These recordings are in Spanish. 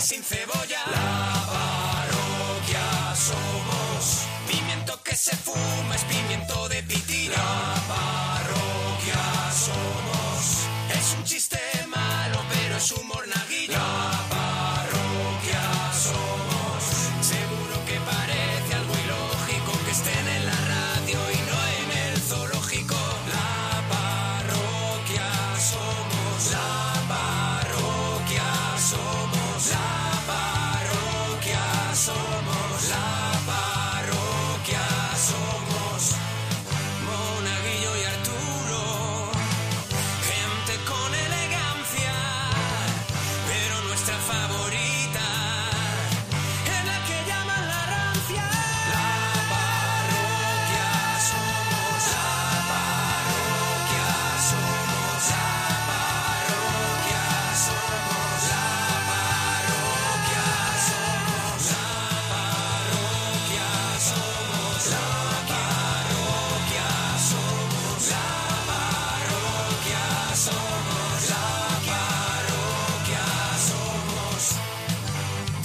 sin cebolla. La parroquia somos. Pimiento que se fuma es pimiento de pitina. La parroquia somos. Es un chiste malo, pero es humor naguillo. La parroquia somos. Seguro que parece algo ilógico que estén en la radio y no en el zoológico. La parroquia somos. La parroquia somos. La parroquia somos. La parroquia somos. Monaguillo y Arturo. Gente con elegancia. Pero nuestra favorita. Es la que llaman la rancia. La parroquia somos, la parroquia somos, la parroquia somos, la parroquia somos, la parroquia somos, la parroquia somos, la parroquia somos, la parroquia somos.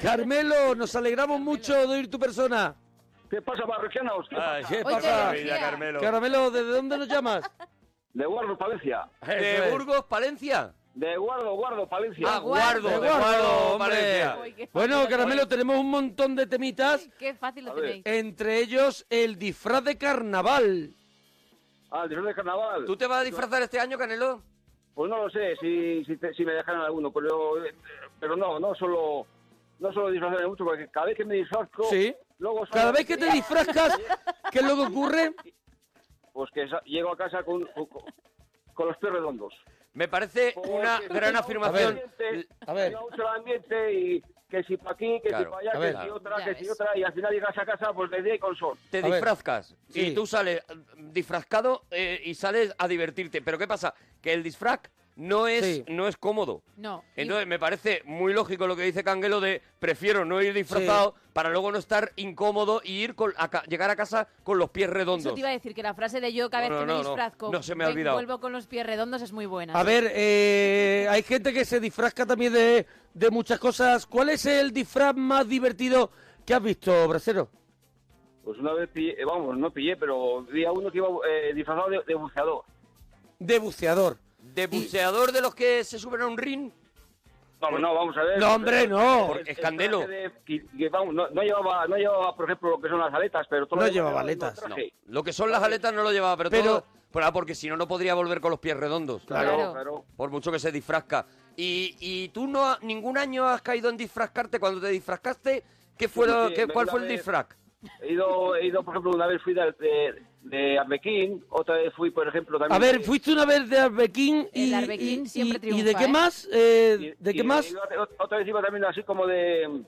Carmelo, nos alegramos mucho de oír tu persona. ¿Qué pasa, parroquianos? ¿Qué Ay, pasa? ¿qué Oye, pasa? Maravilla, Carmelo. Carmelo, ¿desde dónde nos llamas? De Guardo, Palencia. ¿De Burgos, Palencia? De Guardo, Guardo, Palencia. Ah, Guardo, de Guardo, hombre. Bueno, Caramelo, tenemos un montón de temitas, Qué fácil lo A ver. tenéis. entre ellos el disfraz de carnaval. Ah, el disfraz de carnaval. ¿Tú te vas a disfrazar este año, Canelo? Pues no lo sé, si, si, te- si me dejan alguno, pero, eh, pero no, no solo, no solo disfrazarme mucho, porque cada vez que me disfrazco... Sí. Luego Cada salgo- vez que te disfrazas, ¿qué es lo que ocurre? Pues que sa- llego a casa con, con, con los pies redondos. Me parece una gran afirmación. A ver. mucho el ambiente y que si para aquí, que Claro, si para allá, a que ver. si Claro. otra, Ya que si ves. otra, y al final llegas a casa pues de día y con sol. Te A ver. disfrazcas Sí. y tú sales eh, disfrazado eh, y sales a divertirte. Pero ¿qué pasa? Que el disfraz no es, Sí. no es cómodo. No. Entonces me parece muy lógico lo que dice Canguelo de prefiero no ir disfrazado para luego no estar incómodo y ir con, a ca- llegar a casa con los pies Eso redondos. te iba a decir que la frase de yo cada vez No, que no, me no, no. disfrazco No, se me ha ven, olvidado. vuelvo con los pies redondos es muy buena. A ver, eh, hay gente que se disfrazca también de, de muchas cosas. ¿Cuál es el disfraz más divertido que has visto, Brasero? Pues una vez pillé, eh, vamos, no pillé, pero vi a uno que iba eh, disfrazado de, de buceador. De buceador. ¿De buceador de los que se suben a un ring? Vamos, no, vamos a ver. No, hombre, no. Porque- Escandelo. traje de- que- que, vamos, no, no llevaba, no llevaba, por ejemplo, lo que son las aletas, pero todo lo No demás llevaba el mismo aletas, No. traje. Lo que son las aletas no lo llevaba, pero, Pero- todo- por- ah, porque si no, no podría volver con los pies redondos. Claro, Claro. claro. Por mucho que se disfrazca. Y, y tú no ha- ningún año has caído en disfrazcarte. Cuando te disfrazcaste, ¿qué fue Sí, lo- sí, qué- me ¿cuál la fue el ve- disfraz? He ido, he ido, por ejemplo, una vez fui de, de, de Arlequín, otra vez fui, por ejemplo, también... A ver, de- fuiste una vez de Arbequín y, El Arbequín y- siempre y- triunfa, ¿y de qué ¿eh? más? Eh, y- ¿De y qué más? iba- otra vez iba también así como de...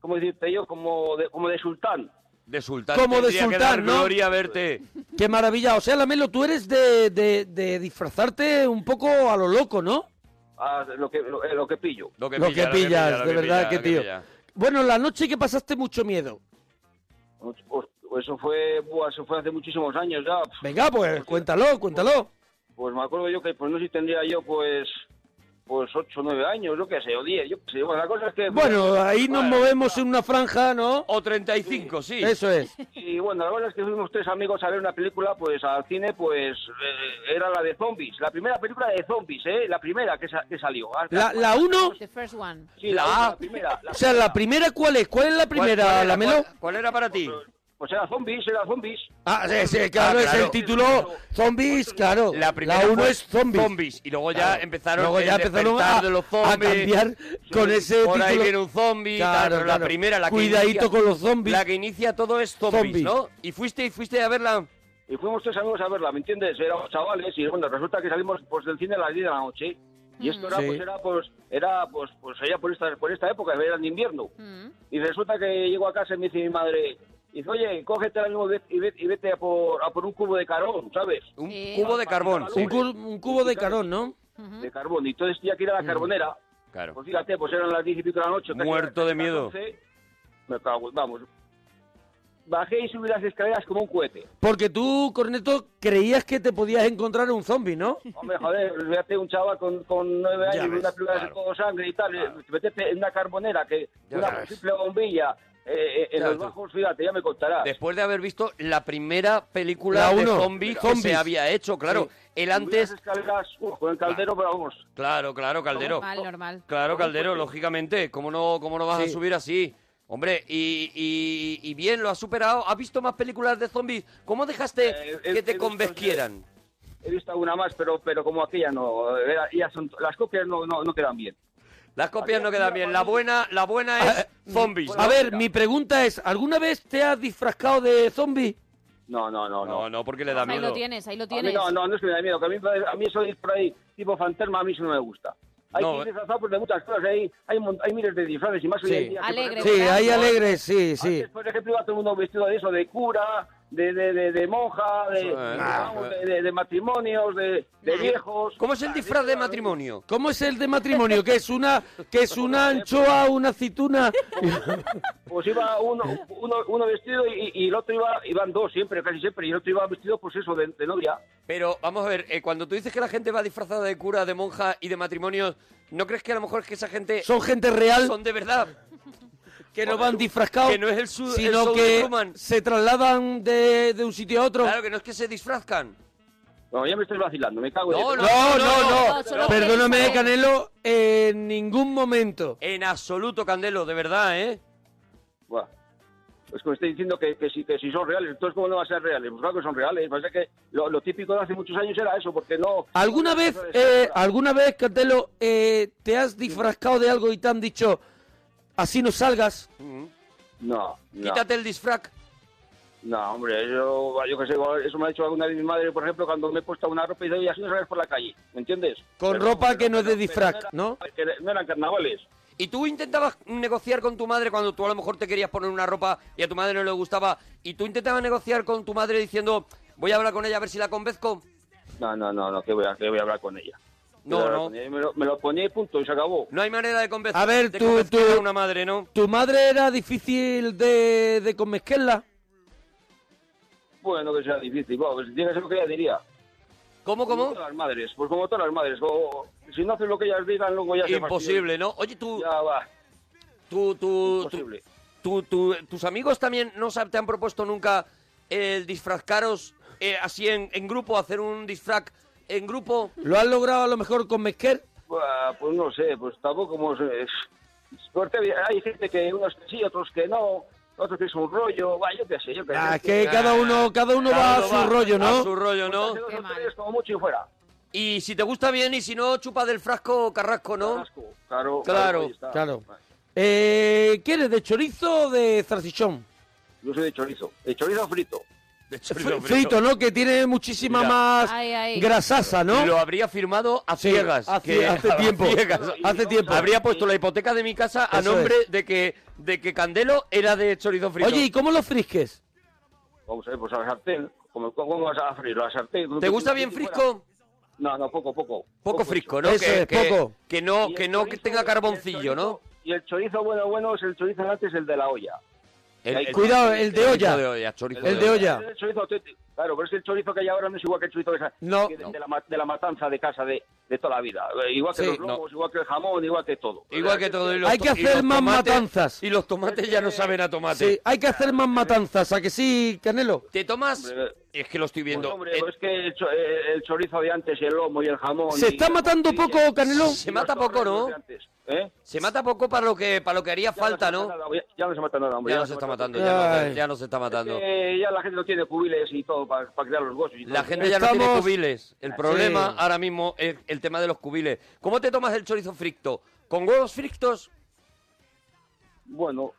¿Cómo decirte yo? Como de, como de sultán. De sultán. Como de Tendría que sultán, dar ¿no? gloria verte. Qué maravilla. O sea, Lamelo, tú eres de, de- de disfrazarte un poco a lo loco, ¿no? Ah, lo, que, lo, eh, lo que pillo. Lo que, lo pilla, que pillas, lo de que verdad pilla, que lo tío. pilla. bueno, la noche que pasaste mucho miedo. Os- Pues, Eso fue, buah, eso fue hace muchísimos años ya. Venga, pues cuéntalo, cuéntalo. Pues me acuerdo yo que, pues no sé si tendría yo, pues, pues 8, 9 años, yo qué sé, o 10, yo qué sé. Bueno, la cosa es que... pues, Bueno, ahí nos Bueno, movemos en una franja, ¿no? O 35, sí. Eso es. Y bueno, la verdad es que fuimos tres amigos a ver una película, pues al cine, pues eh, era la de zombies. La primera película de zombies, ¿eh? La primera que, sa- que salió. Ah, La, la uno, Ah. The first one. sí, la, la- la primera. la o sea, la primera, ¿cuál es? ¿Cuál es la ¿Cuál- primera, cuál era, Lamelo? cuál- ¿Cuál era para ti? Pues era zombies, era zombies. Ah, sí, sí, claro, Ah, es claro. el título. Zombies, claro. La primera uno fue es zombies. Y luego ya Claro. empezaron, Luego ya el empezaron despertar a, de los a zombies. cambiar con ese Por ahí título. viene un zombie. Claro, tal, pero claro. La primera, la que Cuidadito inicia- con los zombies. La que inicia todo es zombies, Zombies. ¿no? Y fuiste, y fuiste a verla. Y fuimos tres amigos a verla, ¿me entiendes? Éramos chavales y bueno, resulta que salimos pues del cine a las 10 de la noche. Y esto era, Mm, Sí. pues, era, pues, era, pues, pues, allá por esta, por esta época, era en invierno. Mm. Y resulta que llego a casa y me dice mi madre, dice, oye, cógete ahora mismo y vete, y vete a, por, a por un cubo de carbón, ¿sabes? Un Sí. Eh, cubo de carbón. Un, cu- un cubo de carón, ¿no? Ujú. De carbón. Y entonces tenía que Mm. ir a la carbonera. Claro. Pues fíjate, pues eran las 10 y pico de la noche. casi Muerto las- de las miedo. 11. Me cago, en- vamos. bajé y subí las escaleras como un cohete. Porque tú, Corneto, creías que te podías encontrar un zombie, ¿no? Hombre, joder, fíjate un chaval con, con nueve Ya años, ves, una película claro. con sangre y tal, eh, te metiste en una carbonera, que Ya una ves. triple bombilla, eh, eh, en Ya los ves tú. bajos, fíjate, ya me contarás. Después de haber visto la primera película La de uno, zombies que zombies. se había hecho, claro. Subí Él las antes... escaleras, uf, con el caldero, pero vamos, Claro, claro, Caldero. Normal, normal. Claro, Caldero, lógicamente. ¿Cómo no, cómo no vas a Sí. subir así? Hombre, y, y- y bien, lo has superado. ¿Has visto más películas de zombies? ¿Cómo dejaste Eh, he- que he te visto, convenzquieran? he visto alguna más, pero pero como aquella no, era- ya son- las copias no, no, no quedan bien. Las copias no quedan bien. La buena, la buena es zombies. A ver, mi pregunta es, ¿alguna vez te has disfrascado de zombie? No, no, no, no. No, no, porque le da Ahí miedo. lo tienes, ahí lo A mí tienes. no, no, no es que me da miedo, que a mí, a mí eso ir por ahí tipo fantasma, a mí eso no me gusta. Hay No, que ir eh. disfrazado por de muchas cosas, hay, hay, mon- hay miles de disfraces y más hoy Sí. en día. que, por Alegre. ejemplo, Sí, ¿verdad? hay alegres, sí, sí. Antes, por ejemplo, iba todo el mundo vestido de eso, de cura, de, de, de, de monja, de, Eh, vamos, eh. de, de- de matrimonios, de, de viejos. ¿Cómo es el disfraz de matrimonio? ¿Cómo es el de matrimonio? ¿Que es una, que es una anchoa, una aceituna? Pues iba uno, uno, uno vestido y, y el otro iba, iban dos siempre, casi siempre, y el otro iba vestido, pues eso, de, de novia. Pero vamos a ver, eh, cuando tú dices que la gente va disfrazada de cura, de monja y de matrimonios, ¿no crees que a lo mejor es que esa gente ¿Son gente real? son de verdad? que no van disfrascados, que no es el su- el sino show de que Truman. se trasladan de, de un sitio a otro. Claro, que no es que se disfrazcan. No, ya me estoy vacilando, me cago en No, Dios. No, no, no. no, solo Perdóname, piensa en- Canelo, en ningún momento. En absoluto, Candelo, de verdad, ¿eh? Buah. Pues que me estoy diciendo que, que, si, que si son reales, entonces ¿cómo no van a ser reales? Pues claro que son reales, pasa que lo, lo típico de hace muchos años era eso, porque no... ¿Alguna no- vez, no- eh, alguna vez, Cantelo, eh, te has disfrazado de algo y te han dicho, así no salgas? No, no. Mm. Quítate el disfraz. No, hombre, yo, yo qué sé, eso me ha dicho alguna vez mi madre, por ejemplo, cuando me he puesto una ropa y dice, oye, así no sales por la calle, ¿me entiendes? Con ropa que no es de disfraz, era- ¿no? que no eran carnavales. ¿Y tú intentabas negociar con tu madre cuando tú a lo mejor te querías poner una ropa y a tu madre no le gustaba? ¿Y tú intentabas negociar con tu madre diciendo, voy a hablar con ella a ver si la convenzco? No, no, no, no, que voy a, que voy a hablar con ella. No, Voy a hablar no. con ella. Me lo, me lo ponía y punto, y se acabó. No hay manera de convencer A ver, de tú- convencer tú- a una madre, ¿no? ¿Tu madre era difícil de, de convencerla? Bueno, que sea difícil, bueno, pues tiene que ser lo que ella diría. ¿Cómo, Como cómo? todas las madres, pues como todas las madres. o- si no haces lo que ellas digan, luego ya se Imposible, ¿no? Oye, tú, fastidian. Ya va, tú, tú, tú, imposible. tú- tú- tus amigos también no se- te han propuesto nunca el disfrazcaros eh, así en, en grupo, hacer un disfraz en grupo. ¿Lo has logrado a lo mejor convencer? Buah, Pues no sé, pues tampoco como... se- Porque hay gente que unos que sí, otros que no, otros que es un rollo, va, yo qué sé, yo qué sé. Ah, es que cada uno, cada uno Cada va a uno su rollo, A su ¿no? rollo, ¿no? Hace dos Qué o mal. tres como mucho y fuera. Y si te gusta bien y si no, chupa del frasco carrasco, ¿no? Asco, Claro, Claro, ahí está. Claro. Eh, ¿Quieres de chorizo o de zarcichón? Yo soy de chorizo, de chorizo frito. De hecho, Fr- lo- Frito, ¿no? Que tiene muchísima Mira. más Ay, ay. grasasa, ¿no? Lo habría firmado a Sí, ciegas. hace- que- hace a tiempo. ciegas. Hace tiempo. Habría puesto la hipoteca de mi casa a Eso nombre de que de que Candelo era de chorizo frito. Oye, ¿y cómo lo frisques? Vamos a ver, pues a la sartén. Como, ¿Cómo vas a freírlo? A la sartén. ¿te gusta bien Y fuera. frisco? No, no, poco, poco. Poco frisco, ¿no? Eso que, es, que- poco. que no, Y el que no que chorizo- tenga el carboncillo, ¿no? chorizo- Y el chorizo bueno, bueno es el chorizo de antes, el de la olla. Cuidado, el de chorizo olla. de olla, chorizo El de olla. Es el chorizo auténtico. Claro, pero es que el chorizo que hay ahora no es igual que el chorizo de, esa- No. que de, No. de la, ma- de la matanza de casa de, de toda la vida. Eh, Igual que Sí, los no. lobos, igual que el jamón, igual que todo. Igual que todo. y los Hay que to- y hacer los más tomates- matanzas. Y los tomates ya no saben a tomate. Sí, hay que hacer más matanzas, ¿a que sí, Canelo? ¿Te tomas? Hombre, Es que lo estoy Pues, viendo. hombre, Eh, pues es que el, cho- eh, el chorizo de antes y el lomo y el jamón. ¿Se y está la matando morcilla. poco, Canelo? Se mata Y los poco, ¿no? torrenos de antes, ¿eh? se mata poco para lo que para lo que Ya haría falta, se ¿no? mata nada, ya, ya no se mata nada, hombre. Ya no se está matando, ya Ay. no, ya no se está matando. Eh, ya la gente no tiene cubiles y todo para crear los huesos. y La todo. gente ya no tiene Estamos- cubiles. El problema ahora mismo es el tema de los cubiles. ¿Cómo te tomas el chorizo frito? ¿Con huevos fritos? Bueno,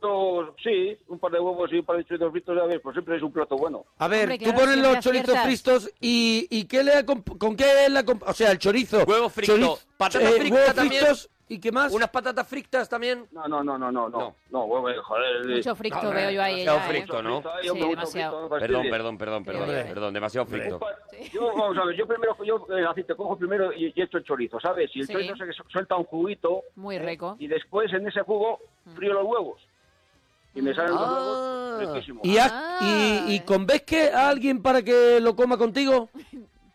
dos- sí, un par de huevos y un par de chorizos fritos, ya ves, pues siempre es un plato bueno. A ver, Hombre, tú claro, pones los siempre chorizos aciertas. fritos y, y ¿qué le acom- ¿con qué le acom- O sea, el chorizo. eh, Huevo frito, patata frita huevos también. fritos, ¿Y qué más? ¿Unas patatas fritas también? No, no, no, no, no, no. No. No, huevo, joder. Mucho fricto veo yo ahí. demasiado ya, ¿eh? fricto, ¿no? Ay, Sí, hombre, mucho demasiado. frito, no Perdón, fastidies. perdón, perdón, perdón, Hombre. perdón, demasiado frito. Yo, vamos a ver, yo primero, yo el aceite cojo primero y, y echo el chorizo, ¿sabes? Y el Sí. chorizo se suelta un juguito. Muy rico. Mm. Y después en ese jugo frío los huevos. Y me salen los Ah. huevos riquísimos. ¿Y, has- y, y convés que a alguien para que lo coma contigo?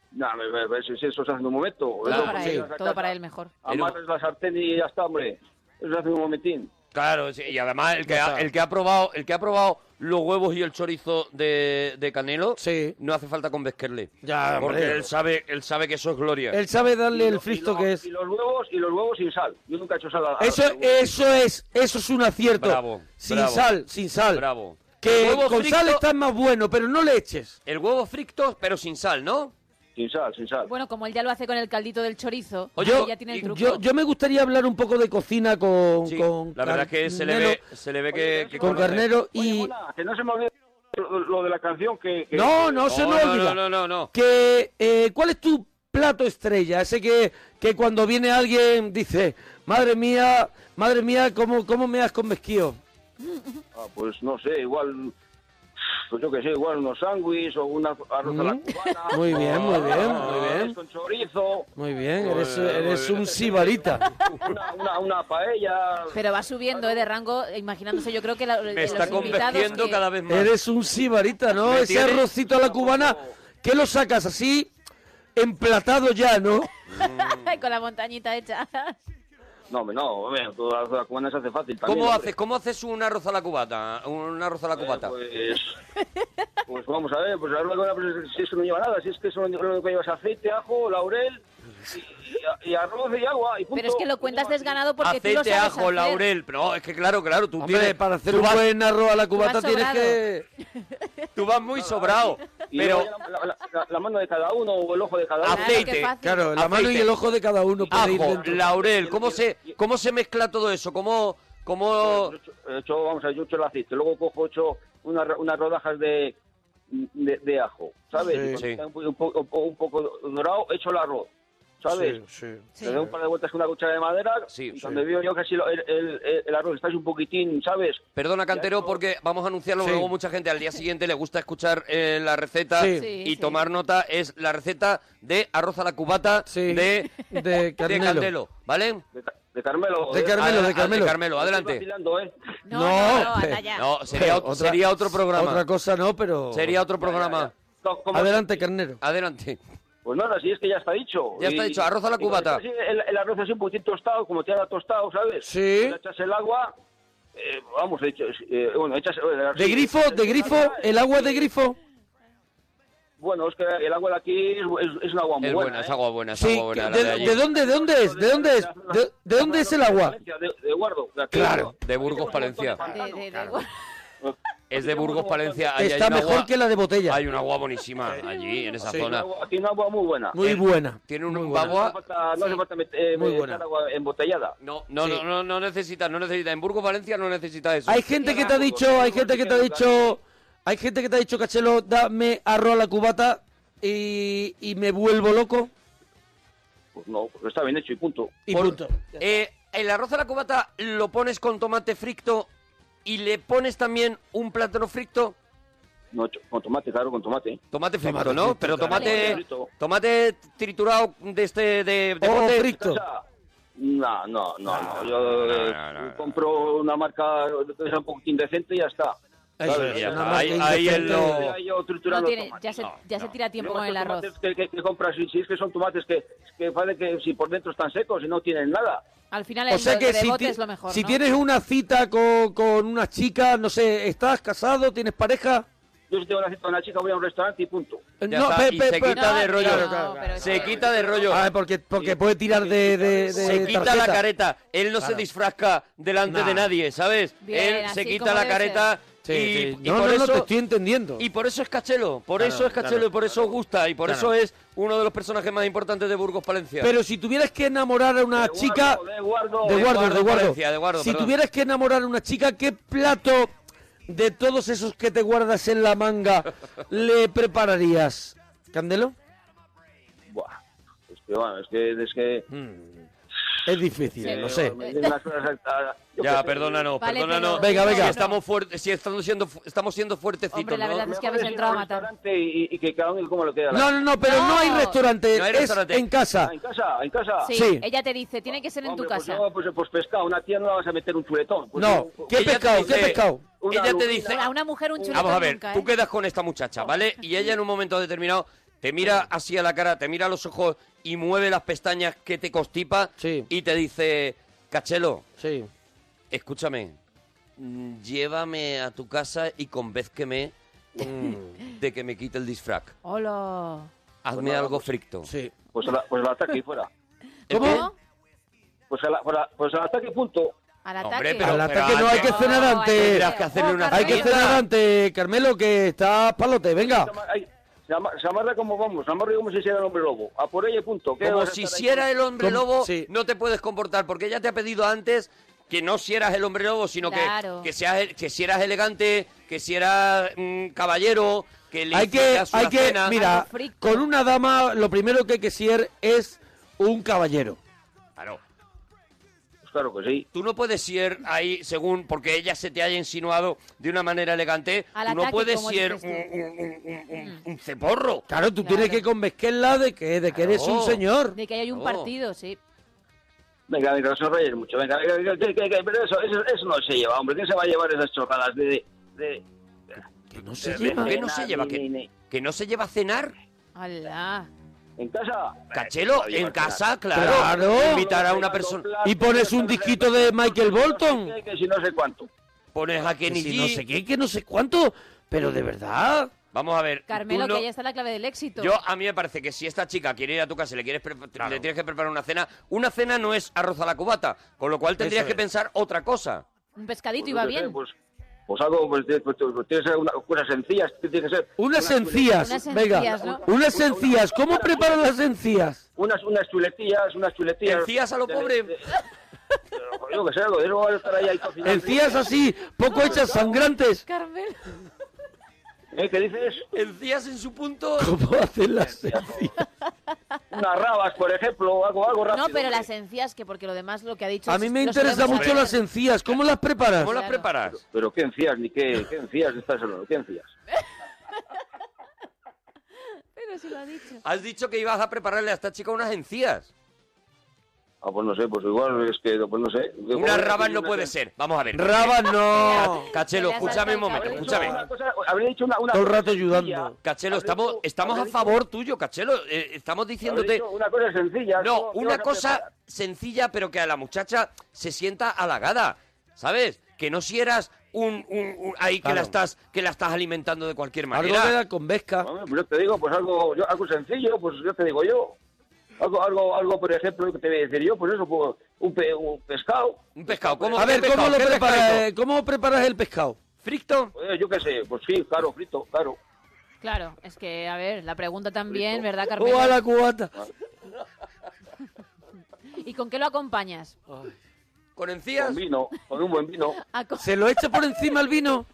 No, me, me, me- si- si eso se hace en un momento. Todo Claro, Eso, para sí. él, llegas a todo casa, para él mejor. Amarras la sartén y ya está, hombre. Eso se hace en un momentín. Claro, sí, y además el que, ha, el que ha probado el que ha probado los huevos y el chorizo de, de Canelo, Sí. no hace falta convesquerle. Ya, porque hombre. él sabe, él sabe que eso es gloria. Él sabe darle Y lo- el y fristo lo- que es. Y los huevos, y los huevos sin sal. Yo nunca he hecho sal a- a Eso, los huevos. eso es, eso es un acierto. Bravo, sin bravo. sal, sin sal. Bravo. Que Huevo con frito- sal está más bueno, pero no le eches. El huevo frito, pero sin sal, ¿no? Sin sal, sin sal. Bueno, como él ya lo hace con el caldito del chorizo, Oye, ahí ya tiene el y truco. Yo, yo me gustaría hablar un poco de cocina con, Sí, con la verdad es que se le ve, Carnero- se le ve Oye, que, que que con conoce. Carnero Oye, y Mona, que no se me olvide lo, lo de la canción que... que- no, no No, se no, nos no, olvida. no, no, no. Que eh, ¿cuál es tu plato estrella? Ese que, que cuando viene alguien dice, madre mía, madre mía, cómo, cómo me has convesquido. Ah, pues no sé, igual... Pues yo que sé, igual unos sándwiches o una arroz a la Mm. cubana. Muy bien, muy bien, Ah, muy bien. Con chorizo, Muy bien, Muy eres, bien, muy eres bien. un sibarita. una, una, una paella... Pero va subiendo eh, de rango, eh, imaginándose yo creo que la- eh, Me los está invitados convenciendo que- cada vez más. Eres un sibarita, ¿no? Me Ese tiene- arrocito a la cubana, que lo sacas así, emplatado ya, ¿no? con la montañita hecha. No, hombre, no, hombre, toda la cubana se hace fácil también. ¿Cómo hombre. haces, ¿Cómo haces un arroz a la cubata? Un arroz a la Eh, cubata. Pues, pues vamos a ver, pues la verdad que bueno, pues, si eso no lleva nada, si es que eso no- lo único que lleva es aceite, ajo, laurel y, y- y arroz y agua y punto. Pero es que lo cuentas desganado porque tú lo Aceite, sabes ajo, hacer. laurel. Pero no, es que claro, claro, tú Hombre, tienes- para hacer tú un vas, buen arroz a la cubata vas tienes sobrado. que... tú vas muy sobrado. Ah, Y Pero luego ya la, la- la- la mano de cada uno o el ojo de cada Claro, uno. qué aceite, fácil. Claro, la mano y Aceite. el ojo de cada uno puede ir ajo, dentro. laurel. ¿Cómo se, cómo se mezcla todo eso? ¿Cómo, cómo Yo echo- echo, eh, vamos a ver, yo echo el aceite, luego cojo echo una ro- unas rodajas de, de, de ajo, ¿sabes? Sí. Y cuando Sí. está un, po- un po- un po- un poco dorado, echo el arroz, ¿sabes? Sí, sí. Sí. Le doy un par de vueltas con una cuchara de madera Sí, y sí. cuando veo yo que así lo- el, el- el- el arroz está así un poquitín, ¿sabes? Perdona, Cantero, porque vamos a anunciarlo, Sí. luego mucha gente al día siguiente le gusta escuchar eh, la receta Sí. Sí, y sí. tomar nota. Es la receta de arroz a la cubata Sí. de, De de Carmelo. Carmelo, ¿vale? De, Ca- de Carmelo. De ¿eh? Carmelo. Adela- Carmelo. de Carmelo, Estoy adelante. vacilando, ¿eh? No, no, no, pe- anda ya. No, sería, Pero ot- otra- sería otro programa. Otra cosa no, pero... Sería otro programa. No, ¿cómo? Adelante, carnero. Adelante. Pues nada, si es que ya está dicho. Ya está dicho, arroz a la y cuando cubata. está así, El, el arroz así un poquito tostado, como te ha tostado, ¿sabes? Sí. Le echas el agua, eh, vamos, he hecho, eh, bueno, echas... De grifo, de grifo, el agua de grifo. Bueno, es que el agua de aquí es, es- es un agua muy Es buena, buena, es ¿eh? agua Oh, buena, es Sí, agua buena. la ¿de, de allí. de dónde, de dónde es? ¿De dónde es? ¿De, de dónde es el agua? De, de Guardo. de aquí. Claro. De Burgos, Palencia. De- de- de- Es de Burgos, Palencia. Ahí Está hay un mejor agua, que la de botella. Hay un agua buenísima allí, en esa Sí. zona. Tiene una agua muy buena. Muy buena. Tiene un muy buena. No hace bagua... falta, no hace falta met- eh, Muy meter buena. agua embotellada. No, no, Sí. no, no, no necesita, no necesita. En Burgos, Valencia no necesita eso. Hay gente que te ha dicho, hay gente que te ha dicho, hay gente que te ha dicho, Cachelo, dame arroz a la cubata y, y me vuelvo loco. Pues no, pues está bien hecho y punto. Y Por- punto. Eh, el arroz a la cubata lo pones con tomate frito y le pones también un plátano frito. No, cho- con tomate, claro, con tomate. Tomate frito, Tomate ¿no? frito, Pero claro. tomate Frito. tomate triturado de este de, Eh, de Oro bote. Oh, frito. No, no, no, no. Yo eh, no, no, no. compro una marca que sea un poquitín decente y ya está. Eso Claro, es, ya una está. marca Ahí- ahí él indecente. lo- Ya yo No triturando tiene, tomates. ya se, ya se tira tiempo Luego con el esos arroz. tomates Que, que- que compras, si, si es que son tomates que, que parece que si por dentro están secos y no tienen nada. Al final O el sea que rebote si, ti- es lo mejor, si ¿no? tienes una cita con, con una chica, no sé, ¿estás casado? ¿Tienes pareja? Yo si tengo una cita con una chica, voy a un restaurante y punto. Ya está, y se Eh, pe- quita de No, rollo. no, pero se no. quita de rollo. Ah, porque, porque puede tirar de, de- de se quita la tarjeta. careta. Él no se disfrazca delante Nah. de nadie, ¿sabes? Bien, Él así se quita como la debe careta Sí, y, sí. y No, por no, no, eso te estoy entendiendo. Y por eso es Cachelo, por Claro, eso es Cachelo claro, y por eso os gusta y por eso Claro. es uno de los personajes más importantes de Burgos Palencia. Pero si tuvieras que enamorar a una De chica... guardo, de guardo. de De guardo, guardo, de guardo. Valencia, de guardo, si perdón. tuvieras que enamorar a una chica, ¿qué plato de todos esos que te guardas en la manga le prepararías? ¿Candelo? Hmm. Buah, es que, bueno, es que, es que es difícil, Sí. lo sé. Ya, perdónanos, Vale, perdónanos. pero- Venga, venga. Si estamos, fuertes, si estamos siendo, fu- estamos siendo fuertecitos, Hombre, la ¿no? verdad es que habéis entrado a matar. Y, y que cada uno como lo queda. la- No, no, no, pero no, hay No. restaurante, No hay es restaurante. en casa. Ah, en casa, en casa. Sí, Sí. ella te dice, tiene que ser en tu Hombre, casa. Pues, no, pues, pues pescado, una tía no la vas a meter un chuletón. Pues No, un- ¿qué Ella te pescado? ¿Qué dice- pescado? Una Ella te lubina. dice... A una mujer un chuletón Vamos a ver, nunca, tú ¿eh? quedas con esta muchacha, ¿vale? Y ella en un momento determinado te mira así a la cara, te mira a los ojos y mueve las pestañas que te constipa Sí. y te dice, Cachelo, Sí. escúchame, mm, llévame a tu casa y convézqueme mm, de que me quite el disfraz. Hola. Hazme nada, algo fricto. Sí. Pues al, pues al ataque y fuera. ¿El ¿Cómo? qué? ¿No? Pues al, pues al- pues al ataque y punto. Al Hombre, ataque. pero- Al ataque no hay que antes- cenar No, antes. Tendrás que hacerle una Hay que Carmelita. cenar antes, Carmelo, que está palote, venga. Se ama- ay, Se, ama- se amarra como vamos, se amarra como si hiciera el hombre lobo. A por ella y punto. ¿Qué Como vas a si estar ahí hiciera el hombre Como- lobo, sí. no te puedes comportar, porque ella te ha pedido antes que no si eras el hombre lobo, sino que- Claro. que, seas, el- que si eras elegante, que si eras mm, caballero, que le Hay que, hicieras hay una que, cena. mira, Algo frito. con una dama lo primero que hay que ser es un caballero. Claro. con- Pues claro que sí. Tú no puedes ser ahí según porque ella se te haya insinuado de una manera elegante. Al tú no ataque, puedes como ser dices tú. un, un- un- un- un ceporro. Claro, tú Claro. tienes que convencerla de que, de que eres Claro. un señor. De que hay un No. partido, sí. Venga, venga, no se rayes mucho. Venga, venga, venga, que- que- que- pero eso, eso, eso no se lleva, hombre. ¿Quién se va a llevar esas chorradas de... de, de- Que no se de- lleva. de ¿Qué no cenar, se lleva? ni- ¿Que- ni- ni- Que no se lleva a cenar. Hola. ¿En casa? Cachelo, Eh, en no se va a casa, llevar claro. Claro. Invitar a una Fregando persona. platos, ¿Y pones un fregando disquito de Michael Bolton? Que si no sé cuánto. Pones a Que Kenny si G. no sé qué, que no sé cuánto, pero de verdad. Vamos a ver. tú Carmelo, no- que ahí está la clave del éxito. Yo, a mí me parece que si esta chica quiere ir a tu casa y le, quieres pre- le tienes que preparar una cena, una cena no es arroz a la cubata, con lo cual tendrías Eso que es. pensar otra cosa. Un pescadito Pues, iba yo qué sé, bien. Pues, pues algo, pues, de- pues, pues, tiene que ser una, cosas sencillas, que tiene que ser. Unas encías, Unas venga. encías, ¿no? Unas encías, ¿cómo preparan las encías? Unas, unas chuletillas, unas chuletillas. Encías a lo De- pobre. de- Pero, Yo que sé, algo de no va a estar ahí, ahí cocinando. Encías así, poco hechas sangrantes. Carmelo. ¿Eh? ¿Qué dices? Encías en su punto. ¿Cómo hacen las encías? Unas rabas, por ejemplo, algo, algo rápido. No, pero las hombre. encías, que porque lo demás lo que ha dicho. A es- mí me lo interesa sabemos mucho hacer. las encías, ¿cómo las preparas? ¿Cómo las Claro. preparas? Pero qué encías, ni qué, qué encías estás hablando, qué encías. Pero si lo ha dicho. Has dicho que ibas a prepararle a esta chica unas encías. Ah, pues no sé, pues igual es que, pues no sé. Unas rabas no puede ser. Vamos a ver. Rabas no. Ca- Cachelo, Se le ha escúchame saltado el un momento, cabello. escúchame. Una cosa- Habría dicho una, una Todo el cosa rato sencilla. ayudando. Cachelo, Habría estamos, dicho- estamos a habría favor tuyo, Cachelo. Eh, estamos Habré diciéndote... hecho Una cosa sencilla. No, ¿cómo- qué una vas a cosa preparar? sencilla, pero que a la muchacha se sienta halagada, ¿sabes? Que no si eras un, un- un- ahí que Claro. la estás que la estás alimentando de cualquier Algo manera. de la convesca. Hombre, pues yo te digo, pues algo, yo- algo sencillo, pues yo te digo yo. Algo, algo, algo, por ejemplo, que te voy a decir yo, pues eso, pues, un, pe- un pescado. Un pescado, ¿cómo? A ver, ¿Qué ¿cómo pescado? lo ¿Qué preparas? pescado? eh? ¿Cómo preparas el pescado? ¿Fricto? Pues, yo qué sé, pues sí, claro, frito, claro. Claro, es que, a ver, la pregunta también, Rico. ¿verdad, O Oh, a Carmelo? la cubata. ¿Y con qué lo acompañas? ¿Con encías? Con vino, con un buen vino. A co- ¿Se lo echa por encima el vino?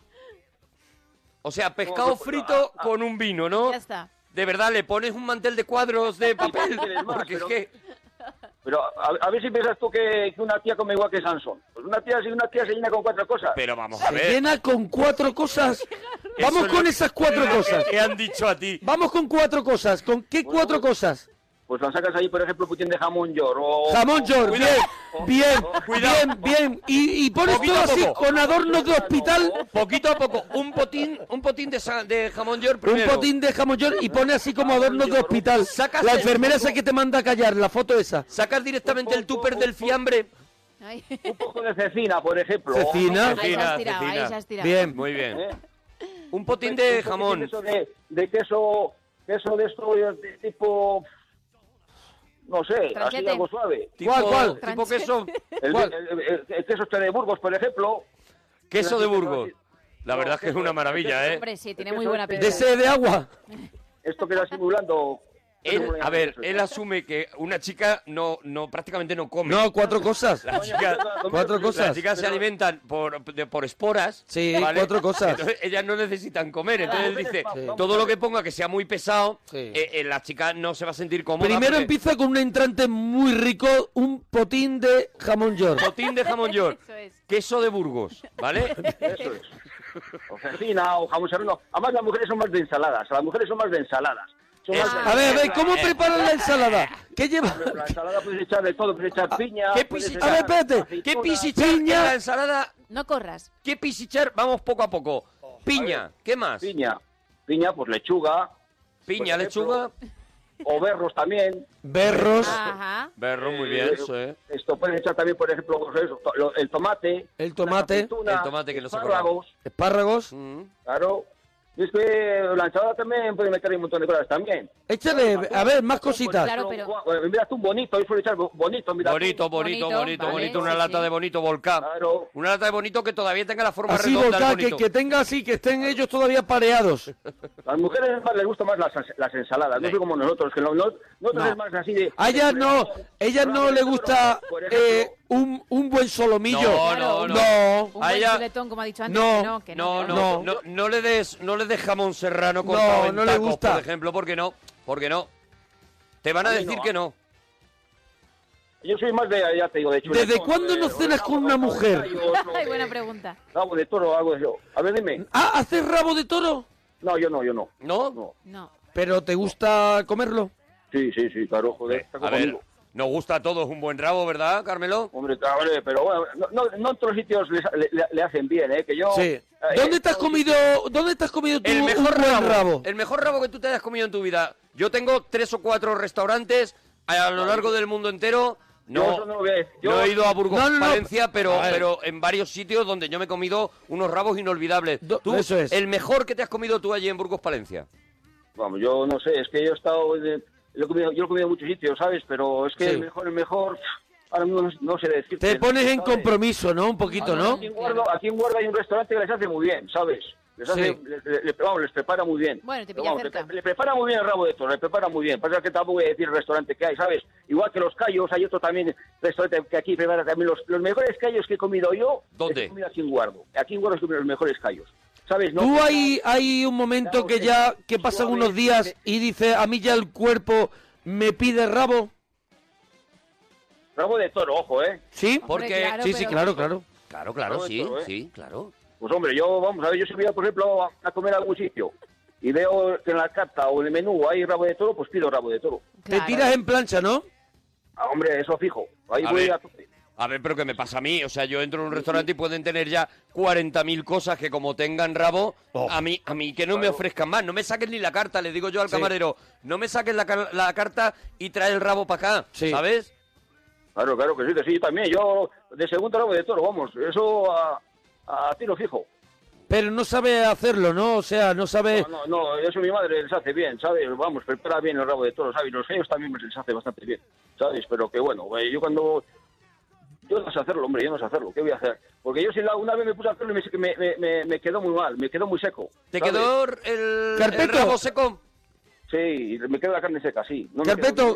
O sea, pescado frito Ah, con un vino, ¿no? Ya está. De verdad, le pones un mantel de cuadros de papel. quieres más, Porque es pero- que. Pero a, a ver si piensas tú que, que una tía come igual que Sansón. Pues una tía, si una tía se llena con cuatro cosas. Pero vamos a Se ver. llena con cuatro cosas. eso Vamos es con lo- esas cuatro cosas. ¿Qué han dicho a ti? Vamos con cuatro cosas. ¿Con qué cuatro cosas? Pues la sacas ahí, por ejemplo, putín de jamón york o... Jamón o- york, o- bien, o- bien, o- Oh, Cuidado. bien, bien. Y, y pones Poquito todo a así poco. con adornos de hospital. Poquito a poco. Un potín, un potín de, sa- de jamón york Un primero. potín de jamón york y pone así como adornos de hospital. Sacas La el enfermera foco. esa que te manda a callar, la foto esa. Sacas directamente el tupper del fiambre. Ay, Un poco de cecina, por ejemplo. Cecina. ahí se Cecina, has tirado, ahí cecina. se has tirado. Bien. Muy bien. ¿Eh? Un potín de Un poquitín jamón. eso De, de queso, queso de esto de, de tipo, no sé, así Tranchete. algo suave. Tipo- ¿Cuál, cuál? Tipo queso. El, ¿Cuál? el- el- el queso este de Burgos, por ejemplo. Queso de Burgos. La No, verdad es que es queso- una maravilla, ¿eh? Hombre, sí, tiene Es que muy son buena de- pinta. De sed de agua. Esto que era simulando, Él, a ver, ¿eh? él asume que una chica no, no prácticamente no come. No, cuatro cosas. Las chicas, Cuatro cosas. Las chicas se alimentan por, de- por esporas. Sí, cuatro cosas. Entonces ellas no necesitan comer. Entonces él dice, Sí. todo lo que ponga que sea muy pesado, Sí. eh, eh, la chica no se va a sentir cómoda. Primero porque- empieza con un entrante muy rico, un potín de jamón york. Potín de jamón york. Eso es. Queso de Burgos, ¿vale? Eso es. O cecina, o jamón serrano. Además, las mujeres son más de ensaladas. Las mujeres son más de ensaladas. Son más de A ver, a ver, ensaladas. Eh. ¿cómo preparan la ensalada? ¿Qué lleva? Pero La ensalada puedes echar de todo, puedes echar piña. Ah, ¿Qué puedes pisichar? A ver, echar espérate. ¿Qué aceitunas. pisichar en Piña. la ensalada? No corras. ¿Qué pisichar? Vamos poco a poco. Piña, ¿qué más? Piña. Piña, pues lechuga. Piña, por lechuga. ejemplo. O berros también. Berros, Ajá. Berro, muy Eh, bien. berro. Esto puedes echar también, por ejemplo, pues eso, to- lo- el tomate. El tomate. las aceitunas, El tomate que no se espárragos, espárragos. Mm. Claro. Y es que la ensalada también puede meter ahí un montón de cosas también. Échale, a ver, más cositas. Claro, pero- Bueno, mira tú, bonito, hoy suele echar bo- bonito, mira tú. Bonito, bonito, Bonito, bonito, vale, bonito. Una sí, lata sí. de bonito volcán. Claro. Una lata de bonito que todavía tenga la forma Así, redonda del volcán, que, bonito. que tenga así, que estén ellos todavía pareados. Las mujeres es más, les gustan más las, las ensaladas, no Sí. sé como nosotros, que no, no- nosotros No. es más así de... A ellas no, ellas no le gusta Por ejemplo, eh, un, un buen solomillo. No, Claro. no, no. No. Un A buen ella- chuletón, como ha dicho antes. No, que no, que No, no. no, que no, no, le des, no le des jamón serrano No, cortado en no le tacos, gusta. por ejemplo, porque no, porque no. Te van a A mí decir no. que no. Yo soy más de, ah, ya te digo, de chuletón, ¿Desde cuándo de- no de cenas rabo, con una rabo de mujer? gallo, rabo Ay, de- buena pregunta. Rabo de toro hago yo. A ver, dime. Ah, ¿haces rabo de toro? No, yo no, yo no. ¿No? No. No. ¿Pero te gusta comerlo? Sí, sí, sí, claro, joder, está A ver, conmigo. nos gusta a todos un buen rabo, ¿verdad, Carmelo? Hombre, está- vale, pero bueno, no, no, no en todos los sitios les- le, le- le hacen bien, ¿eh? Que yo... Sí. eh, ¿Dónde te has no- comido, dónde te has comido tú El un mejor buen rabo, rabo? El mejor rabo que tú te hayas comido en tu vida. Yo tengo tres o cuatro restaurantes a lo largo del mundo entero. Yo eso No, no lo voy a decir. no he Yo- ido a Burgos, No, no, no. Valencia, pero, A ver. pero en varios sitios donde yo me he comido unos rabos inolvidables. Do- Tú, eso es. El mejor que te has comido tú allí en Burgos, Palencia. Vamos, yo no sé, es que yo he estado... de- lo he comido- yo lo he comido en muchos sitios, ¿sabes? Pero es que Sí. el mejor, el mejor... Ahora mismo no, no sé decir. Te pones en compromiso, ¿no? Un poquito, ¿no? Aquí en, Guardo, aquí en Guardo hay un restaurante que les hace muy bien, ¿sabes? Les, hace, Sí. le- le- le- vamos, les prepara muy bien. Bueno, te Pero pilla vamos, cerca. Le, le prepara muy bien el rabo de toro, le prepara muy bien. Pasa que tampoco voy a decir el restaurante que hay, ¿sabes? Igual que los callos, hay otro también restaurante que aquí prepara también los, los mejores callos que he comido yo. ¿Dónde? los he comido aquí en Guardo. Aquí en Guardo he comido los mejores callos, ¿sabes? No, Tú hay, hay un momento que ya, que pasan unos días y dices, a mí ya el cuerpo me pide rabo, Rabo de toro, ojo, ¿eh? ¿sí? Porque- claro, Sí, sí, pero- claro, claro. Claro, claro, Todo sí, esto, ¿eh? sí, claro. Pues hombre, yo, vamos a ver, yo si voy, por ejemplo, a, a comer a algún sitio y veo que en la carta o en el menú hay rabo de toro, pues pido rabo de toro. Te Claro. tiras en plancha, ¿no? Ah, hombre, eso fijo. Ahí A voy ver. a tope. A ver, pero ¿qué me pasa a mí? O sea, yo entro en un restaurante y pueden tener ya 40.000 cosas que como tengan rabo, Oh. a mí a mí que no me ofrezcan más. No me saquen ni la carta, le digo yo al camarero. No me saquen la, car- la carta y trae el rabo para acá, Sí. ¿sabes? Claro, claro que sí, que sí, yo también. Yo de segundo rabo de toro, vamos, eso a, a tiro fijo. Pero no sabe hacerlo, ¿no? O sea, no sabe... No, no, no, eso mi madre les hace bien, ¿sabes? Vamos, prepara bien el rabo de toro, ¿sabes? Los ellos también les hace bastante bien, ¿sabes? Pero que bueno, güey, yo cuando... Yo no sé hacerlo, hombre, yo no sé hacerlo, ¿qué voy a hacer? Porque yo si la, una vez me puse a hacerlo y me- me, me, me, me quedó muy mal, me quedó muy seco. ¿Te ¿sabes? quedó el, el eh, Carpeto. rabo seco? Sí, y me quedó la carne seca, sí. No me Carpeto,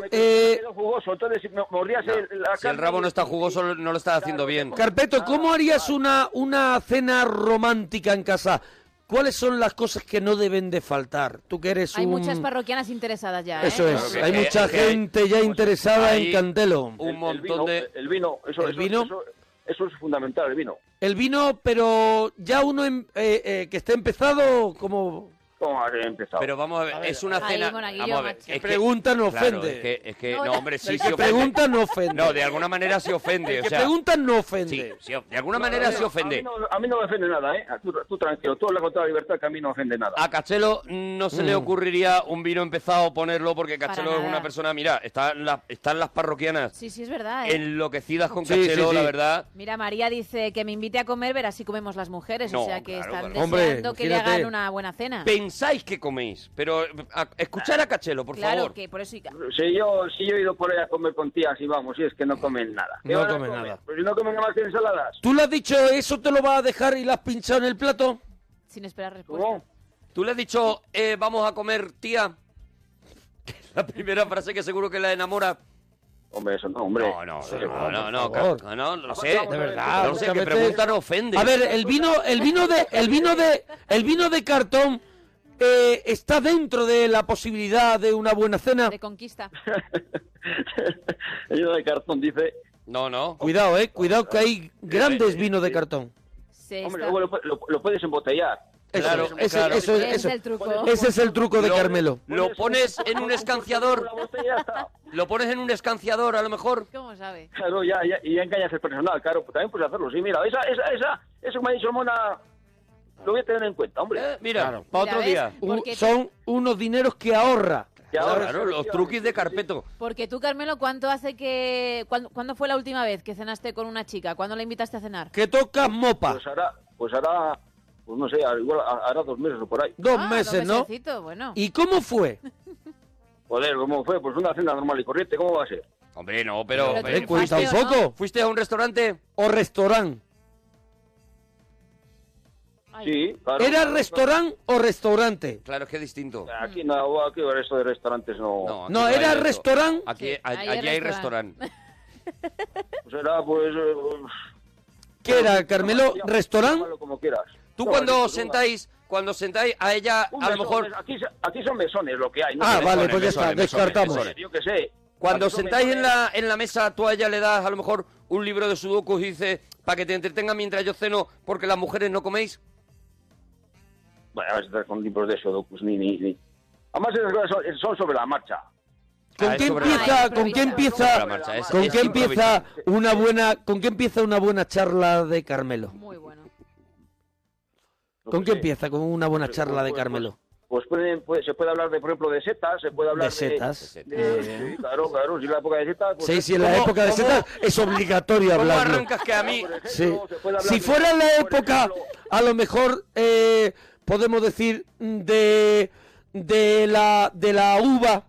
quedó- me quedó- eh, me quedó jugoso, entonces si me mordías el, la Si el carne rabo no y- está jugoso, no lo estás haciendo bien. Carpeto, ¿cómo harías una, una cena romántica en casa? ¿Cuáles son las cosas que no deben de faltar? Tú que eres Hay un... muchas parroquianas interesadas ya, ¿eh? Eso es, Claro que- hay que- mucha que- gente ya interesada ahí- en Cantelo. Un el- montón el vino, de... El vino, eso, ¿El eso- vino? Eso, eso es fundamental, el vino. El vino, pero ya uno em- eh, eh, que esté empezado, como ¿Cómo has empezado? Pero vamos a ver, es una Ahí, cena... monaguillo, Vamos a ver, macho. es que- pregunta no claro, ofende. es que, es que- No, no, la- hombre, sí, el sí que ofende. pregunta no ofende. No, de alguna manera sí ofende. el o que sea, pregunta no sí, ofende. sí, de alguna No, manera no, sí ofende. A mí, no, a mí no me ofende nada, ¿eh? Tú, tú tranquilo, tú hablas con toda libertad que a mí no ofende nada. A Cachelo no Mm. se le ocurriría un vino empezado ponerlo porque Para Cachelo es nada. una persona, mira, están las, están las parroquianas Sí, sí, es verdad, ¿eh? enloquecidas con Sí, Cachelo, sí, sí. la verdad. Mira, María dice que me invite a comer, verás si comemos las mujeres. No, o sea que claro, están claro. Hombre, deseando que le imagínate. hagan una buena cena. Pensáis que coméis, pero a- escuchar a Cachelo, por claro favor. que por eso. y- Si yo, si yo he ido por ahí a comer con tías y vamos, y es que no comen nada. ¿Qué No van a comen comer? nada. Pues si no comen nada más que ensaladas. ¿Tú le has dicho eso te lo vas a dejar y lo has pinchado en el plato? Pues Sin esperar respuesta. ¿Cómo? ¿Tú le has dicho, eh, vamos a comer, tía? La primera frase que seguro que la enamora. Hombre, eso no, hombre. No, no, no, no, no, por favor. ca- no, no lo sé. De verdad, No lo sé, que únicamente- pregunta no ofende. A ver, el vino, el vino de, el vino de, el vino de cartón eh, está dentro de la posibilidad de una buena cena. De conquista. El vino de cartón dice... No, no. Cuidado, eh, cuidado que hay grandes vinos de cartón. Se Hombre, está- luego lo, lo- lo puedes embotellar. Eso, Claro, ese, claro. eso es- Ese es eso- el truco. ese es el truco de Lo- Carmelo. Lo pones en un escanciador. La botella ya está. Lo pones en un escanciador, a lo mejor. ¿Cómo sabe? Claro, ya, ya, y ya engañas el personal, claro. pues también puedes hacerlo. Sí, mira, esa, esa, esa, eso que me ha dicho Mona, lo voy a tener en cuenta, hombre. Eh, mira, Claro. para Mira, otro ¿ves? día. Un- Porque- son unos dineros que ahorra. Que ahora- Claro, los truquis de carpeto. Porque tú, Carmelo, ¿cuánto hace que... ¿Cuándo, cuándo fue la última vez que cenaste con una chica? ¿Cuándo la invitaste a cenar? Que tocas mopa. Pues hará, pues hará, pues no sé, igual hará dos meses o por ahí. Dos Ah, meses, ¿no? mesecitos, bueno. ¿Y cómo fue? Joder, ¿cómo fue? Pues una cena normal y corriente, ¿cómo va a ser? Hombre, no, pero. Pero te eh, Hombre, fuiste, cuenta un fuiste o no? poco. fuiste a un restaurante? ¿O restaurante? Ay, Sí, claro. ¿Era restaurante o restaurante? Claro, es que es distinto. Aquí no, aquí esto de restaurantes no. No, aquí No, hay era eso. restaurant. Aquí, Sí, a- ahí allí es hay restaurant. restaurante. Pues era, pues. eh, ¿Qué era, Carmelo? llámalo, ¿Restaurante? llámalo como quieras. Tú No, cuando no, os no. sentáis, cuando os sentáis a ella, Un a lo mesón, mejor, mes- Aquí, se- aquí son mesones lo que hay. ¿no? Ah, Mesones, vale, pues ya mesones, está, mesones, descartamos. mesones. Yo qué sé. cuando os Aquí son sentáis en mesones. la, en la mesa, tú a ella le das a lo mejor un libro de sudokus y dices, para que te entretenga mientras yo ceno, porque las mujeres no coméis. Bueno, vas a estar con libros de Shodocus, ni, ni, ni. Además, esas cosas son, son sobre la marcha. ¿Con Ah, qué es sobre la empieza? marcha. ¿Con qué Ah, sobre la empieza? marcha, es- ¿Con es qué empieza improvisado. una buena? ¿Con qué empieza una buena charla de Carmelo? Muy bueno. No ¿Con sé. qué empieza? Con una buena Pues- charla de pues- Carmelo. Pues pueden- puede- se puede hablar, de, por ejemplo, de setas, se puede hablar De de... setas. de- sí, claro, claro, si en la época de setas... pues- Sí, sí, en la ¿Cómo- época de cómo- setas es obligatorio ¿Cómo hablarlo. arrancas que a mí? Por ejemplo, Sí. se puede hablar Si de- fuera la por época, ejemplo, a lo mejor eh, podemos decir de de la de la uva.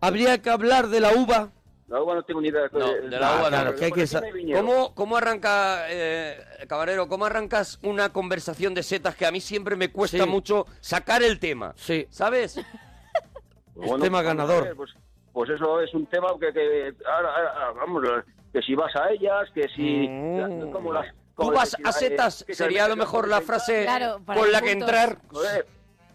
Habría que hablar de la uva. la uva no tengo ni idea de... No, de la uva no. Claro, que hay que sa- ¿Cómo, cómo arranca, eh, Cabarero, cómo arrancas una conversación de setas que a mí siempre me cuesta Sí. mucho sacar el tema? Sí. ¿Sabes? Es tema ganador. Pues, pues eso es un tema que... que ahora, ahora- vamos, que si vas a ellas, que si... Mm. como las- Tú como vas si a la- setas, eh, que sería a lo se- mejor la frase Claro, para con ir la que juntos. entrar. Joder,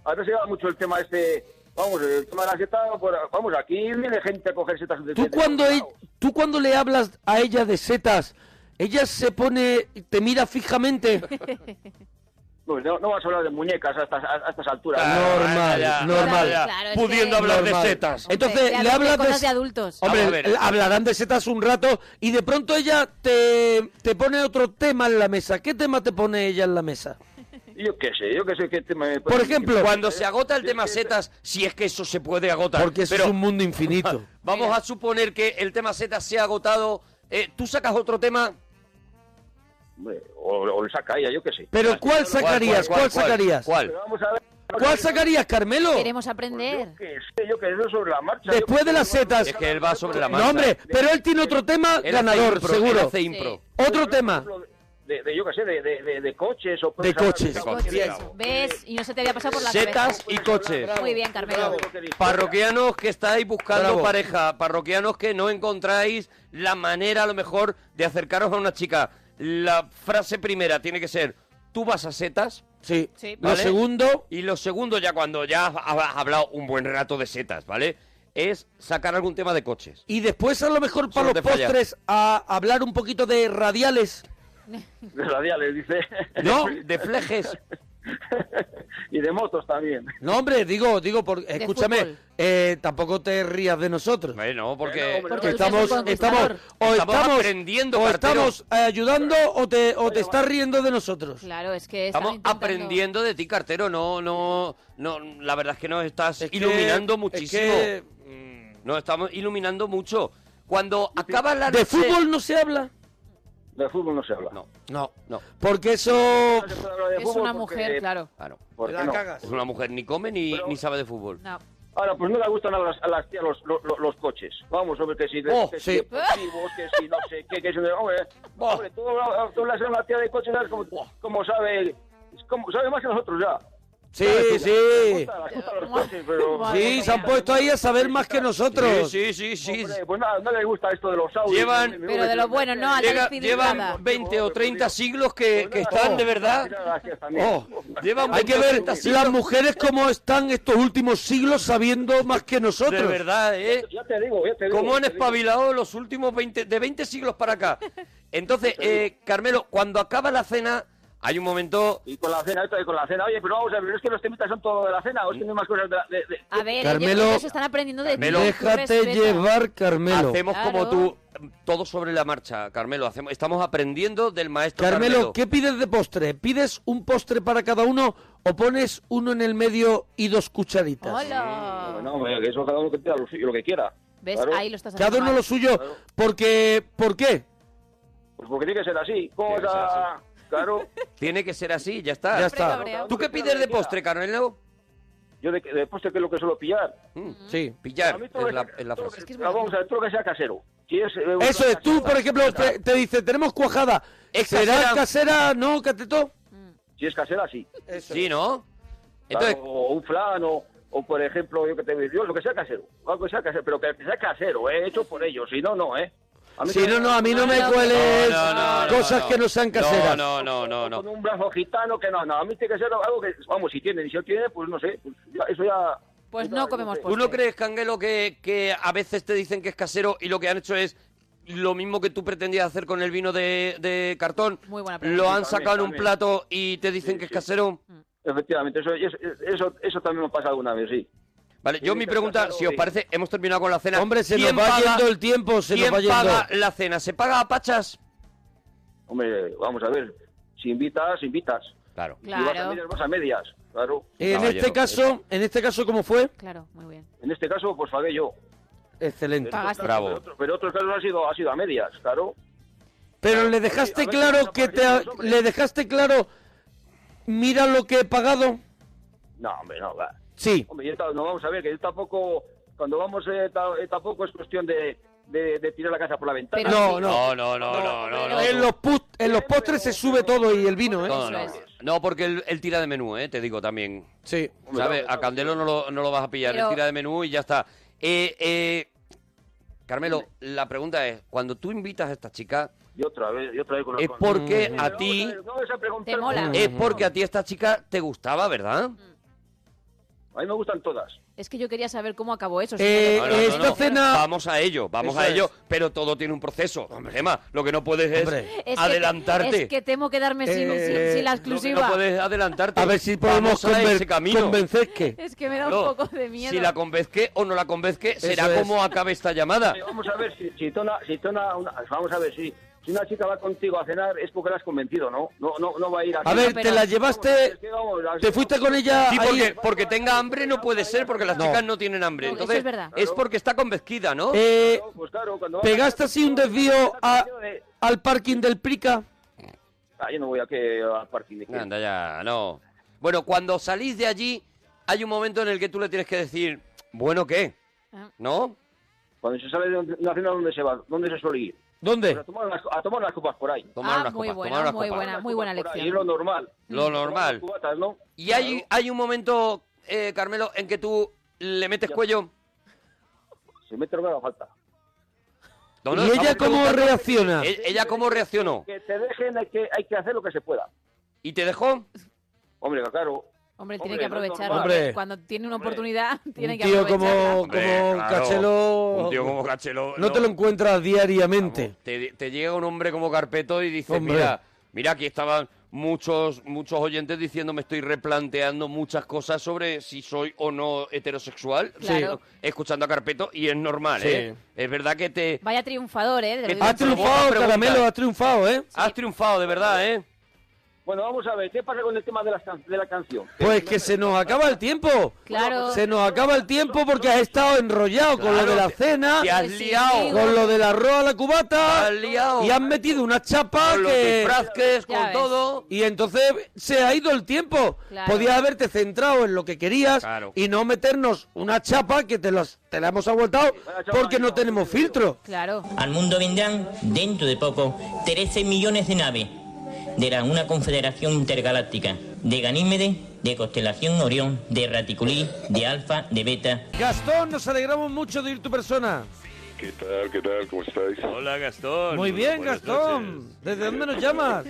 ahora se lleva mucho el tema este. Vamos, el tema de la seta, pues, vamos, aquí viene gente a coger setas. de- Tú de- cuando, de- e- tú cuando le hablas a ella de setas, ella se pone, te mira fijamente. Pues No, no vas a hablar de muñecas a estas, a estas alturas. Claro. No. Normal, normal. Claro, es pudiendo que- hablar Normal. de setas. Hombre, Entonces, de le adultos, hablas de cosas se- de adultos. Vamos a Hombre, ver. l- hablarán de setas un rato y de pronto ella te, te pone otro tema en la mesa. ¿Qué tema te pone ella en la mesa? Yo qué sé, yo qué sé qué tema. me- Por ejemplo, Eh, pues, eh, Cuando se agota el tema setas, si es que eso se puede agotar. porque eso Pero es un mundo infinito. vamos a suponer que el tema setas se ha agotado. eh, Tú sacas otro tema. Hombre, O, o le saca a ella, yo qué sé. Pero ¿cuál sacarías? ¿Cuál, sacarías? ¿Cuál? Pero vamos a ver. ¿Cuál sacarías, Carmelo? Queremos Yo aprender. qué sé, yo qué sé, sobre la marcha. Después yo qué de las sé, vamos a setas. Es que él va sobre la marcha. No, hombre, pero él tiene otro tema Él hace ganador, impro, él seguro. hace impro. Otro hablar, tema. por ejemplo, De, de- yo qué sé, de, de- de- de coches o De coches. De coches, ¿Ves? Y no se te había pasado por la Setas cabeza. y coches. Muy bien, Carmelo. Parroquianos que estáis buscando Bravo. pareja, parroquianos que no encontráis la manera a lo mejor de acercaros a una chica. La frase primera tiene que ser, tú vas a setas. Sí. Sí. Lo ¿Vale? segundo, Y lo segundo, ya cuando ya has hablado un buen rato de setas, ¿vale? Es sacar algún tema de coches. Y después a lo mejor para Solo los te falla. postres a hablar un poquito de radiales. De radiales, dice. ¿No? De flejes. y de motos también. No, hombre, digo, digo, por, escúchame, fútbol. eh, tampoco te rías de nosotros. Bueno, Bueno, porque... hombre, Porque Porque estamos, es un estamos, conquistador. o Estamos estamos, aprendiendo, o cartero. estamos eh, ayudando o te, o te estás riendo de nosotros. Claro, es que están Estamos intentando- aprendiendo de ti, cartero. No, no, no. La verdad es que nos estás Es que- iluminando es muchísimo. que, Nos estamos iluminando mucho. Cuando acaba la ¿De noche- fútbol no se habla? De fútbol no se habla. No, No, no. porque eso... No se puede hablar de Es fútbol una porque- mujer, claro. Claro. porque La no. cagas. Es Pues una mujer ni come ni, Pero- ni sabe de fútbol. No. Ahora, pues no pues le gustan a las, a las tías los, los, los- los coches. Vamos, hombre, que si, de- Oh, que sí. si deportivos, que si no sé qué, que si... Hombre, Oh. hombre tú, hablas- tú hablas a una tía de coches, ¿sabes? Como, como sabe... Como, sabe más que nosotros ya. Sí, sí. Sí, se han puesto ahí a saber más que nosotros. Sí, sí, sí. Pues nada, no les gusta esto de los audios. Llevan- Me- me- Pero de los buenos, no, a Llega- David llevan 20 o 30 siglos que, que están de verdad. Oh, llevan Hay que 20 o ver 30 siglos las mujeres cómo están estos últimos siglos sabiendo más que nosotros. de verdad, ¿eh? Ya te digo, ya te digo. ¿Cómo han ya te digo. espabilado los últimos 20, de 20 siglos para acá? Entonces, eh, Carmelo, cuando acaba la cena, hay un momento... Y con la cena, esto y con la cena. Oye, pero vamos a ver, es que los temitas son todo de la cena, o es que no hay más cosas de la. de- de- A ver, Carmelo, ellos están aprendiendo de ti. Carmelo, tú Déjate respeta. llevar, Carmelo. Hacemos Claro. como tú, todo sobre la marcha, Carmelo. Hacemos, estamos aprendiendo del maestro Carmelo, Carmelo. ¿qué pides de postre? ¿Pides un postre para cada uno o pones uno en el medio y dos cucharitas? Hola. No, hombre, que eso cada uno que quiera, lo, suyo, lo que quiera. ¿Ves? Claro. Ahí lo estás haciendo Cada uno mal. lo suyo. Porque, ¿Por qué? Pues porque tiene que ser así. ¿Cómo Tiene que ser vas a- Claro. Tiene que ser así, ya está. Ya está. cabreado. ¿Tú qué pides de postre, Carmelo? Yo de, de postre, que es lo que suelo pillar. Mm, Sí. Pillar mí todo es la, lo que- es la todo lo frase. que- Vamos a ver, todo lo que sea casero. Si es, eh, una Eso es, tú, casera, por ejemplo, te, te dice, tenemos cuajada. Es ¿Será casera. casera? No, cateto. Si es casera, sí. Sí, ¿no? Entonces, Claro, o un flan, o, o, por ejemplo, yo que te digo, yo, lo que sea casero. Algo que sea casero, pero que sea casero, ¿eh? hecho por ellos. Si no, no, ¿eh? A mí Si que- no, no, a mí no me No, no, cueles no, no, no, cosas no. que no sean caseras. No, no, no, no, Con no. un brazo gitano que no, no, a mí tiene que ser algo que, vamos, si tienen, y si no tienen, pues no sé, pues ya- eso ya... Pues ya- no comemos sé. ¿Tú no Postre. crees, Canguelo, que, que a veces te dicen que es casero y lo que han hecho es lo mismo que tú pretendías hacer con el vino de, de cartón? Muy buena pregunta. Lo han También, sacado en un también. plato y te dicen que es casero. Efectivamente, eso, eso, eso, eso también me ha pasado alguna vez, sí. Vale, yo Sí, mi que pregunta, casero, si os sí. parece, hemos terminado con la cena. Hombre, se nos ¿Quién va paga- yendo el tiempo, se nos ¿Quién va yendo. paga la cena? ¿Se paga a pachas? Hombre, vamos a ver, si invitas, invitas. Claro. Si vas a Claro, medias, vas a medias, claro. En Caballero, este caso, en este caso, ¿cómo fue? claro, muy bien. En este caso, pues pagué yo. Excelente. Pagaste. Bravo. Pero, otro- pero otros casos ha sido, ha sido a medias, claro. Pero le dejaste Oye, a ver, claro vamos a que te pagar los le dejaste claro mira lo que he pagado. No, hombre, no, va. Sí. Hombre, yo ta- no vamos a ver, que yo tampoco, cuando vamos, eh, ta- eh, tampoco es cuestión de, de, de tirar la casa por la ventana. Pero No, sí. no. No, no, no, no, no. no. En los put- en los postres se sube todo y el vino, No, ¿eh? no, Eso no. No, porque él, él tira de menú, eh, te digo también. Sí. ¿Sabes? A Candelo no lo, no lo vas a pillar, él Pero- tira de menú y ya está. Eh, eh, Carmelo, la pregunta es, cuando tú invitas a esta chica, Y otra vez, y otra vez con la- es con- porque Mm. Pero a vamos ti, ver, no vamos a preguntar- Te mola. es porque a ti esta chica te gustaba, ¿verdad? A mí me gustan todas. Es que yo quería saber cómo acabó eso. si Eh, no No, lo- no, no, esta no. cena- Vamos a ello, vamos Eso a es. ello, pero todo tiene un proceso. Gemma, lo que no puedes es Hombre. Es que- adelantarte. es que temo quedarme sin, Eh, sin- sin la Lo que exclusiva. no puedes adelantarte. A ver si podemos Vamos a conven- ese camino. convencer que Es que me da Claro, un poco de miedo. Si la convenzque o no la convenzque, será es. como acabe esta llamada. Eh, Vamos a ver si, si tona, si tona una- vamos a ver si, si una chica va contigo a cenar es porque la has convencido, ¿no? No, no, no va a ir a. A ver, te pero- la Es llevaste que vamos, las- te fuiste con ella Sí, ahí- porque, porque tenga hambre no puede ser, porque las No. chicas no tienen hambre. No, eso Entonces, es verdad. porque está convenzquida, ¿no? eh, No, pues claro, cuando vas a- pegaste así un desvío a- al parking del Prica. Ah, yo no voy a que a parking de que- Anda ya, no. Bueno, cuando salís de allí, hay un momento en el que tú le tienes que decir, bueno, ¿qué? Ah. ¿No? Cuando se sale de una cena, ¿dónde se va? ¿Dónde se suele ir? Pues a, ¿Dónde? tomar unas, a tomar unas copas por ahí. Tomar Ah, unas muy copas, buena, tomar unas muy copas. buena. buena Por ahí, lección. Es lo normal. Lo normal. Unas cubatas, ¿no? Y hay, hay un momento, eh, Carmelo, en que tú le metes cuello. Claro, se mete lo que haga falta. No, no, ¿Y ella estamos cómo preguntando- reacciona? ¿E- ¿Ella cómo reaccionó? Que te dejen, hay que, hay que hacer lo que se pueda. ¿Y te dejó? Hombre, claro. Hombre, tiene que Hombre, no es aprovecharlo. normal. Hombre. Cuando tiene una Hombre. oportunidad, tiene Un que tío como, aprovecharla. como Cachelo. Un tío como Cachelo. no te lo encuentras diariamente. Te, te llega un hombre como Carpeto y dice, Hombre. mira, mira, aquí estaban muchos muchos oyentes diciendo me estoy replanteando muchas cosas sobre si soy o no heterosexual. Claro. Escuchando a Carpeto y es normal, Sí. ¿eh? Es verdad que te Vaya triunfador, ¿eh? Te lo Que digo. Ha Has Pero- triunfado, Pregunta. Caramelo, ha triunfado, ¿eh? has triunfado, de verdad, ¿eh? Bueno, vamos a ver, ¿qué pasa con el tema de la, can- de la canción? Pues que se nos acaba el tiempo. Claro. Se nos acaba el tiempo porque has estado enrollado con lo Claro, de la te- cena, Te has Sí, liado. digo. con lo del arroz a la cubata Has liado. y has metido una chapa Con los que... disfraces, Ya con ves. todo. Y entonces se ha ido el tiempo. Claro. Podías haberte centrado en lo que querías Claro. y no meternos una chapa que te, las- te la hemos aguantado porque no tenemos filtro. Claro. Al mundo vendrán, dentro de poco, 13 millones de naves. De la- una confederación intergaláctica. de Ganímede, de Constelación Orión, de Raticulí, de Alfa, de Beta. Gastón, nos alegramos mucho de ir tu persona. ¿Qué tal? ¿Qué tal? ¿Cómo estáis? Hola, Gastón. Muy bien, Buenas Gastón. noches. ¿Desde dónde nos llamas?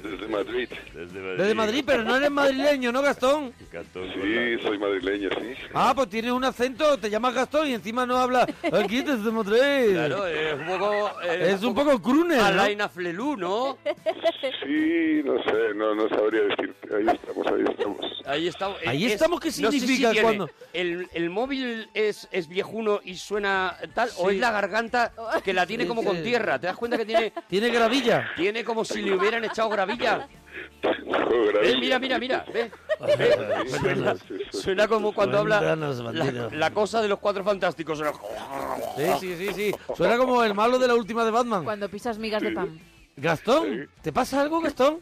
Desde Madrid. Desde Madrid. Desde Madrid, pero no eres madrileño, ¿no, Gastón? Gastón, Sí, soy madrileño, sí. Ah, pues tienes un acento, te llamas Gastón y encima no hablas. Aquí desde Madrid. Claro, eh, es un poco... eh, Es un poco crune, ¿no? Alain Aflelú, ¿no? Sí, no sé, no, no sabría decirte. Ahí estamos, ahí estamos. Ahí estamos. Eh, Ahí estamos, ¿qué no sé si significa tiene- cuando- El, el móvil es, es viejuno y suena tal, o es la garganta que la tiene como con tierra. ¿Te das cuenta que tiene, Tiene gravilla. tiene como si le hubieran echado gravilla? Eh, mira, mira, mira. ve. Suena, Suena como cuando habla Cuéntanos, la, bandido. la cosa de los cuatro fantásticos. Suena- Sí, sí, sí, sí. Suena como el malo de la última de Batman. Cuando pisas migas de pan. Gastón, ¿te pasa algo, Gastón?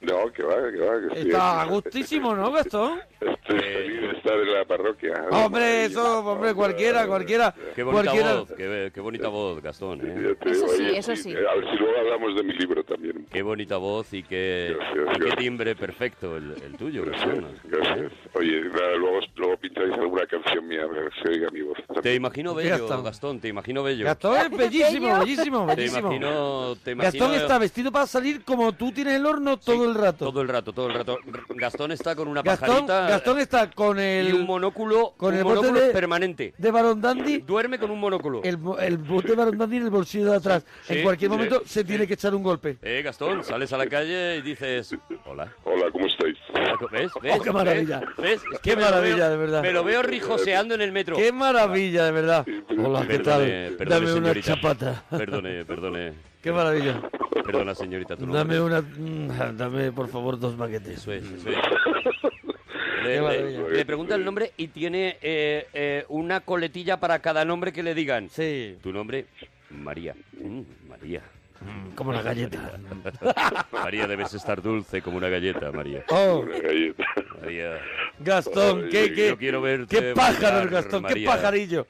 No, que va, que va. Que estoy Está a aquí. gustísimo, ¿no, Gastón? Estoy Eh. feliz de estar en la parroquia. Hombre, eso, hombre, cualquiera, cualquiera. Qué bonita cualquiera. voz, qué, qué bonita voz, Gastón. ¿eh? Ya te Eso digo, sí, oye, eso sí. Eh, A ver si luego hablamos de mi libro también. Qué bonita voz y qué, Gracias, y qué gracias. timbre perfecto el, el tuyo, Gastón. Gracias, gracias. Oye, nada, luego, luego pintáis alguna canción mía para que se oiga mi voz. Te imagino bello, Gastón. Gastón, te imagino bello. Gastón es bellísimo, bellísimo, Te bellísimo. imagino, te imagino Gastón está vestido para salir como tú tienes el horno todo el rato. todo el rato, todo el rato. R- Gastón está con una Gastón, pajarita Gastón está con y el un monóculo, con un el bote monóculo de- permanente. de Barón Dandy, Duerme con un monóculo. el, bo- el bote de Barón Dandy en el bolsillo de atrás. Sí, en cualquier sí, momento se sí. tiene que echar un golpe. Eh, Gastón, sales a la calle y dices, hola. Ah, Hola, ¿cómo estáis? ¿Ves? ¿Ves? Oh, qué maravilla. ¿Ves? ¿Ves? Es Qué me lo maravilla, veo- de verdad. Me lo veo rijoseando en el metro. ¡Qué maravilla, de verdad! Hola, ¿qué tal? Perdone, perdone, Dame una señorita. chapata. Perdone, Ah, perdone. ¡Qué maravilla! Perdona, señorita. tu nombre. Dame una... mm, Dame, por favor, dos maquetes. Eso es, eso es. Le, maravilla. le- le pregunta el nombre y tiene eh, eh, una coletilla para cada nombre que le digan. Sí, Tu nombre, María. Mm, María. mm, como la galleta. María, debes estar dulce como una galleta, María. ¡Oh! Una galleta. María. Gastón, qué, Yo qué, quiero verte qué pájaro, el bailar, Gastón, qué María. pajarillo.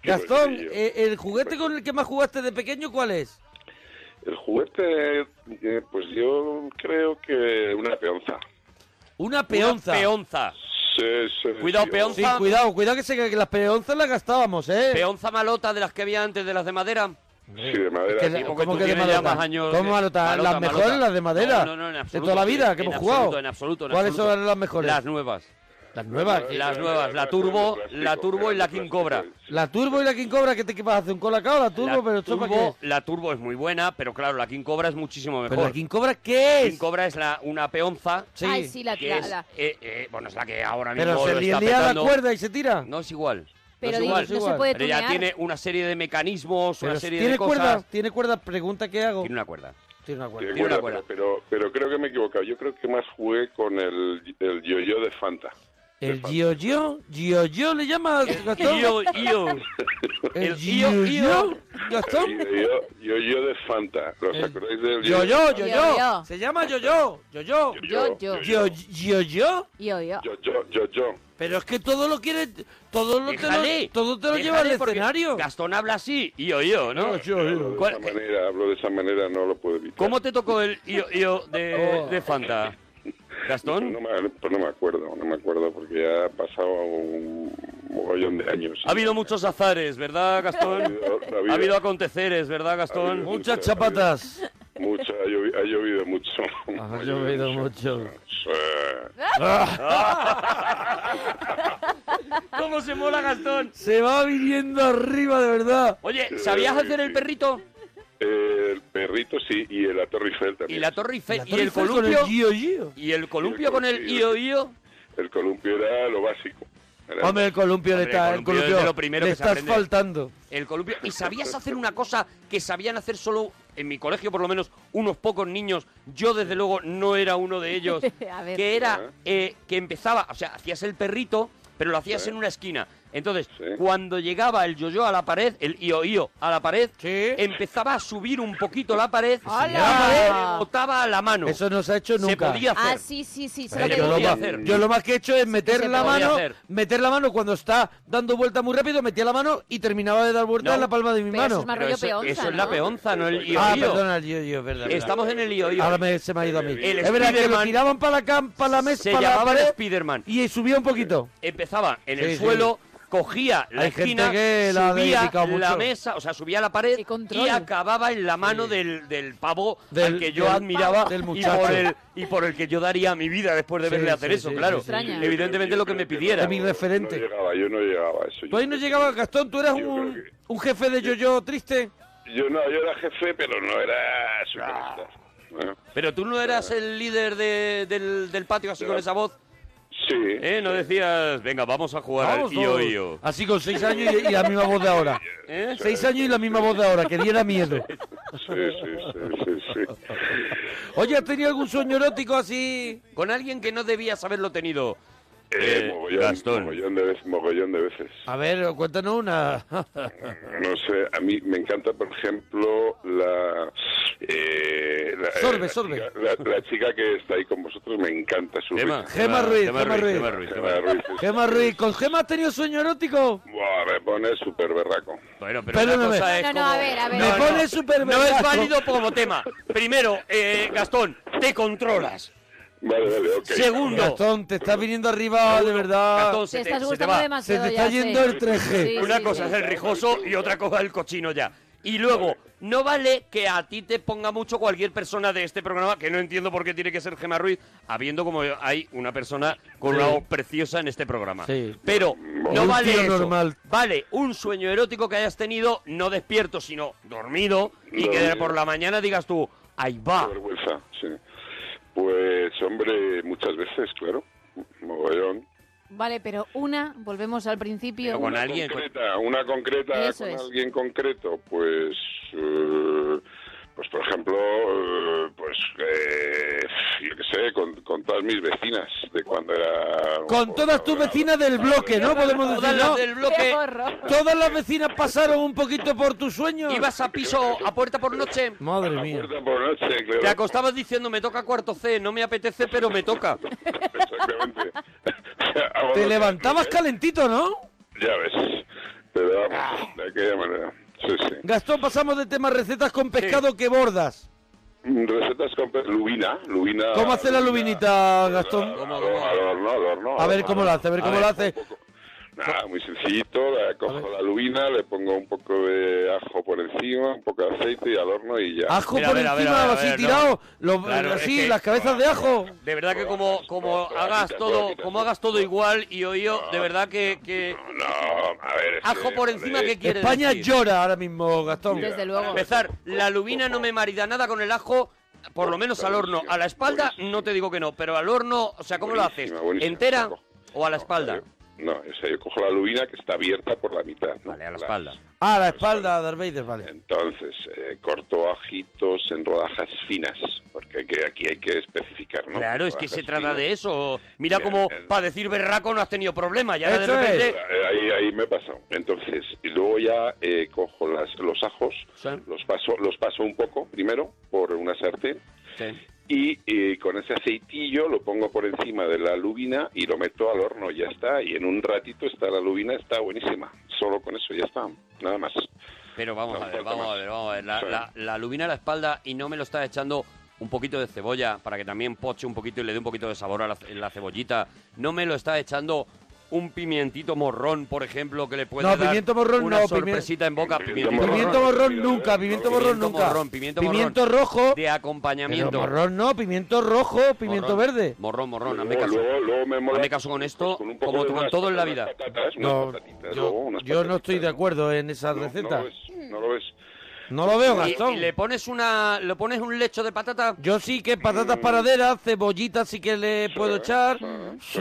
Qué Gastón, pajarillo. eh, ¿el juguete con el que más jugaste de pequeño cuál es? El juguete, eh, pues yo creo que una peonza. Una peonza. Una peonza. Sí, sí, Cuidado, yo- peonza. Sí, cuidado, cuidado que, se, que las peonzas las gastábamos, ¿eh? Peonza malota de las que había antes, de las de madera. Sí, de madera. Que sí. la- Digo ¿Cómo tú que de tienes ya malota? más años ¿Cómo de- malota? Las mejores, las de madera. No, no, no, en De absoluto. toda la vida En- que en hemos jugado. absoluto, en absoluto, en ¿Cuáles absoluto. eran las mejores? Las nuevas. Las nuevas. Sí, las sí, nuevas, la turbo, la turbo y la King Cobra. La turbo y la King Cobra, que te que vas a hacer un colacao, la turbo, la, pero esto para qué turbo, es? la turbo es muy buena, pero claro, la King Cobra es muchísimo mejor. Pero la King Cobra, ¿qué King es? Cobra es la, una peonza Sí. Ay, sí, la, que la- es, la- eh, eh, bueno, es la que ahora mismo Pero se lo lía está la petando. cuerda y se tira. No es igual. Pero no es digo, igual. no se puede Pero ya tunear. tiene una serie de mecanismos, Pero una serie ¿Tiene de cosas. cuerda? ¿Tiene cuerda? Pregunta que hago. Tiene una cuerda. Tiene una cuerda. Tiene Tiene una cuerda, cuerda. Pero, pero creo que me he equivocado. Yo creo que más jugué con el, el yo-yo de Fanta. El yo-yo, yo-yo le llama Gastón. Io, io. El el yo-yo, yo-yo. El Gastón. yo- Yo-yo de Fanta. ¿Los El acordáis del Yo-yo, de yo-yo. Yo-yo. Se llama yo-yo, yo-yo. Yo, yo. Fanta? Yo- Yo-yo. Yo, yo. Yo-yo, yo-yo. Pero es que todo lo quiere, todo lo, te Déjale, lo, todo te lo lleva al déjale, porque escenario. Gastón habla así, io, io, ¿no? Hablo de ¿Cuál- esa manera, hablo de esa manera, no lo puedo evitar. ¿Cómo te tocó el io, io Oh. de, de Fanta? No Gastón, me, pues no me acuerdo, no me acuerdo porque ya ha pasado un mogollón de años. ha habido muchos azares, ¿verdad, Ha Gastón? habido- ha Ha habido- habido aconteceres, ¿verdad, Gastón? Mucho. Muchas chapatas. Mucho, ha llovi- ha llovido mucho. Eh, Ha llovido mucho. Sí. Ah. Ah. Ah. ¿Cómo se mola, Gastón? Se va viniendo arriba, de verdad. Oye, ¿sabías hacer el perrito? El perrito sí, y la Torre Eiffel también. Y la Torre Eiffel, La y el Torre Eiffel con el columpio. yo-yo. Y el columpio con el io, io. El columpio era lo básico. Era- Hombre, el columpio le Hombre, está, el el columpio es columpio de lo primero le que se estás aprende. faltando. El columpio. ¿Y sabías hacer una cosa que sabían hacer solo en mi colegio, por lo menos, unos pocos niños? Yo, desde luego, no era uno de ellos. A ver. Que era eh, que empezaba, o sea, hacías el perrito, pero lo hacías en una esquina. Entonces, cuando llegaba el yo-yo a la pared, el io-io a la pared, Sí. empezaba a subir un poquito la pared, ¡Hala! la pared botaba la mano. Eso no se ha hecho se nunca. podía hacer. Ah, sí, sí, sí. sé Pero lo que yo, lo podía más, dices. hacer. yo lo más que he hecho es meter se la podía mano, hacer. meter la mano cuando está dando vuelta muy rápido, metía la mano y terminaba de dar vuelta No. en la palma de mi Pero eso mano. es más Pero rollo eso, peonza, eso es ¿no? la peonza, no el ah, io-io. perdona, el yo, yo, es verdad. es verdad. Estamos en el io-io. Ahora me- se me ha ido a mí. El es verdad que lo Spiderman tiraban para la, cam- para la mesa, se para la llamaba el pared Spiderman. y subía un poquito. Empezaba en el Sí, sí. suelo, cogía la Hay gente esquina, que la ha subía dedicado mucho. la mesa, o sea, subía la pared Qué control. y acababa en la mano del, del pavo Del- al que yo del- admiraba del y, muchacho. por el, y por el que yo daría mi vida después de Sí, verle hacer sí, eso, sí, claro. sí, sí, sí. Evidentemente lo que me pidiera. Es mi referente. No llegaba, yo no llegaba a eso. Tú Pues ahí no llegabas, Gastón, tú eras Yo creo un, que- un jefe de yo-yo triste. Yo no, yo era jefe, pero no era superstar. Ah, Bueno, Eh. Pero tú no eras el líder de- del, del patio así con esa voz, sí. ¿eh? No decías, venga, vamos a jugar Vamos al io, todos. io. Así con seis años y, y la misma voz de ahora. ¿Eh? Seis años y la misma voz de ahora, que diera miedo. Sí, sí, sí, sí, sí. Oye, ¿has tenido algún sueño erótico así? Con alguien que no debías haberlo tenido. Eh, Eh, mogollón, Gastón. Mogollón, de veces, mogollón de veces. A ver, cuéntanos una. No sé, a mí me encanta, por ejemplo, la... eh, la- Sorbe, la sorbe. chica- La, la chica que está ahí con vosotros me encanta su Gema, risa. Gema Ruiz, Gema Gema Ruiz. Gema Ruiz, Gema Gema Ruiz. Ruiz. es- Gemma Ruiz, ¿con Gemma has tenido sueño erótico? Buah, me pone súper berraco. Bueno, pero Perdóname. una cosa es No, no, como- a ver, a ver. Me No, no. pone súper No es válido como tema. Primero, eh, Gastón, te controlas. Vale, vale, ok. Segundo, Gastón, te estás viniendo arriba, de verdad. Gastón, Te eh, se te, estás se te gustando va. Se demasiado te ya, está sé. yendo el 3G. Sí, Una sí, cosa sí. es el rijoso y otra cosa es el cochino ya. Y luego, no vale que a ti te ponga mucho cualquier persona de este programa, que no entiendo por qué tiene que ser Gemma Ruiz, habiendo como hay una persona con una Sí. voz preciosa en este programa. Sí. Pero no Un vale tío eso. normal. Vale un sueño erótico que hayas tenido, no despierto, sino dormido, y que Dormido. por la mañana digas tú, ahí Qué va. vergüenza, sí. Pues, hombre, muchas veces, claro. Mogollón. Vale, pero una, volvemos al principio. Pero con una- alguien, con- Concreta, una concreta Eso con es. alguien concreto, pues, eh, pues por ejemplo, eh, pues eh, yo qué sé, con, con todas mis vecinas de cuando era Con todas tus vecinas del bloque, ¿no? Podemos Todas decir, las ¿no? del ¡Qué bloque. horror! Todas las vecinas pasaron un poquito por tus sueños. Ibas a piso a puerta por noche. Madre A mía. puerta por noche, claro. Te acostabas diciendo, me toca cuarto C, no me apetece, pero me toca. Exactamente. Te levantabas calentito, ¿no? Ya ves. Pero Ah. vamos, de aquella manera. Sí, sí. Gastón, pasamos de temas recetas con pescado que bordas. Mm, Recetas con pe- lubina, Ah, lubina. ¿Cómo hace la lubinita, Gastón? Al horno, al horno, al horno. A ver cómo la hace, a ver A cómo ver. la hace. Nada, muy sencillito, la cojo la lubina, le pongo un poco de ajo por encima, un poco de aceite y al horno y ya. Ajo Mira, por a ver, a ver, encima, a ver, así no. tirado, lo- Claro, así, es que- las cabezas de ajo. De verdad que como, como Todas, hagas todas, todo, todas. como hagas todo igual y oío, de verdad que, que No, a ver. es ajo que, por joder, encima que quiere España decir? llora ahora mismo, Gastón. Desde Para luego. empezar, la lubina no me marida nada con el ajo, por lo menos al horno. A la espalda no te digo que no, pero al horno, o sea, ¿cómo lo haces? Buenísima, buenísima. ¿Entera Cojo. o a la no, espalda? yo- No, o sea, yo cojo la lubina que está abierta por la mitad. ¿no? Vale, a la Las- espalda. Ah, la espalda, Darth Vader, vale. Entonces, eh, corto ajitos en rodajas finas, porque hay que- aquí hay que especificar, ¿no? Claro, es que se Rodajas trata finas. de eso. Mira Bien, como bien. para decir berraco no has tenido problema, ya de Eso es. repente... Eh, Ahí, ahí me pasó. Entonces, y luego ya eh, cojo las, los ajos, Sí. los paso, los paso un poco primero por una sartén y eh, con ese aceitillo lo pongo por encima de la lubina y lo meto al horno, ya está. Y en un ratito está la lubina, está buenísima. Solo con eso, ya está. Nada más. Pero vamos No a ver, falta vamos a más. ver, vamos a ver. La, Sí. la, la lubina a la espalda y no me lo está echando un poquito de cebolla para que también poche un poquito y le dé un poquito de sabor a la, la cebollita. No me lo está echando un pimientito morrón, por ejemplo, que le puede No, dar pimiento morrón una no, pimi- sorpresita en boca. Pimiento Pimiento morrón. Pimiento morrón nunca, pimiento Pimiento morrón nunca. morrón, pimiento morrón. rojo. de Pero acompañamiento. morrón no, pimiento rojo, pimiento Morrón, verde. Morrón, morrón, hazme luego, caso. luego, luego me mola. pues Hazme caso con esto, un poco como de tú con unas- todo en la unas vida. patatas, unas No, patatitas, yo, luego unas yo no estoy de patatitas. acuerdo en esa No, receta. No, lo ves. No lo veo, Y- Gastón. Y, le pones una, le pones un lecho de patata. Yo sí que patatas Mm. paraderas, cebollitas sí que le puedo echar. Sí, sí,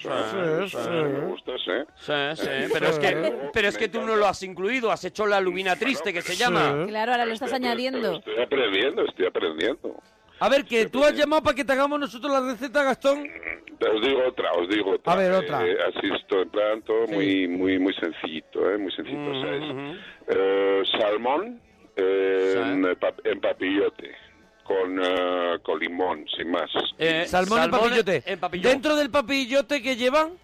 sí, sí. Me gustas, ¿eh? Sí, sí, pero es que, pero es que tú no lo has incluido, has hecho la lubina triste que se llama. Sí. Claro, ahora lo estás Estoy- añadiendo. Estoy aprendiendo, estoy aprendiendo. A ver, que tú has llamado para que te hagamos nosotros la receta, Gastón. Os digo otra, os digo otra. A ver, otra. Eh, así es todo, en plan, todo Sí. muy, muy, muy sencillito, ¿eh? Muy sencillito, Mm, o sea, es, Ujú. eh, salmón eh, Sí. en, pap- en papillote, con, eh, con limón, sin más. Eh, Salmón, en papillote. en papillote. Dentro del papillote que llevan,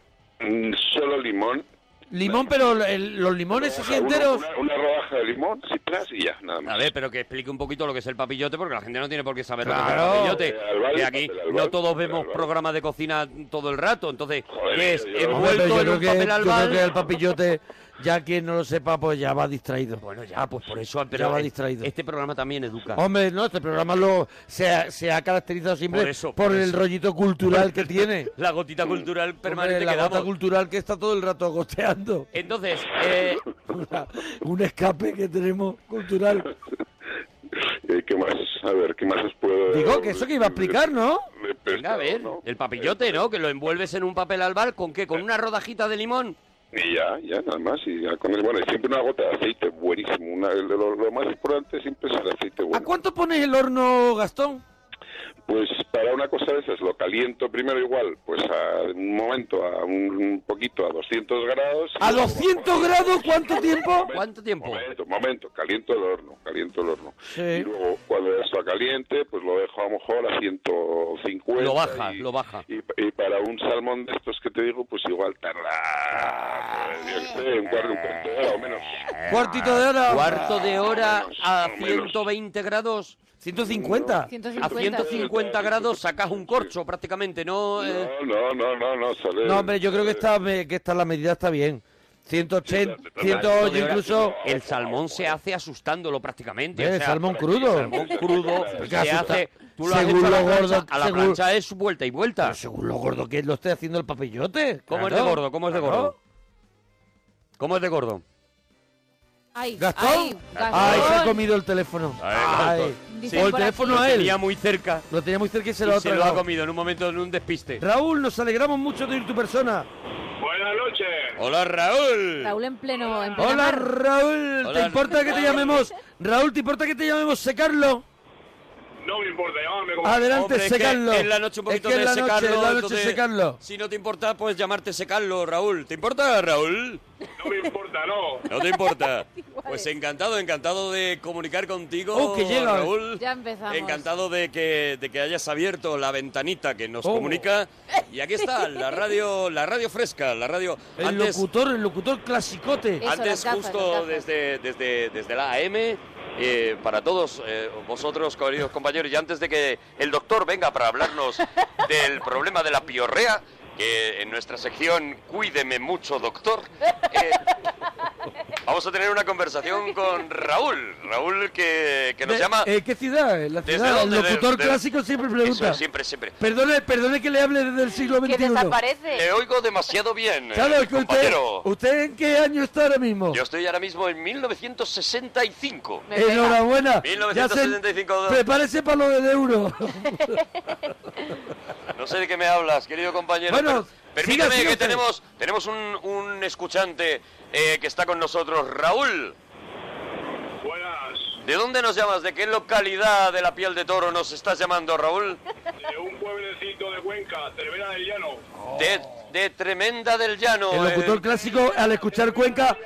Mm, Solo limón. limón, pero el- los limones así Una- enteros. Una, una rodaja de limón, sí, tras, y ya, nada más. A ver, pero que explique un poquito lo que es el papillote, porque la gente no tiene por qué saber Claro. lo que es el Eh, al papillote. bar, Que aquí papel al bar, no todos papel vemos al bar. programas de cocina todo el rato. Entonces, Joder, ¿qué es? yo- yo- Hombre, Envuelto yo en creo un que- papel yo creo albal. que el papillote, ya quien no lo sepa, pues ya va distraído. Bueno, ya, pues por eso. Ya Pero va es- distraído. este programa también educa. Hombre, no, este programa lo, se, ha, se ha caracterizado siempre Por por, eso, por el eso. rollito cultural que tiene. La gotita cultural permanente Hombre, la que gota damos. cultural que está todo el rato goteando. Entonces, eh, Una- un escape que tenemos cultural. Eh, ¿Qué más? A ver, ¿qué más Pues os puedo Digo que eso que iba a explicar, ¿no? De pescado, venga, a ver, ¿no? el papillote, ¿no? Que lo envuelves en un papel albal, ¿con qué? ¿Con una rodajita de limón? Y ya, ya, nada más. Y ya con el, bueno, y siempre una gota de aceite, buenísimo. Una, lo, lo más importante siempre es el aceite ¿A bueno. cuánto pones el horno, Gastón? Pues para una cosa de esas, lo caliento primero igual, pues a un momento, a un, un poquito, a 200 grados. y ¿A luego- 200 grados cuánto tiempo? ¿Cuánto tiempo? Momento, momento, caliento el horno, caliento el horno. Sí. Y luego, cuando ya está caliente, pues lo dejo a lo mejor a 150. Lo baja, y- lo baja. Y, y para un salmón de estos que te digo, pues igual tarda, pues, yo qué sé, un cuarto, un cuarto de hora o menos. Cuartito de hora. Cuarto de hora a Ah, Menos. 120 grados. 150. 150. A 150 grados sacas un corcho prácticamente, ¿no? Eh, No, no, no, no, no, sale- No, hombre, yo creo que esta, me- que esta la medida está bien. 180, Sí, claro, claro. 108 incluso. El salmón se hace asustándolo prácticamente. Eh, o sea, salmón crudo. El salmón crudo Porque se asusta. hace. Tú lo has Según hecho a la, lo plancha, gordo- a la según- plancha es vuelta y vuelta. Pero según lo gordo que lo esté haciendo el papillote. ¿Cómo es de claro. gordo? ¿Cómo es de Claro. gordo? ¿Cómo es de gordo? Ay, ¿Gastón? ay, Ay, se ha Gastón. comido el teléfono. Ay, Ay. Dicen O el por aquí- teléfono a Lo él. tenía muy cerca. Lo tenía muy cerca y se Se lo lo, ha se lo ha tragado. comido en un momento, en un despiste. Raúl, nos alegramos mucho de ir tu persona. Buenas noches. ¡Hola, Raúl! Raúl en pleno. En plena Hola, mar. Raúl. Hola. ¿Te importa que te llamemos? Raúl, ¿te importa que te llamemos Secarlo? No me importa, llámame como... Adelante, Hombre, es que Secarlo. en la noche un poquito es que de en la noche, secarlo, en la noche entonces, Secarlo. Si no te importa, pues llamarte secarlo, Raúl. ¿Te importa, Raúl? No me importa, no. No te importa. Igual. Pues encantado, encantado de comunicar contigo, Oh, que llega. Raúl. Ya empezamos. Encantado de que, de que hayas abierto la ventanita que nos Oh. comunica. Y aquí está, la radio, la radio fresca, la radio. El antes locutor, el locutor clasicote. Eso, antes, las gafas, las justo gafas. desde, desde, desde la AM, eh, para todos eh, vosotros, queridos compañeros, y antes de que el doctor venga para hablarnos del problema de la piorrea, que en nuestra sección Cuídeme mucho, doctor, pues, eh, vamos a tener una conversación con Raúl. Raúl que, que nos De- llama. eh, ¿Qué ciudad? En La ¿Desde ciudad. El dónde? locutor Desde- clásico siempre Eso pregunta. es, siempre, siempre. Perdone, perdone que le hable desde el siglo Que XXI. desaparece. Le oigo demasiado bien, eh, Claro, es que usted, compañero. ¿usted en qué año está ahora mismo? Yo estoy ahora mismo en 1965. Me pega. Enhorabuena. 1975. Ya se- prepárese para lo del euro. No sé de qué me hablas, querido compañero. Bueno, pero permítame siga, siga que usted. tenemos, tenemos un, un escuchante eh, que está con nosotros, Raúl. Buenas. ¿De dónde nos llamas? ¿De qué localidad de la piel de toro nos estás llamando, Raúl? Eh, De un pueblecito de Cuenca, Cervera del Llano. De, de Tremenda del Llano. El locutor eh, clásico, al escuchar Cuenca,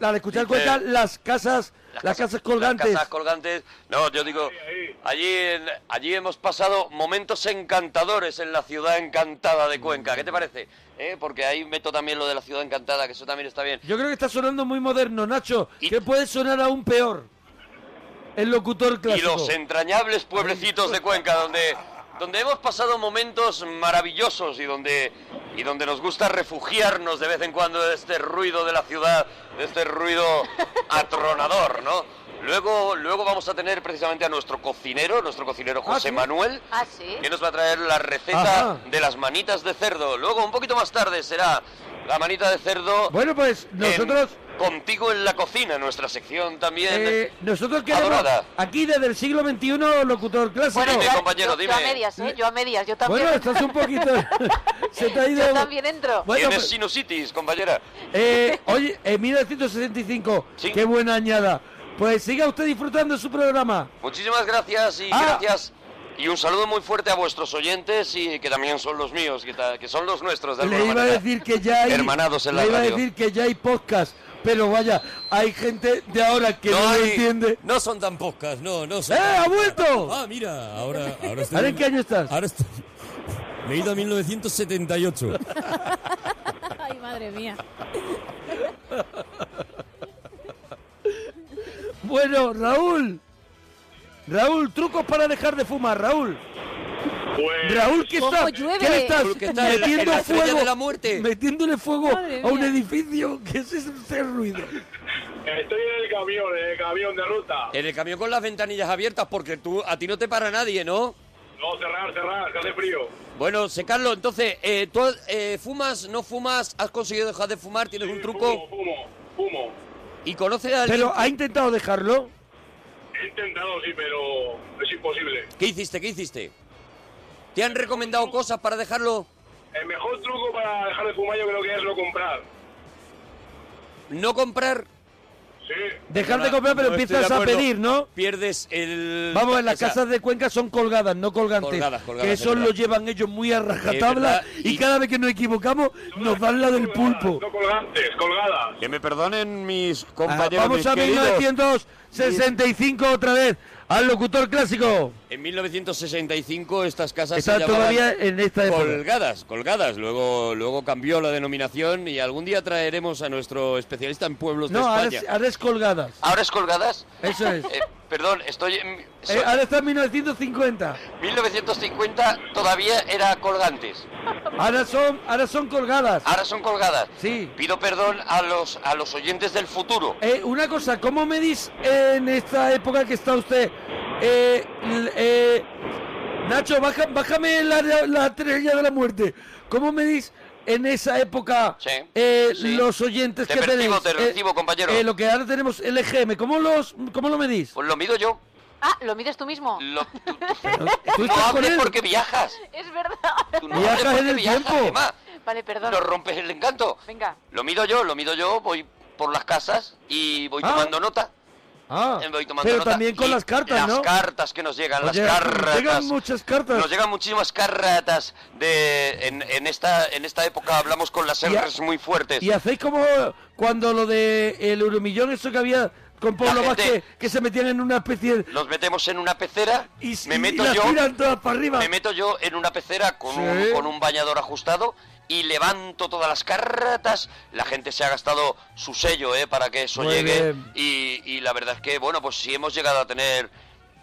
al escuchar Cuenca, las casas, las casas colgantes. Las casas colgantes. No, yo digo, allí, en- allí hemos pasado momentos encantadores en la ciudad encantada de Cuenca. ¿Qué te parece? Eh, Porque ahí meto también lo de la ciudad encantada, que eso también está bien. Yo creo que está sonando muy moderno, Nacho. Y- Que puede sonar aún peor. El locutor y clásico. los entrañables pueblecitos de Cuenca, donde, donde hemos pasado momentos maravillosos y donde, y donde nos gusta refugiarnos de vez en cuando de este ruido de la ciudad, de este ruido atronador, ¿no? Luego, luego vamos a tener precisamente a nuestro cocinero, nuestro cocinero José ¿sí? Manuel, Ah, sí. que nos va a traer la receta Ajá. de las manitas de cerdo. Luego, un poquito más tarde, será la manita de cerdo Bueno, pues en nosotros... Contigo en la cocina, nuestra sección también. Eh, nosotros queremos Adorada. aquí desde el siglo XXI locutor clásico. Bueno, Dime, yo- compañero, yo, yo dime. a medias, ¿eh? Yo a medias, yo también. Bueno, estás un poquito. Se te ha ido. Yo también entro. Bueno, Tienes pues, sinusitis, compañera. eh, oye, en 1965. Sí. Qué buena añada. Pues siga usted disfrutando de su programa. Muchísimas gracias y Ah. gracias Y un saludo muy fuerte a vuestros oyentes y que también son los míos, que, ta- que son los nuestros de alguna Le iba a manera. decir que ya hay. Hermanados en la le iba radio. a decir que ya hay podcast, pero vaya, hay gente de ahora que no, lo hay- entiende. No son tan pocas, no, no son. ¡Eh, tan ha pocas. vuelto! Ah, mira, ahora, ahora estoy. ¿Ahora en qué año estás? Ahora estoy. Me he ido a 1978. pues- Ay, madre mía. Bueno, Raúl. Raúl, trucos para dejar de fumar, Raúl. Pues, Raúl, ¿qué Ojo, está? llueve. ¿Qué le estás Raúl, que está en la- metiendo en la estrella fuego? de la muerte. Metiéndole fuego Madre a un mía. edificio que es ese ruido. estoy en el camión, en el camión de ruta. En el camión con las ventanillas abiertas, porque tú a ti no te para nadie, ¿no? No, cerrar, cerrar, que hace frío. Bueno, sé Carlos, entonces, eh, ¿tú eh, fumas, no fumas? ¿Has conseguido dejar de fumar? ¿Tienes un Fumo, truco? fumo, fumo. ¿Y conoces a alguien? Pero ha intentado dejarlo. He intentado, sí, pero es imposible. ¿Qué hiciste? ¿Qué hiciste? ¿Te han recomendado cosas para dejarlo? El mejor truco para dejar de fumar yo creo que es no comprar. ¿No comprar? Sí, Dejar de Ahora, comprar, pero no estoy empiezas de a acuerdo. pedir, ¿no? Pierdes el... Vamos, en las o sea, casas de Cuenca son colgadas, no colgantes. Mm, Colgadas, colgadas, que es eso verdad. lo llevan ellos muy a verdad, rajatabla y, y- cada vez que nos equivocamos nos dan la del pulpo. no colgantes, colgadas. Que me perdonen mis Ah, compañeros. vamos mis a queridos. 1965 otra vez, al locutor clásico. En 1965 estas casas se Está llamaban todavía en esta época. colgadas, colgadas. Luego, luego cambió la denominación y algún día traeremos a nuestro especialista en pueblos No, de ahora España. es, ahora es colgadas. ¿Ahora es colgadas? Eso es. Eh, perdón, estoy en... Eh, ahora está en 1950. 1950 todavía era colgantes. Ahora son, ahora son colgadas. Ahora son colgadas. Sí. Pido perdón a los, a los oyentes del futuro. Eh, una cosa, ¿cómo medís en esta época que está usted? Eh, l- eh, Nacho, baja- bájame la, la estrella de la muerte. ¿Cómo medís en esa época Sí, eh, sí. los oyentes Te que percibo, tenéis? te Eh, recibo, compañero. eh, lo que ahora tenemos, LGM, ¿cómo, los, cómo lo medís? Pues lo mido yo. Ah, ¿lo mides tú mismo? Lo- tú, tú- no ¿Tú estás con hables él? porque viajas. Es verdad. Tú no Viajas hables porque en el viajas, tiempo. además. Vale, perdón. No rompes el encanto. Venga. Lo mido yo, lo mido yo. Voy por las casas y voy Ah. tomando nota. Ah, Eh, voy tomando pero nota. también con Y las cartas, Las ¿no? cartas que nos llegan, Oye, las cartas. llegan muchas cartas. Nos llegan muchísimas cartas de en, en esta en esta época hablamos con las Y a- R's muy fuertes. Y hacéis como cuando lo de el euromillón, eso que había con Pablo gente- Vázquez, que se metían en una especie de... Los metemos en una pecera, Y, me y meto las yo, tiran todas para arriba. me meto yo en una pecera con, Sí. un, con un bañador ajustado y levanto todas las cartas. La gente se ha gastado su sello eh, para que eso Muy llegue. bien. Y, y la verdad es que, bueno, pues si hemos llegado a tener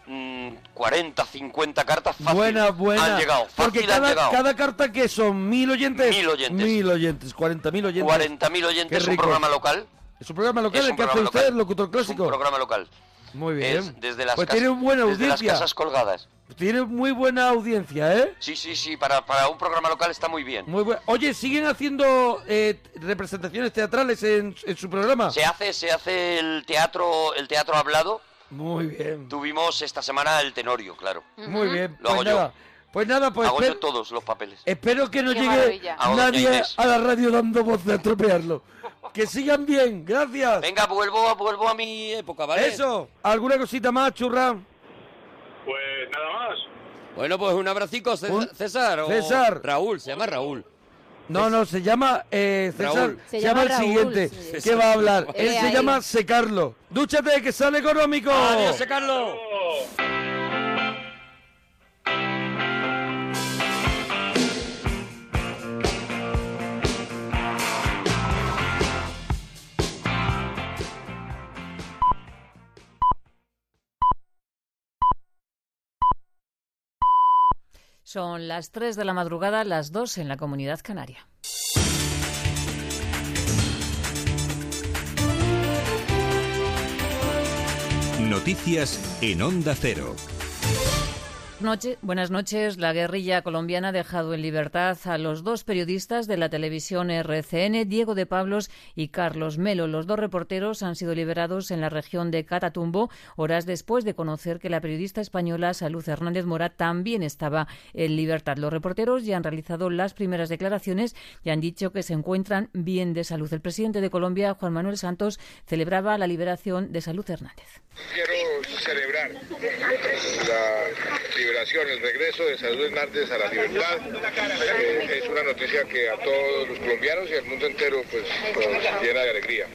mm, 40, 50 cartas fácil, buena, buena. han llegado. Porque fácil han cada, llegado. cada carta que son mil oyentes. Mil oyentes. Mil oyentes, cuarenta mil oyentes. 40.000 oyentes, Qué un rico. programa local. Es un programa local Es el un que hace programa usted, local. locutor Es clásico. un programa local. Muy bien. Es desde las pues casas- tiene una buena desde las audiencia. casas colgadas. Tiene muy buena audiencia, ¿eh? Sí, sí, sí, para, para un programa local está muy bien. Muy buena. Oye, ¿siguen haciendo eh, representaciones teatrales en, en su programa? Se hace, se hace el teatro, el teatro hablado. Muy bien. Tuvimos esta semana el Tenorio, claro. Muy bien. Lo pues hago yo. nada. Pues nada, pues Hago espe- yo todos los papeles. espero que no Qué llegue maravilla. Hago doña nadie Inés. a la radio dando voz de atropellarlo. Que sigan bien, gracias. Venga, vuelvo, a- vuelvo a mi época, ¿vale? Eso, ¿alguna cosita más, churra? Pues nada más. Bueno, pues un abracico, César. Un- César, o César. Raúl, se llama Raúl. No, no, se llama eh, César. Raúl. Se llama llama, el Raúl, siguiente. sí. que va a hablar? Él Él se ahí. llama Secarlo. Dúchate, que sale económico. Adiós, eh, Carlos. Oh. Son las 3 de la madrugada, las 2 en la comunidad canaria. Noticias en Onda Cero. Noche- buenas noches. La guerrilla colombiana ha dejado en libertad a los dos periodistas de la televisión RCN, Diego de Pablos y Carlos Melo. Los dos reporteros han sido liberados en la región de Catatumbo, horas después de conocer que la periodista española Salud Hernández Mora también estaba en libertad. Los reporteros ya han realizado las primeras declaraciones y han dicho que se encuentran bien de salud. El presidente de Colombia, Juan Manuel Santos, celebraba la liberación de Salud Hernández. Quiero celebrar la liberación, el regreso de San Luis Martes a la libertad. eh, es una noticia que a todos los colombianos y al mundo entero pues, pues llena de alegría.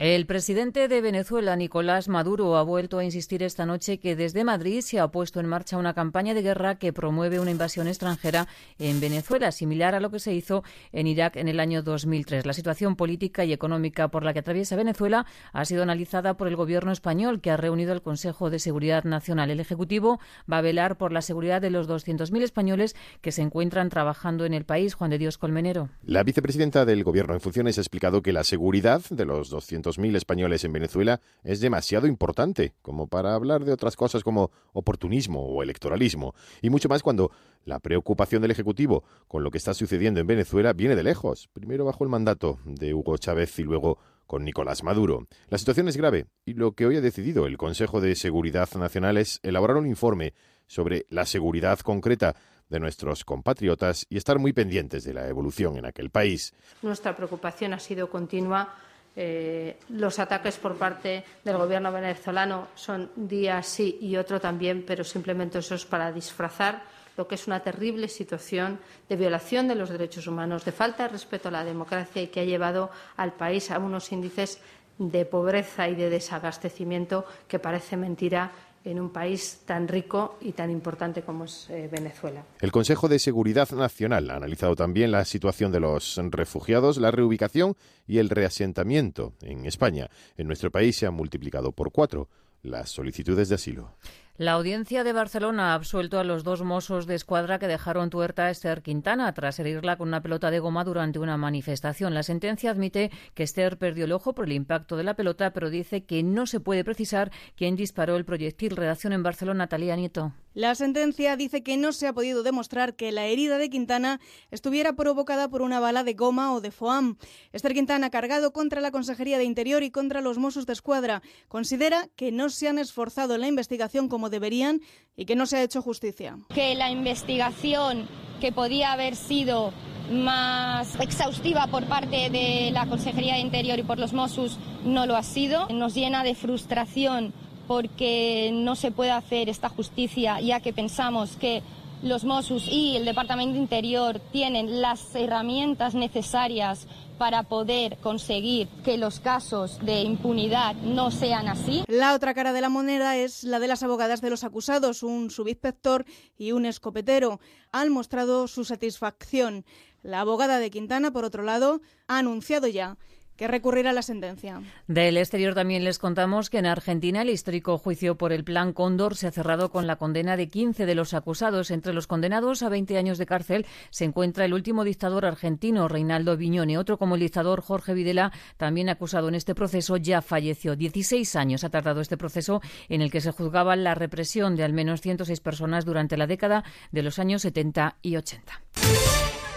El presidente de Venezuela, Nicolás Maduro, ha vuelto a insistir esta noche que desde Madrid se ha puesto en marcha una campaña de guerra que promueve una invasión extranjera en Venezuela, similar a lo que se hizo en Irak en el año 2003. La situación política y económica por la que atraviesa Venezuela ha sido analizada por el gobierno español, que ha reunido al Consejo de Seguridad Nacional. El Ejecutivo va a velar por la seguridad de los 200.000 españoles que se encuentran trabajando en el país. Juan de Dios Colmenero. La vicepresidenta del Gobierno en funciones ha explicado que la seguridad de los 200.000 españoles en Venezuela es demasiado importante como para hablar de otras cosas como oportunismo o electoralismo, y mucho más cuando la preocupación del Ejecutivo con lo que está sucediendo en Venezuela viene de lejos, primero bajo el mandato de Hugo Chávez y luego con Nicolás Maduro. La situación es grave y lo que hoy ha decidido el Consejo de Seguridad Nacional es elaborar un informe sobre la seguridad concreta de nuestros compatriotas y estar muy pendientes de la evolución en aquel país. Nuestra preocupación ha sido continua. Eh, los ataques por parte del gobierno venezolano son día sí y otro también, pero simplemente eso es para disfrazar lo que es una terrible situación de violación de los derechos humanos, de falta de respeto a la democracia y que ha llevado al país a unos índices de pobreza y de desabastecimiento que parece mentira en un país tan rico y tan importante como es eh, Venezuela. El Consejo de Seguridad Nacional ha analizado también la situación de los refugiados, la reubicación y el reasentamiento en España. En nuestro país se han multiplicado por cuatro las solicitudes de asilo. La audiencia de Barcelona ha absuelto a los dos mozos de escuadra que dejaron tuerta a Esther Quintana tras herirla con una pelota de goma durante una manifestación. La sentencia admite que Esther perdió el ojo por el impacto de la pelota, pero dice que no se puede precisar quién disparó el proyectil. Redacción en Barcelona, Talía Nieto. La sentencia dice que no se ha podido demostrar que la herida de Quintana estuviera provocada por una bala de goma o de foam. Esther Quintana, cargado contra la Consejería de Interior y contra los Mossos de Escuadra, considera que no se han esforzado en la investigación como deberían y que no se ha hecho justicia. Que la investigación que podía haber sido más exhaustiva por parte de la Consejería de Interior y por los Mossos no lo ha sido. Nos llena de frustración porque no se puede hacer esta justicia, ya que pensamos que los Mossos y el Departamento de Interior tienen las herramientas necesarias para poder conseguir que los casos de impunidad no sean así. La otra cara de la moneda es la de las abogadas de los acusados, un subinspector y un escopetero. Han mostrado su satisfacción. La abogada de Quintana, por otro lado, ha anunciado ya que recurrir a la sentencia. Del exterior también les contamos que en Argentina el histórico juicio por el Plan Cóndor se ha cerrado con la condena de 15 de los acusados. Entre los condenados a 20 años de cárcel se encuentra el último dictador argentino, Reinaldo Viñone. Otro como el dictador, Jorge Videla, también acusado en este proceso, ya falleció. 16 años ha tardado este proceso en el que se juzgaba la represión de al menos 106 personas durante la década de los años 70 y 80.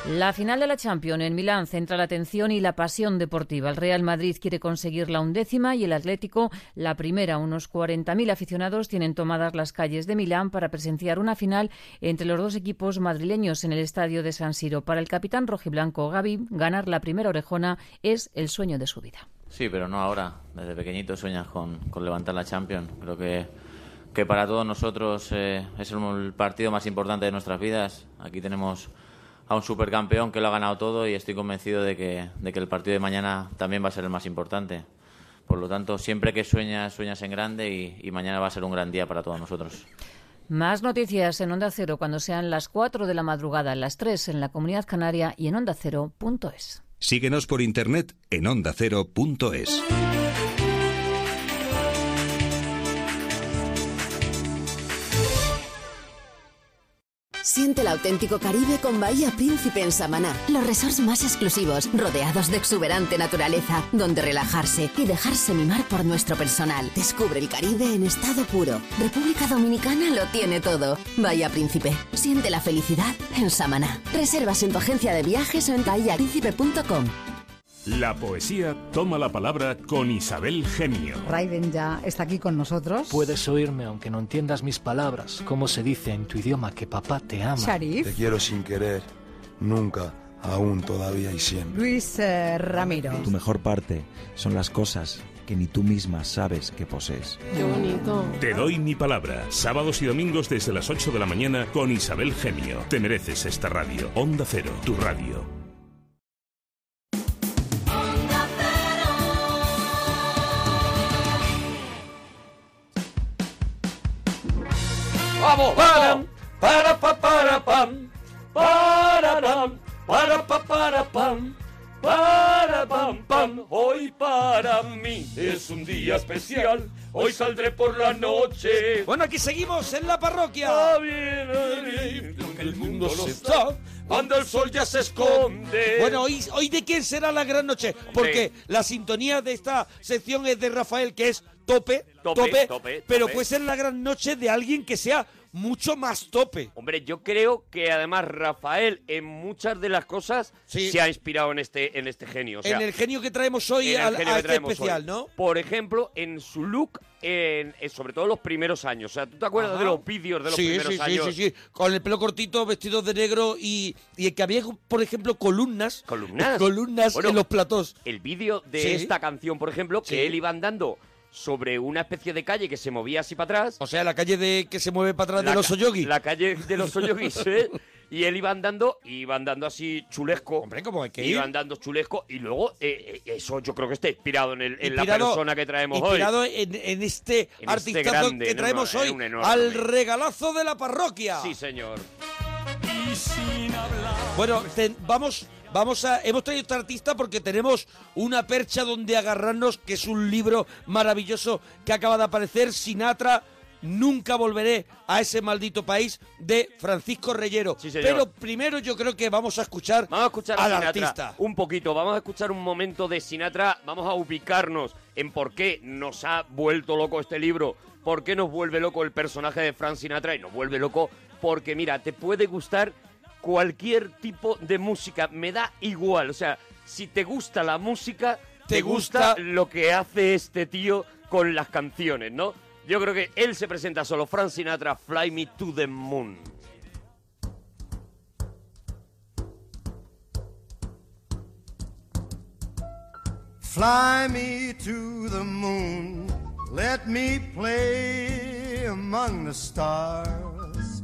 La final de la Champions en Milán centra la atención y la pasión deportiva. El Real Madrid quiere conseguir la undécima y el Atlético la primera. Unos 40.000 aficionados tienen tomadas las calles de Milán para presenciar una final entre los dos equipos madrileños en el estadio de San Siro. Para el capitán rojiblanco Gaby, ganar la primera orejona es el sueño de su vida. Sí, pero no ahora. Desde pequeñito sueñas con, con levantar la Champions. Creo que que para todos nosotros eh, es el partido más importante de nuestras vidas. Aquí tenemos a un supercampeón que lo ha ganado todo y estoy convencido de que, de que, el partido de mañana también va a ser el más importante. Por lo tanto, siempre que sueñas, sueñas en grande y, y mañana va a ser un gran día para todos nosotros. Más noticias en Onda Cero cuando sean las 4 de la madrugada, las 3 en la Comunidad Canaria y en ondacero.es. Síguenos por internet en ondacero.es. Siente el auténtico Caribe con Bahía Príncipe en Samaná. Los resorts más exclusivos, rodeados de exuberante naturaleza, donde relajarse y dejarse mimar por nuestro personal. Descubre el Caribe en estado puro. República Dominicana lo tiene todo. Bahía Príncipe. Siente la felicidad en Samaná. Reservas en tu agencia de viajes o en bahíapríncipe.com. La poesía toma la palabra con Isabel Genio. Raiden ya está aquí con nosotros. Puedes oírme aunque no entiendas mis palabras, como se dice en tu idioma que papá te ama. Sharif. Te quiero sin querer, nunca, aún, todavía y siempre. Luis eh, Ramiro. Tu mejor parte son las cosas que ni tú misma sabes que posees. Qué bonito. Te doy mi palabra. Sábados y domingos desde las 8 de la mañana con Isabel Gemio. Te mereces esta radio. Onda Cero, tu radio. ¡Vamos! ¡Para! ¡Para, pa, para, pam! ¡Para, pam! ¡Para, pa, para, pam! ¡Para, pam, pam! Hoy para mí es un día especial. Hoy saldré por la noche. Bueno, aquí seguimos en la parroquia. Ah, El mundo se está. Cuando el sol ya se esconde. Bueno, hoy, hoy de quién será la gran noche, porque la sintonía de esta sección es de Rafael, que es tope, Tope, tope, tope, pero tope. puede ser la gran noche de alguien que sea mucho más tope. Hombre, yo creo que además Rafael en muchas de las cosas Sí. se ha inspirado en este, en este genio. O sea, en el genio que traemos hoy en el al- genio a que este traemos especial, hoy. ¿no? Por ejemplo, en su look, en, en- sobre todo los primeros años. O sea, ¿tú te acuerdas Ajá. de los vídeos de los sí, primeros sí, años? Sí, sí, sí, con el pelo cortito, vestidos de negro y, y que había, por ejemplo, columnas. Columnas. Columnas Bueno, en los platós. El vídeo de Sí. esta canción, por ejemplo, que Sí. él iba andando sobre una especie de calle que se movía así para atrás. O sea, la calle de que se mueve para atrás La de los ca- Oyogi. La calle de los Oyogis, ¿eh? Y él iba andando, iba andando así chulesco. Hombre, ¿cómo hay que Iba ir? andando chulesco y luego, eh, eh, eso yo creo que está inspirado en, el- en la Inspirado- persona que traemos inspirado hoy. en, en este este artistazo grande, que no, traemos no, era hoy. un enorme. Al regalazo de la parroquia. Sí, señor. Bueno, te- vamos, vamos a. Hemos traído esta artista porque tenemos una percha donde agarrarnos, que es un libro maravilloso que acaba de aparecer, Sinatra. Nunca volveré a ese maldito país de Francisco Reyero. señor. Pero primero yo creo que vamos a escuchar, Vamos a escuchar a al Sinatra artista. un poquito. Vamos a escuchar un momento de Sinatra. Vamos a ubicarnos en por qué nos ha vuelto loco este libro. Por qué nos vuelve loco el personaje de Frank Sinatra y nos vuelve loco porque, mira, te puede gustar cualquier tipo de música. Me da igual. O sea, si te gusta la música, te, Te gusta, gusta- lo que hace este tío con las canciones, ¿no? Yo creo que él se presenta solo, Frank Sinatra, Fly Me to the Moon. Fly me to the moon, let me play among the stars,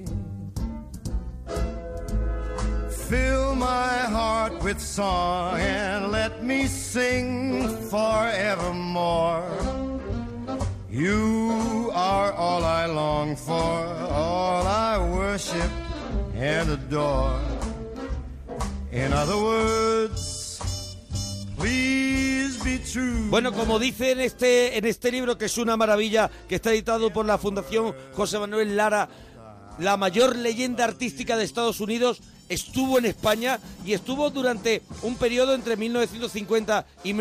Fill my heart with song and let me sing forevermore. You are all I long for, all I worship and adore. In other words, please be true. Bueno, como dice en este, en este libro, que es una maravilla, que está editado por la Fundación José Manuel Lara, la mayor leyenda artística de Estados Unidos estuvo en España y estuvo durante un periodo entre 1950 y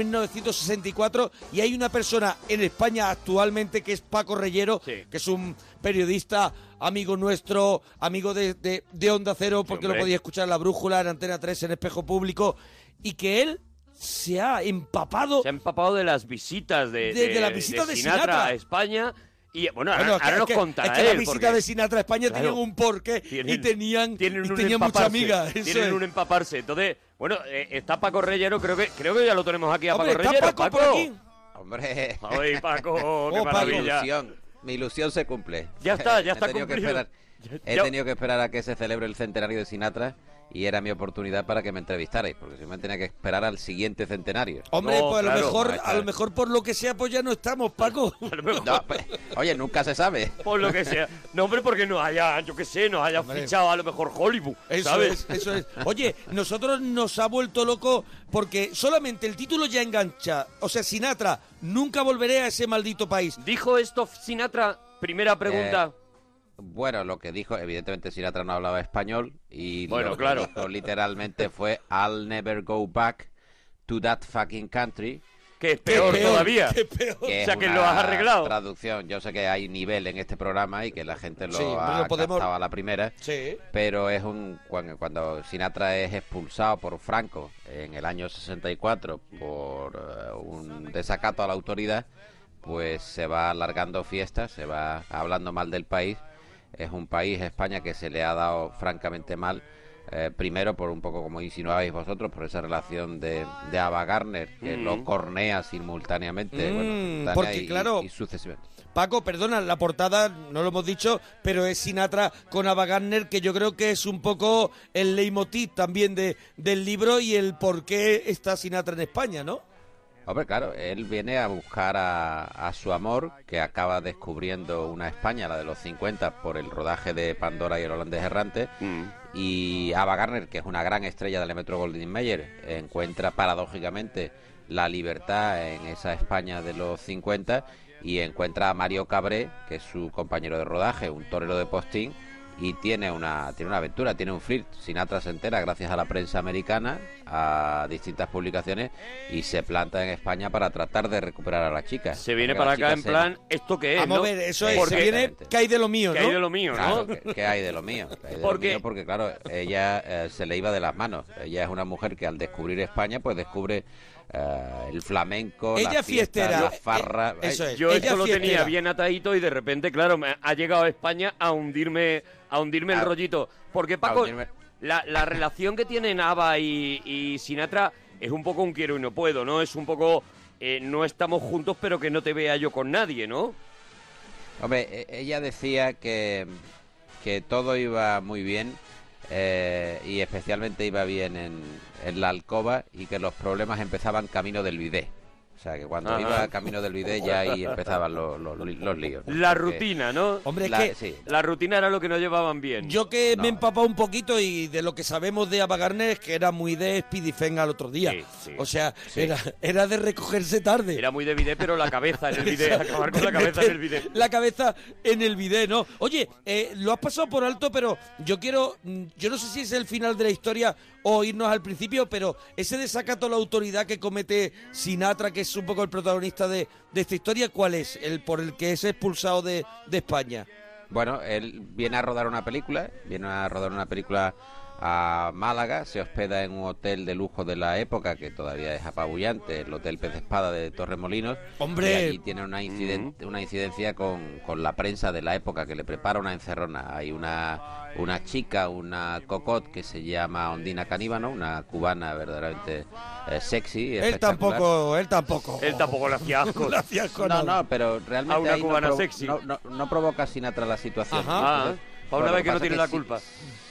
1964 y hay una persona en España actualmente que es Paco Reyero, que es un periodista amigo nuestro, amigo de, de- de Onda Cero, porque lo hombre. podía escuchar en La Brújula, en Antena 3, en Espejo Público, y que él se ha empapado Se ha empapado de las visitas de, De- de la visita de Sinatra. a España. Y bueno, ahora, Bueno, es que- ahora es nos que- contará es que la él, visita porque de Sinatra a España Claro. tenían un porqué y Tienen- tenían, tienen y un tenían mucha empaparse, amiga. eso Tienen es. un empaparse. Entonces, bueno, eh, está Paco Reyero, creo que, creo que ya lo tenemos aquí a Hombre, Paco ¿está Reyero. Paco por aquí? Hombre. Ay, Paco, qué Oh, maravilla. Mi ilusión, mi ilusión se cumple. Ya está, ya está He tenido que cumplido. esperar- Ya- He ya- tenido que esperar a que se celebre el centenario de Sinatra y era mi oportunidad para que me entrevistarais, porque si no me tenía que esperar al siguiente centenario. Hombre, pues a lo mejor, No, a lo mejor por lo que sea, pues ya no estamos, Paco. no, pues, oye, nunca se sabe. Por lo que sea. No, hombre, porque nos haya, yo qué sé, nos haya fichado a lo mejor Hollywood, Eso ¿sabes? es, eso es. Oye, nosotros nos ha vuelto loco porque solamente el título ya engancha. O sea, Sinatra, nunca volveré a ese maldito país. Dijo esto Sinatra, primera Eh, pregunta. Bueno, lo que dijo, evidentemente Sinatra no hablaba español y Bueno, lo que claro. dijo literalmente fue I'll never go back to that fucking country que es peor, todavía. Que O sea, es que una lo has arreglado. Traducción. Yo sé que hay nivel en este programa y que la gente lo Sí, hombre, ha lo podemos- captado a la primera. Sí. Pero es un cuando, cuando Sinatra es expulsado por Franco en el año 64 por eh, un desacato a la autoridad, pues se va alargando fiestas, se va hablando mal del país. Es un país, España, que se le ha dado francamente mal. eh, primero, por un poco como insinuabais vosotros, por esa relación de, de Ava Garner, que Mm. lo cornea simultáneamente. Este, bueno, Mm, simultánea porque, y- claro, y sucesivamente. Paco, perdona, la portada no lo hemos dicho, pero es Sinatra con Ava Gardner, que yo creo que es un poco el leitmotiv también de, del libro y el por qué está Sinatra en España, ¿no? Hombre, claro, él viene a buscar a, a su amor, que acaba descubriendo una España, la de los 50, por el rodaje de Pandora y el holandés errante. Y Ava Garner, que es una gran estrella del Metro Goldwyn Mayer, encuentra paradójicamente la libertad en esa España de los 50 y encuentra a Mario Cabré, que es su compañero de rodaje, un torero de postín, y tiene una tiene una aventura, tiene un flirt. Sinatra se entera gracias a la prensa americana, a distintas publicaciones y se planta en España para tratar de recuperar a la chica. Se viene para acá en plan, ¿esto qué es? Vamos a no? ver, eso es, se Porque- viene ¿Qué hay de lo mío, Que no? hay de lo mío, Claro, ¿no? que, que hay de lo mío. que hay de lo Porque- mío, porque claro, ella eh, se le iba de las manos. Ella es una mujer que al descubrir España, pues descubre eh, el flamenco, Ella la es fiestera, la eh, farra. Yo esto lo tenía bien atadito y de repente, claro, me ha llegado a España a hundirme, a hundirme el A- rollito. Porque a Paco, hundirme. la, la relación que tienen Ava y, y Sinatra es un poco un quiero y no puedo, ¿no? Es un poco eh, no estamos juntos pero que no te vea yo con nadie, ¿no? Hombre, e- ella decía que, que todo iba muy bien eh, y especialmente iba bien en, en la alcoba y que los problemas empezaban camino del bidé. O sea, que cuando Ajá. iba camino del bidé ya ahí empezaban los, los- los líos. ¿no? La Porque- rutina, ¿no? Hombre, es La- que- sí. la rutina era lo que no llevaban bien. Yo que me he empapado un poquito y de lo que sabemos de Ava Gardner es que era muy de Speedy Feng al otro día. O sea, Era, era de recogerse tarde. Era muy de bidet, pero la cabeza en el bidet, acabar con la cabeza en el bidet. la cabeza en el video, ¿no? Oye, eh, lo has pasado por alto, pero yo quiero, mm, yo no sé si es el final de la historia o irnos al principio, pero ese desacato a la autoridad que comete Sinatra, que es un poco el protagonista de, de esta historia, ¿cuál es? El por el que es expulsado de, de España. Bueno, él viene a rodar una película, viene a rodar una película a Málaga, se hospeda en un hotel de lujo de la época que todavía es apabullante, el Hotel Pez de Espada de Torremolinos. Hombre. Y allí tiene una, inciden- una incidencia con, con la prensa de la época que le prepara una encerrona. Hay una, una chica, una cocot que se llama Ondina Caníbano, una cubana verdaderamente eh, sexy. Él espectacular. tampoco, él tampoco. Él tampoco le hacía asco. Le hacía asco, No, nada. no, pero realmente A una ahí no cubana provo- sexy. No, no- no provoca Sinatra la situación. Ajá. Ah, para una lo vez que no pasa tiene es la sí- culpa.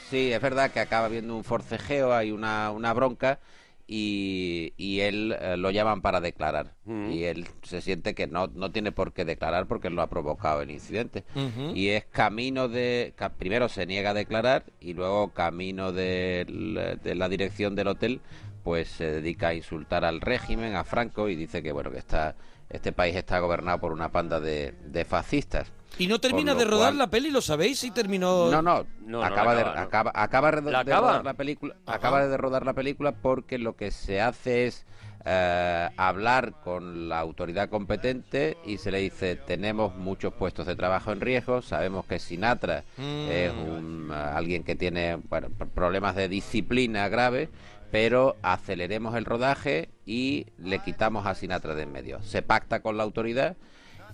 Sí, es verdad que acaba viendo un forcejeo, hay una, una bronca y, y él eh, lo llaman para declarar. Y él se siente que no, no tiene por qué declarar porque él lo ha provocado el incidente. Ujú. Y es camino de... ca- Primero se niega a declarar y luego camino del- de, la dirección del hotel pues se dedica a insultar al régimen, a Franco y dice que bueno que está este país está gobernado por una panda de, de fascistas. Y no termina Por de lo rodar cual- la peli, ¿lo sabéis? Y terminó... no, no, acaba, de, acaba, acaba de- ¿La de acaba? rodar la película, acaba de rodar la película porque lo que se hace es eh, hablar con la autoridad competente y se le dice tenemos muchos puestos de trabajo en riesgo, sabemos que Sinatra Mm. es un, eh, alguien que tiene bueno, pr- problemas de disciplina grave, pero aceleremos el rodaje y le quitamos a Sinatra de en medio. Se pacta con la autoridad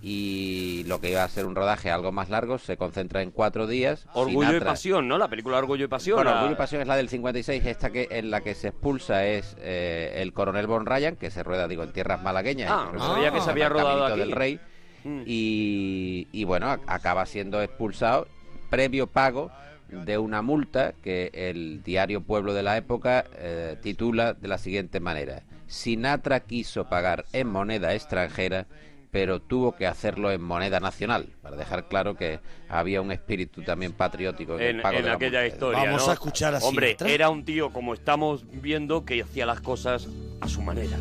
y lo que iba a ser un rodaje algo más largo se concentra en cuatro días. Orgullo y Sinatra- pasión, ¿no? La película Orgullo y pasión. Bueno, la- Orgullo y Pasión es la del 56, esta que en la que se expulsa es eh, el coronel Von Ryan, que se rueda, digo, en tierras malagueñas. Ah, en no sabía que se había rodado Caminito aquí. del Rey. Mm. Y, y bueno, a- acaba siendo expulsado previo pago de una multa que el diario Pueblo de la época eh, titula de la siguiente manera. Sinatra quiso pagar en moneda extranjera, pero tuvo que hacerlo en moneda nacional, para dejar claro que había un espíritu también patriótico en, el en, pago en de la aquella multa. historia. ¿no? Hombre, Sinatra. era un tío, como estamos viendo, que hacía las cosas a su manera.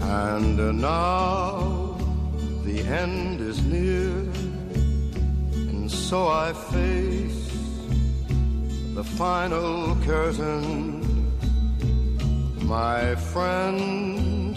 And uh, now the end is near, and so I face the final curtain. My friend,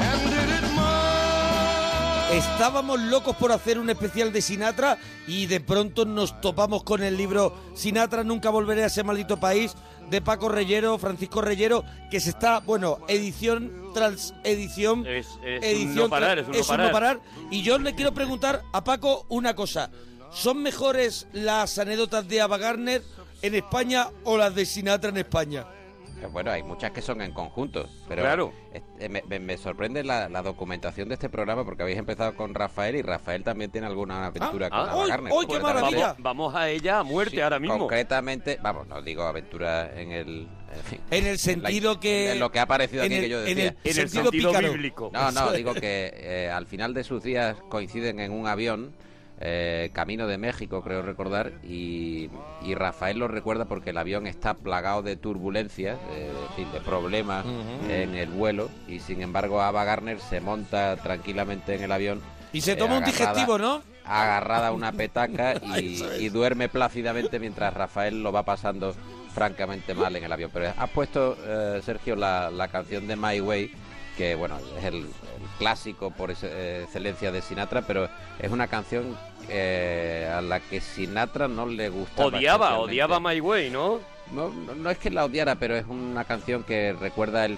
and did it my Estábamos locos por hacer un especial de Sinatra y de pronto nos topamos con el libro Sinatra nunca volveré a ese maldito país de Paco Reyero, Francisco Reyero, que se está, bueno, edición tras edición, es edición un no parar, tras- es un no parar. Y yo le quiero preguntar a Paco una cosa. ¿Son mejores las anécdotas de Ava Gardner en España o las de Sinatra en España? Pero Eh, bueno, hay muchas que son en conjunto. Pero Claro. este, me, me- me sorprende la, la documentación de este programa porque habéis empezado con Rafael y Rafael también tiene alguna Ah, aventura con Ava Gardner. Concretamente- Vamos, vamos a ella a muerte Sí, ahora mismo. Concretamente, vamos, no digo aventura en el. En, fin, En el sentido la- que- En lo que ha aparecido en aquí que el- yo en decía. el En el sentido sentido pícaro. bíblico. No, no, digo que eh, al final de sus días coinciden en un avión. eh, camino de México, creo recordar, y, y Rafael lo recuerda porque el avión está plagado de turbulencias, eh, en fin, de problemas Ujú. en el vuelo, y sin embargo Ava Garner se monta tranquilamente en el avión. Y se eh, toma un agarrada- digestivo, ¿no? agarrada a una petaca y, y duerme plácidamente mientras Rafael lo va pasando francamente mal en el avión. Pero has puesto, eh, Sergio, la, la canción de My Way, que bueno, es el, el clásico por ex- eh, excelencia de Sinatra, pero es una canción eh, a la que Sinatra no le gustaba. Odiaba, especialmente. odiaba My Way, ¿no? No, no, no es que la odiara, pero es una canción que recuerda, el, eh,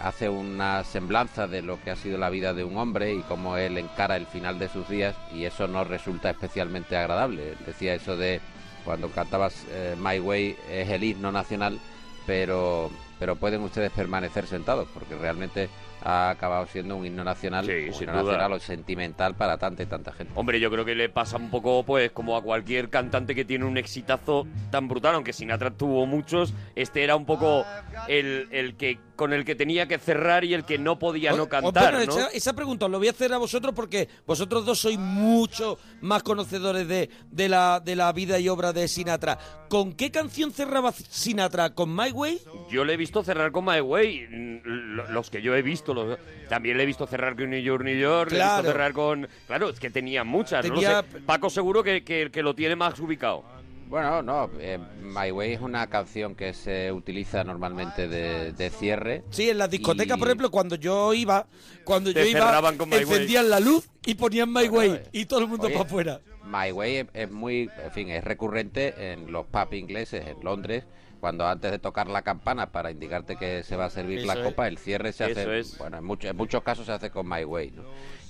hace una semblanza de lo que ha sido la vida de un hombre y cómo él encara el final de sus días y eso no resulta especialmente agradable. Decía eso de cuando cantabas eh, My Way es el himno nacional, pero, pero pueden ustedes permanecer sentados porque realmente ha acabado siendo un himno nacional, un sin himno duda. nacional o sentimental para tanta y tanta gente. Hombre, yo creo que le pasa un poco, pues, como a cualquier cantante que tiene un exitazo tan brutal, aunque Sinatra tuvo muchos, este era un poco el, el que con el que tenía que cerrar y el que no podía no Os- cantar, bueno, ¿no? esa, esa pregunta os la voy a hacer a vosotros porque vosotros dos sois mucho más conocedores de, de la, de la vida y obra de Sinatra. ¿Con qué canción cerraba Sinatra? ¿Con My Way? Yo le he visto cerrar con My Way, mm, lo- los que yo he visto, los- también le he visto cerrar con New York, New York, le he Claro. visto cerrar con... Claro, es que tenía muchas, no lo Tenía- sé. Paco seguro que, que, que lo tiene más ubicado. Bueno, no, eh, My Way es una canción que se utiliza normalmente de, de cierre. Sí, en las discotecas, Y- por ejemplo, cuando yo iba, cuando Te yo iba, cerraban con My Way. eh. encendían la luz y ponían My Way y todo el mundo Oye, para afuera. My Way es, es muy, en fin, es recurrente en los pubs ingleses, en Londres, cuando antes de tocar la campana para indicarte que se va a servir la Eso es. copa, el cierre se Eso hace, es. bueno, en, mucho- en muchos casos se hace con My Way, ¿no?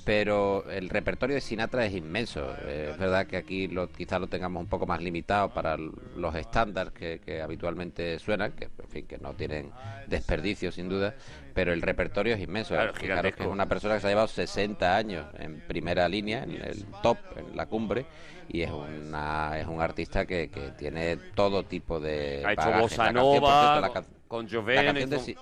Pero el repertorio de Sinatra es inmenso. Eh, es verdad que aquí lo, quizás lo tengamos un poco más limitado para l- los estándares que, que habitualmente suenan, que en fin, fin, que no tienen desperdicio sin duda, pero el repertorio es inmenso. Claro, Fijaros gigantesco. que es una persona que se ha llevado 60 años en primera línea, en el top, en la cumbre, y es una es un artista que, que tiene todo tipo de Ha hecho bagaje. bossa Eh, La canción, por nova, cierto, la con- can- con la Joven, canción de con- Si- sí,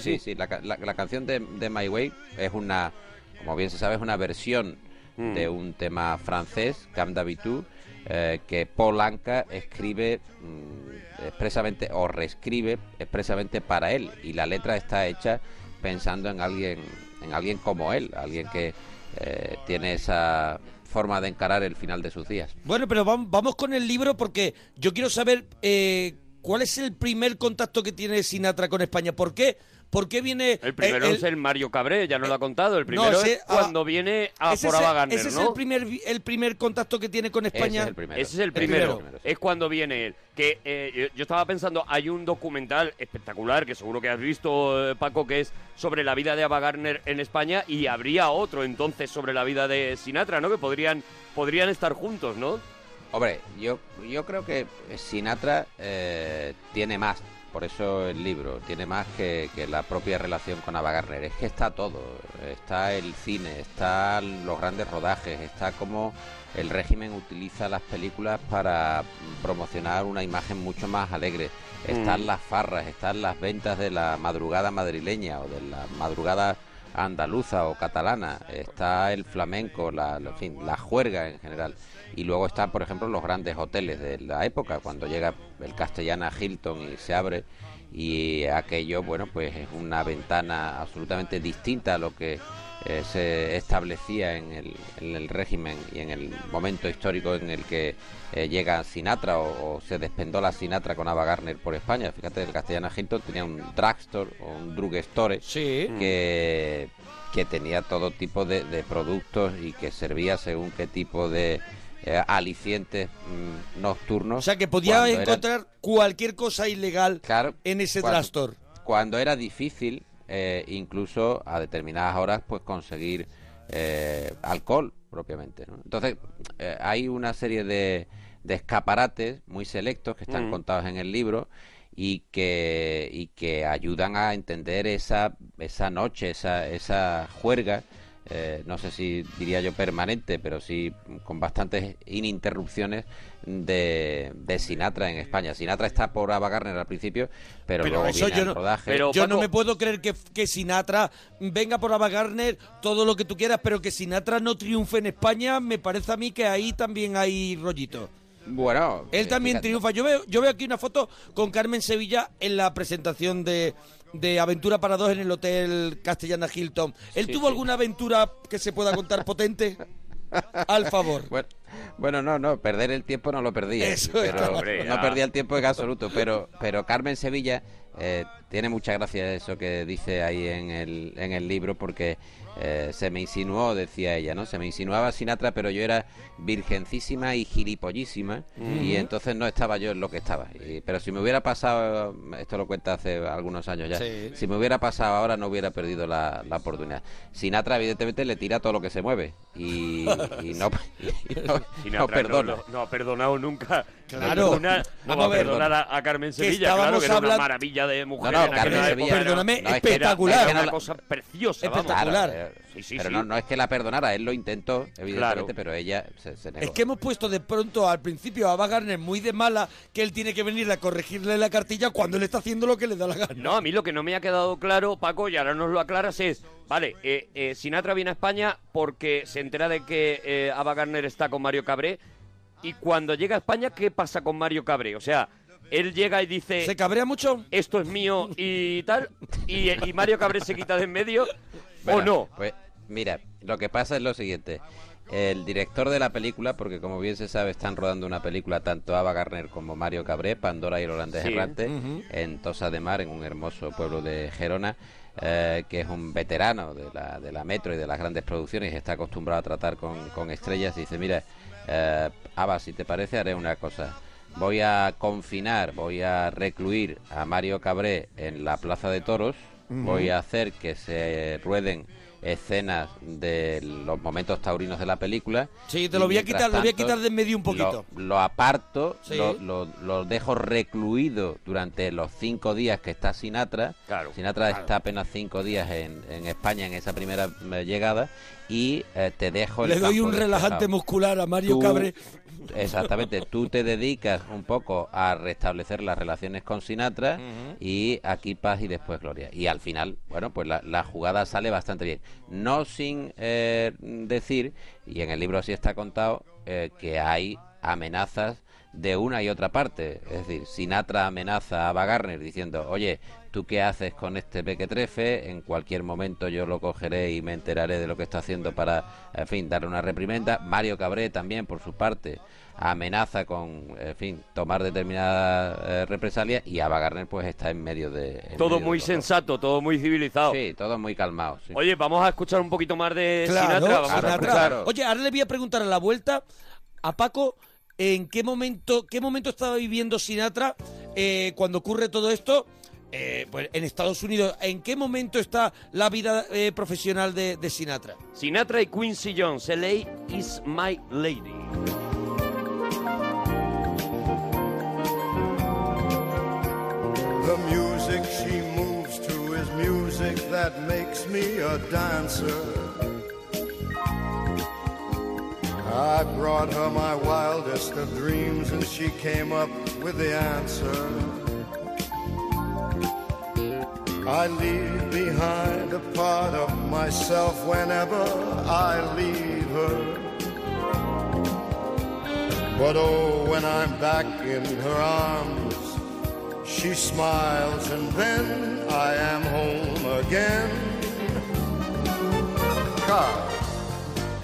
Sí, sí. sí, la, ca- la- la canción de, de My Way es una, como bien se sabe, es una versión Mm. de un tema francés, Cam d'Habitu, eh, que Paul Anka escribe mm, expresamente o reescribe expresamente para él. Y la letra está hecha pensando en alguien, en alguien como él, alguien que eh, tiene esa forma de encarar el final de sus días. Bueno, pero vam- vamos con el libro porque yo quiero saber eh, cuál es el primer contacto que tiene Sinatra con España. ¿Por qué? ¿Por qué viene El primero eh, el- Eh, es el Mario Cabré, ya nos lo ha contado. El primero ese- ah, es cuando viene a ese Ah, por es el- Ava Gardner, ese es ¿no? el primer, vi- el primer contacto que tiene con España. Ese es el primero. Es cuando viene él. Que eh, yo, yo estaba pensando, hay un documental espectacular que seguro que has visto, eh, Paco, que es sobre la vida de Ava Gardner en España y habría otro entonces sobre la vida de Sinatra, ¿no? Que podrían, podrían estar juntos, ¿no? Hombre, yo, yo creo que Sinatra eh, tiene más, por eso el libro, tiene más que, que la propia relación con Ava Gardner. Es que está todo, está el cine, está los grandes rodajes, está cómo el régimen utiliza las películas para promocionar una imagen mucho más alegre. Están Mm. las farras, están las ventas de la madrugada madrileña o de la madrugada andaluza o catalana, está el flamenco, la, la- en fin, la juerga en general. Y luego están, por ejemplo, los grandes hoteles de la época, cuando llega el castellana a Hilton y se abre. Y aquello, bueno, pues es una ventana absolutamente distinta a lo que eh, se establecía en el, en el régimen y en el momento histórico en el que eh, llega Sinatra o, o se despendola Sinatra con Ava Gardner por España. Fíjate, el castellana Hilton tenía un drugstore o un drugstore que, que tenía todo tipo de, de productos y que servía según qué tipo de eh, alicientes mm, nocturnos. O sea, que podía cuando era- encontrar cualquier cosa ilegal en ese cuando- trastor. Cuando era difícil, eh, incluso a determinadas horas, pues conseguir eh, alcohol propiamente. ¿no? Entonces, eh, hay una serie de, de escaparates muy selectos que están Mm. contados en el libro y que, y que ayudan a entender esa, esa noche, esa, esa juerga. eh, no sé si diría yo permanente, pero sí con bastantes ininterrupciones de, de Sinatra en España. Sinatra está por Ava Gardner al principio, pero, Pero luego eso viene yo al no, rodaje. yo no me puedo creer que, que Sinatra venga por Ava Gardner, todo lo que tú quieras, pero que Sinatra no triunfe en España, me parece a mí que ahí también hay rollito. Bueno, Él eh, también fíjate. triunfa. Yo veo, yo veo aquí una foto con Carmen Sevilla en la presentación de, de Aventura para dos en el Hotel Castellana Hilton. ¿Él Sí, tuvo sí. alguna aventura que se pueda contar potente? Al favor. Bueno, bueno, no, no, perder el tiempo no lo perdía. Eso es, pero hombre, ya. no perdía el tiempo en absoluto, pero, pero Carmen Sevilla eh, tiene mucha gracia eso que dice ahí en el, en el libro porque eh, se me insinuó, decía ella, ¿no? Se me insinuaba Sinatra, pero yo era virgencísima y gilipollísima y Ujú. entonces no estaba yo en lo que estaba. Y- pero si me hubiera pasado, esto lo cuenta hace algunos años ya, Sí. si me hubiera pasado ahora no hubiera perdido la, la oportunidad. Sinatra evidentemente le tira todo lo que se mueve y, y no, y no, Sinatra no perdona. No, no ha perdonado nunca. Claro. No perdona- no Vamos va a a ver. perdonar a, a Carmen Que Sevilla, claro, estábamos que era una hablando- maravilla de mujer. No, no, en aquella Carmen época, Sevilla, era- Perdóname, no, es que era- espectacular. Era una cosa preciosa, vamos. Claro, eh, Sí, sí, pero sí. No, no es que la perdonara, él lo intentó, evidentemente, Claro. pero ella se, se negó. Es que hemos puesto de pronto al principio a Ava Gardner muy de mala que él tiene que venir a corregirle la cartilla cuando él está haciendo lo que le da la gana. No, a mí lo que no me ha quedado claro, Paco, y ahora nos lo aclaras, es, vale, eh, eh, Sinatra viene a España porque se entera de que eh, Ava Gardner está con Mario Cabré, y cuando llega a España, ¿qué pasa con Mario Cabré? O sea, él llega y dice... ¿Se cabrea mucho? Esto es mío y tal, y, y Mario Cabré se quita de en medio, ¿o Bueno, no? Pues mira, lo que pasa es lo siguiente. El director de la película, porque como bien se sabe, están rodando una película tanto Ava Garner como Mario Cabré, Pandora y el holandés Sí. errante, Ujú. en Tosa de Mar, en un hermoso pueblo de Gerona, eh, que es un veterano de la, de la metro y de las grandes producciones, y está acostumbrado a tratar con, con estrellas. Y dice: Mira, eh, Ava, si te parece, haré una cosa. Voy a confinar, voy a recluir a Mario Cabré en la Plaza de Toros, Ujú. voy a hacer que se rueden escenas de los momentos taurinos de la película. Sí, te y lo voy a mientras quitar, lo voy a tanto, quitar de en medio un poquito. Lo, lo aparto, Sí. lo, lo- lo dejo recluido durante los cinco días que está Sinatra. Sinatra está apenas cinco días en, en España en esa primera eh, llegada y eh, te dejo... el Le doy campo un despejado. relajante muscular a Mario Tú- Cabre. Exactamente, tú te dedicas un poco a restablecer las relaciones con Sinatra y aquí paz y después gloria. Y al final, bueno, pues la, la jugada sale bastante bien. No sin eh, decir, y en el libro así está contado, eh, que hay amenazas de una y otra parte. Es decir, Sinatra amenaza a Bagarner diciendo, oye, ¿tú qué haces con este pequetrefe? En cualquier momento yo lo cogeré y me enteraré de lo que está haciendo para, en fin, darle una reprimenda. Mario Cabré también, por su parte, amenaza con, en fin, tomar determinadas eh, represalias y a Bagarner pues está en medio de... en Todo medio muy de los dos. sensato, todo muy civilizado. Sí, todo muy calmado. sí. Oye, vamos a escuchar un poquito más de Claro, Sinatra. Vamos a Sinatra. escuchar- Oye, ahora le voy a preguntar a la vuelta a Paco en qué momento, qué momento estaba viviendo Sinatra eh, cuando ocurre todo esto. eh, pues en Estados Unidos, ¿en qué momento está la vida eh, profesional de, de Sinatra? Sinatra y Quincy Jones, LA is my lady. The music she moves to is music that makes me a dancer. I brought her my wildest of dreams and she came up with the answer. I leave behind a part of myself whenever I leave her. But oh, when I'm back in her arms, she smiles and then I am home again. Car,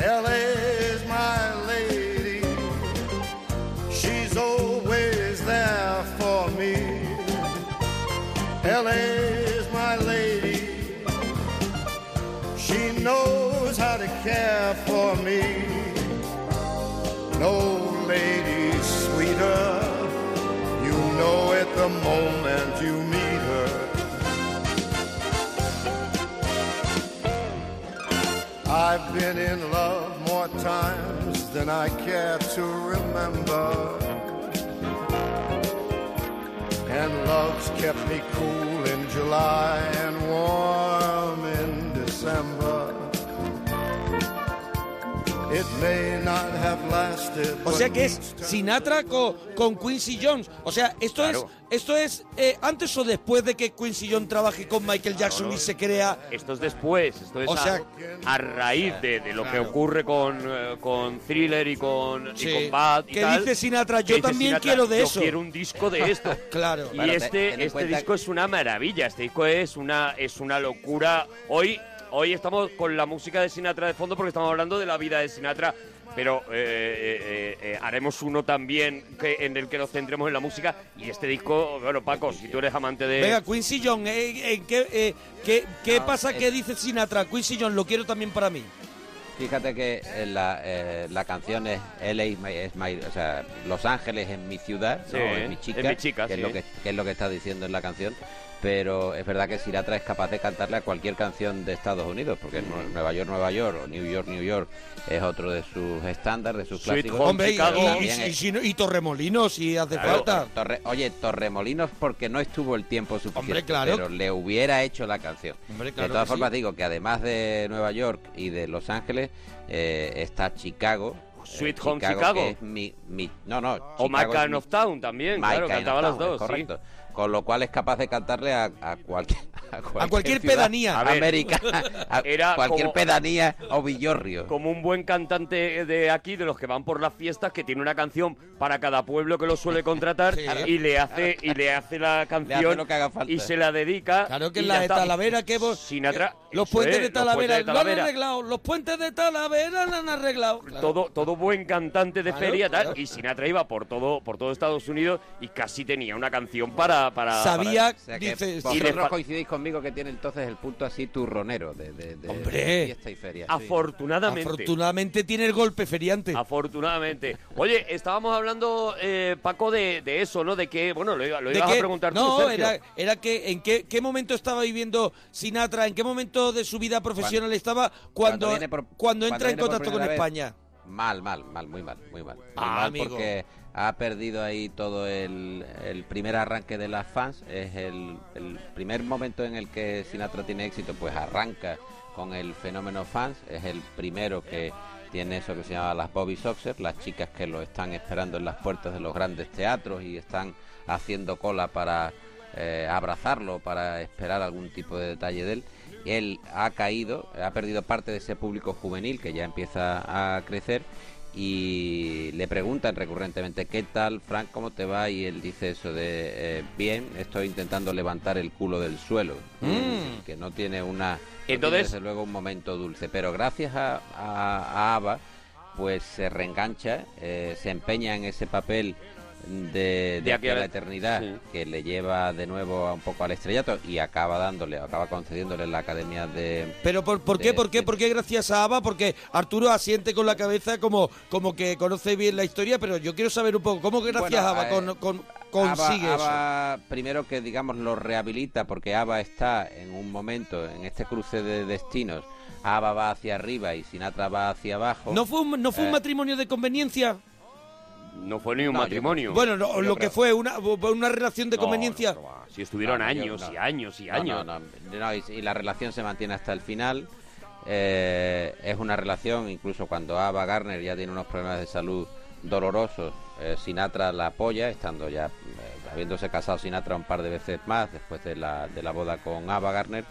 LA is my lady. She's always there for me. LA is my lady. She knows how to care for me. No lady sweeter. You know it the moment you meet her. I've been in love more times than I care to remember. And love's kept me cool in July and warm in December. It may not have lasted. O but sea que es Sinatra co- con, Quincy Jones. O sea, esto Claro. es, esto es eh, antes o después de que Quincy Jones trabaje con Michael Jackson y se crea Esto es después, esto es O a- sea- a, raíz de, de lo que Claro. ocurre con, eh, con Thriller y con, Sí. y con Bad. y Que tal. dice Sinatra, Que yo dice también Sinatra, quiero de "Yo eso. quiero un disco de esto. claro. Y Claro, te- ten en este, este cuenta- disco es una maravilla, este disco es una, es una locura. Hoy, hoy estamos con la música de Sinatra de fondo porque estamos hablando de la vida de Sinatra, pero eh, eh, eh, eh, haremos uno también que, en el que nos centremos en la música. Y este disco, bueno, Paco, si tú eres amante de... Venga, Quincy Jones, eh, eh, ¿qué, eh, qué- qué No, pasa es- que dice Sinatra? Quincy Jones, lo quiero también para mí. Fíjate que eh, la, eh, la canción es LA is my, is my- o sea, Los Ángeles es mi ciudad, Sí, ¿no? es mi chica, es mi chica, que, sí. es lo que, que es lo que está diciendo en la canción. Pero es verdad que Sinatra es capaz de cantarle a cualquier canción de Estados Unidos, porque Nue- Nueva York, Nueva York o New York, New York es otro de sus estándares, de sus Sweet clásicos. Home, Pero Chicago. y, también y- es- y si no- y Torremolinos, si hace Claro, falta. Torre- oye, Torremolinos porque no estuvo el tiempo suficiente. Hombre, claro. Pero le hubiera hecho la canción. Hombre, claro de todas que formas, sí. digo que además de Nueva York y de Los Ángeles, eh, está Chicago. Sweet eh, Home que Chicago. es mi, mi- no, no. O My Chicago es Kind mi- of Town también, My claro, Kind of cantaba las Town, dos. es sí. correcto. Con lo cual es capaz de cantarle a, a cualquier. A cualquier, cualquier ciudad pedanía. A ver. americana, a Era cualquier como- pedanía o villorrio. como un buen cantante de aquí, de los que van por las fiestas, que tiene una canción para cada pueblo que lo suele contratar y le hace y le hace la canción lo que haga falta. y se la dedica. Claro que y la ya de está. Talavera, que vos- Eh, Sinatra, Los eso puentes es, de "Pues, los puentes Talavera, de lo han arreglado. Los puentes de Talavera lo han arreglado. Claro. Todo, todo buen cantante de Claro, feria tal, claro. y Sinatra iba por todo por todo Estados Unidos y casi tenía una canción para para... para Sabía, para- O sea que dice, les Vosotros pa- coincidís conmigo que tiene entonces el punto así turronero de, de, de- de fiesta y feria. sí. Afortunadamente. Afortunadamente tiene el golpe feriante. Afortunadamente. Oye, estábamos hablando, eh, Paco, de, de eso, ¿no? De que, bueno, lo, iba- lo ¿De ibas qué? a preguntar tú, No, Sergio. era, era que en qué, qué momento estaba viviendo Sinatra, en qué momento de su vida profesional estaba cuando, cuando cuando, viene por- entra en viene por contacto con primera vez. España. Mal, mal, mal, muy mal, muy mal. Muy Ah, mal amigo. porque ha perdido ahí todo el, el primer arranque de las fans. Es el, el primer momento en el que Sinatra tiene éxito, pues arranca con el fenómeno fans. Es el primero que tiene eso que se llama las Bobby Soxer, las chicas que lo están esperando en las puertas de los grandes teatros y están haciendo cola para eh, abrazarlo, para esperar algún tipo de detalle de él. Él ha caído, ha perdido parte de ese público juvenil que ya empieza a crecer y le preguntan recurrentemente qué tal Frank cómo te va y él dice eso de eh, bien estoy intentando levantar el culo del suelo Mm. que no tiene una no tiene, Entonces- desde luego un momento dulce pero gracias a, a, a Ava pues se reengancha eh, se empeña en ese papel de, de De aquí aquí a a la- la eternidad sí. que le lleva de nuevo a un poco al estrellato y acaba dándole acaba concediéndole la academia de Pero por, ¿por qué? ¿Por qué? ¿Por qué gracias a Ava? Porque Arturo asiente con la cabeza como, como que conoce bien la historia, pero yo quiero saber un poco, ¿cómo gracias Bueno, a Ava eh, con- con- consigue ABBA- eso? ABBA, primero que digamos lo rehabilita porque ABBA está en un momento, en este cruce de destinos, ABBA va hacia arriba y Sinatra va hacia abajo. ¿No fue un, no fue un Eh, matrimonio de conveniencia? No fue ni un No, yo- matrimonio. Bueno, no, Yo creo- lo que fue una, una relación de No, conveniencia. no, no, si estuvieron No, no, años yo- no. y años y No, años. no, no, no, y, y la relación se mantiene hasta el final. Eh, es una relación, incluso cuando Ava Garner ya tiene unos problemas de salud dolorosos, eh, Sinatra la apoya, estando ya, eh, habiéndose casado Sinatra un par de veces más después de la, de la boda con Ava Garner.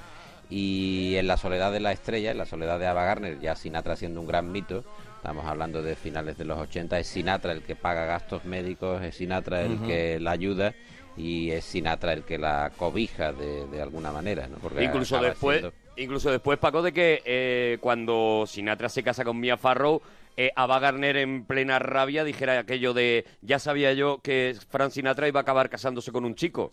Y en La Soledad de la Estrella, en La Soledad de Ava Garner, ya Sinatra siendo un gran mito, estamos hablando de finales de los 80, es Sinatra el que paga gastos médicos, es Sinatra el Ujú. que la ayuda y es Sinatra el que la cobija de, de alguna manera, ¿no? Porque Incluso acaba después, siendo- incluso después, Paco, de que eh, cuando Sinatra se casa con Mia Farrow, eh, Ava Garner en plena rabia dijera aquello de ya sabía yo que Frank Sinatra iba a acabar casándose con un chico.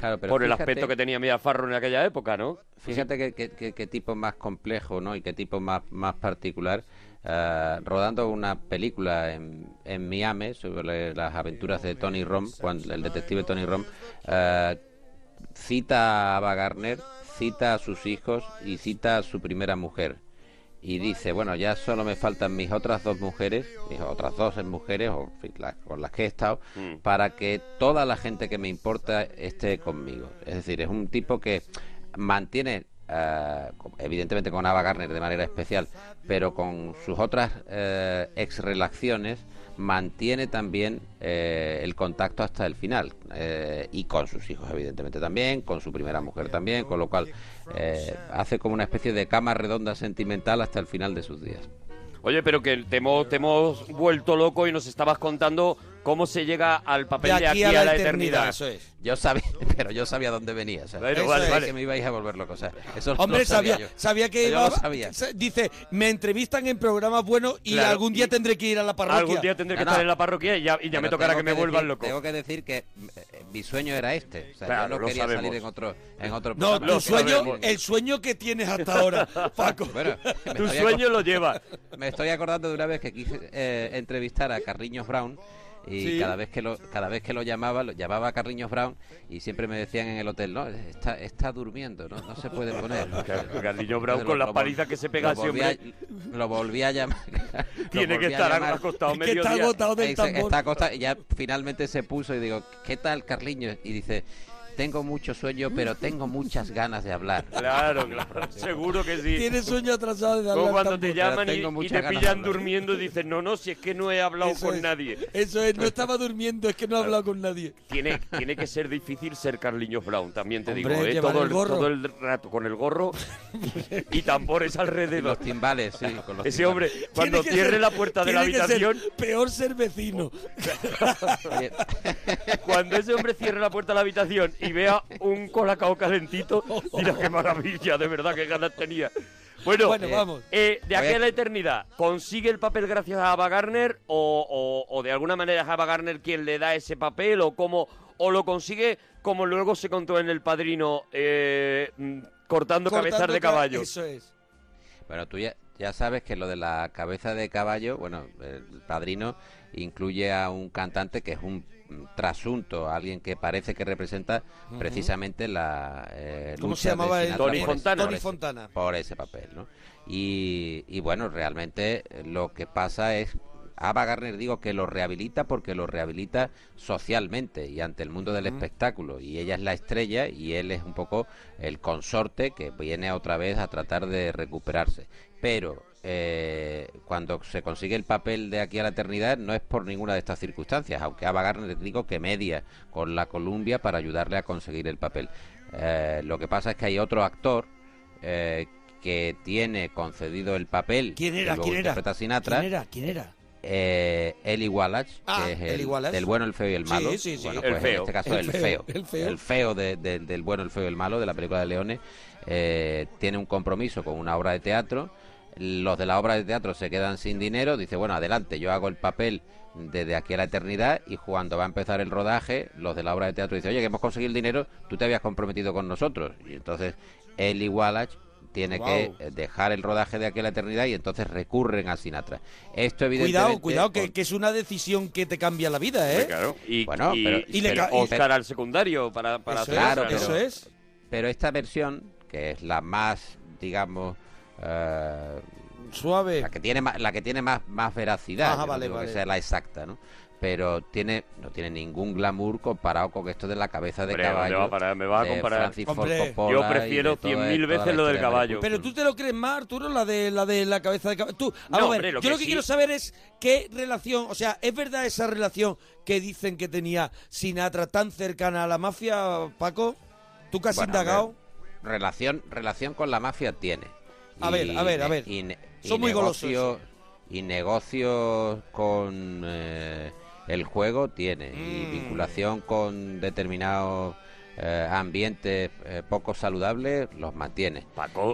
Claro, pero por el fíjate- aspecto que tenía Mia Farrow en aquella época, ¿no? Fíjate que- que- que- qué tipo más complejo, ¿no? Y qué tipo más, más particular. Eh, rodando una película en, en Miami sobre las aventuras de Tony Rom, cuando el detective Tony Rom eh, cita a Ava Gardner, cita a sus hijos y cita a su primera mujer. Y dice, bueno, ya solo me faltan mis otras dos mujeres, mis otras dos mujeres o, en fin, las- con las que he estado, para que toda la gente que me importa esté conmigo. Es decir, es un tipo que mantiene, eh, con- evidentemente con Ava Garner de manera especial, pero con sus otras eh, ex relaciones mantiene también eh, el contacto hasta el final eh, y con sus hijos evidentemente también, con su primera mujer también, con lo cual eh, hace como una especie de cama redonda sentimental hasta el final de sus días. Oye, pero que te hemos, te hemos vuelto loco y nos estabas contando cómo se llega al papel de aquí, a, la, eternidad. Yo sabía, pero yo sabía dónde venía. o sea, Bueno, yo vale, sabía vale. que me ibais a volver loco. o sea, eso lo Hombre, sabía, sabía, yo. sabía, que Yo iba. lo sabía. se- Dice, me entrevistan en programas buenos y Claro, algún día tendré que ir a la parroquia. algún día tendré que estar en la parroquia y ya, y ya Pero me tocará tengo que me vuelvan decir- loco. Tengo que decir que eh, mi sueño era este. O sea, Claro, yo no lo quería sabemos. salir en otro, en otro No, programa. tu sueño, el sueño que tienes hasta ahora, Paco. Me Tu estoy sueño acor- lo lleva. Me estoy acordando de una vez que quise eh, entrevistar a Carriños Brown y Sí. cada vez que lo cada vez que lo llamaba lo llamaba a Carriños Brown y siempre me decían en el hotel no está está durmiendo no, no se puede poner Carriños Brown Entonces, con lo- las lo vol- palizas que se pega lo ese volví a- hombre. lo volví a llamar lo Tiene que volví a estar llamar. acostado Es que está mediodía. agotado del Ex- tambor. está acostado y ya finalmente se puso y digo qué tal Carriños y dice tengo mucho sueño pero tengo muchas ganas de hablar Claro, claro, seguro que sí. Tienes sueño atrasado de darle Como al cuando te tambor. llaman y, y te pillan durmiendo y dices, no, no, si es que no he hablado Eso con es. nadie. Eso es, no estaba durmiendo, es que no he hablado con nadie. Tiene, tiene que ser difícil ser Carliños Brown, también te Hombre, digo, ¿eh? llevar todo, el el, gorro. todo el rato con el gorro y tambores alrededor. los timbales, sí. Ese hombre, cuando Tiene que cierre ser- la puerta de la tiene que ser habitación, peor ser vecino. cuando ese hombre cierre la puerta de la habitación y vea un colacao calentito, mira qué maravilla, de verdad, qué ganas tenía. Bueno, Bueno, eh, vamos. eh, de aquí Voy a- a la eternidad, ¿consigue el papel gracias a Ava Garner o, o- o o de alguna manera es Ava Garner quien le da ese papel o cómo o lo consigue como luego se contó en El Padrino eh, mm, cortando, cabezas de caballo. Eso es. Bueno, tú ya, ya sabes que lo de la cabeza de caballo, bueno, el padrino incluye a un cantante que es un trasunto, alguien que parece que representa Ujú. precisamente la eh, ¿Cómo lucha se llamaba de él? Sinatra Tony por ese- Fontana. por Tony ese- Fontana. por ese papel, ¿no? Y, y bueno, realmente eh, lo que pasa es Ava Garner digo que lo rehabilita porque lo rehabilita socialmente y ante el mundo del Ujú. espectáculo y ella es la estrella y él es un poco el consorte que viene otra vez a tratar de recuperarse. Pero eh, cuando se consigue el papel de aquí a la eternidad no es por ninguna de estas circunstancias, aunque Ava Garner digo que media con la Columbia para ayudarle a conseguir el papel. Eh, lo que pasa es que hay otro actor eh, que tiene concedido el papel ¿Quién que era? luego ¿Quién era? interpreta a Sinatra, ¿Quién era? ¿Quién era? eh, Eli Wallach, Ah, que es Eli el Wallach. del bueno, el feo y el Sí, malo. sí, sí. Bueno, El pues feo. En este caso, El el, feo, feo. el feo. de- de- del bueno, el feo y el malo, de la película de Leones. eh, tiene un compromiso con una obra de teatro. Los de la obra de teatro se quedan sin dinero. Dice, bueno, adelante, yo hago el papel desde aquí a la eternidad y cuando va a empezar el rodaje, los de la obra de teatro dicen, oye, que hemos conseguido el dinero, tú te habías comprometido con nosotros. Y entonces Eli Wallach tiene Wow. que eh, dejar el rodaje de aquí a la eternidad y entonces recurren a Sinatra. Esto evidentemente... Cuidado, cuidado, que, que es una decisión que te cambia la vida, ¿eh? Pues Claro. Y, Bueno, y- pero- y le pero- ca- Oscar al secundario para, para Eso hacer es, otra, ¿no? eso es. Pero esta versión, que es la más, digamos... eh, Suave. La que tiene más, la que tiene más, más veracidad. Ah, Ajá, yo no vale, digo vale. Que sea la exacta, ¿no? Pero tiene, no tiene ningún glamour comparado con esto de la cabeza de Hombre, ¿dónde caballo. va a parar? Me vas a de comparar. Francis Ford Hombre, Coppola yo y de prefiero toda- 100.000 toda la veces lo del historia de caballo. Pero tú te lo crees más, Arturo, la de la de la cabeza de caballo. Tú, No, vamos a ver, hombre, lo yo que lo que sí- quiero saber es qué relación, o sea, ¿es verdad esa relación que dicen que tenía Sinatra tan cercana a la mafia, Paco? ¿Tú casi has Bueno, indagado? hombre, Relación, relación con la mafia tiene. A ver, a ver, a ne- ver. Y, ne- y Son muy golosos. negocio- Y negocios con eh, el juego tiene. Y Mm. vinculación con determinados eh, ambientes eh, poco saludables los mantiene.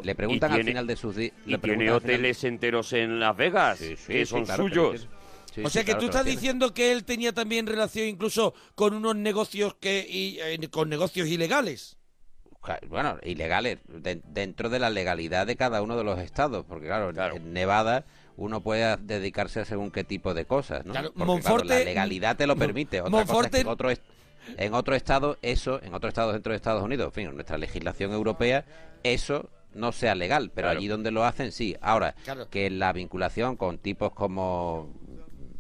le preguntan y al tiene- final de sus días. Y tiene hoteles enteros en Las Vegas que sí, son claro que suyos. lo Sí, o sí, sea que claro que tú lo estás tiene. diciendo que él tenía también relación incluso con unos negocios que y, eh, con negocios ilegales. Ca- bueno, ilegales, de- dentro de la legalidad de cada uno de los estados, porque claro, en- en Nevada uno puede dedicarse a según qué tipo de cosas, ¿no? Claro, Porque, Monforte- la legalidad te lo permite. Otra cosa es que Monforte- en otro, est- en otro estado, eso, en otro estado dentro de Estados Unidos, en fin, en nuestra legislación europea, eso no sea legal, pero allí donde lo hacen, sí. Ahora, Claro. que la vinculación con tipos como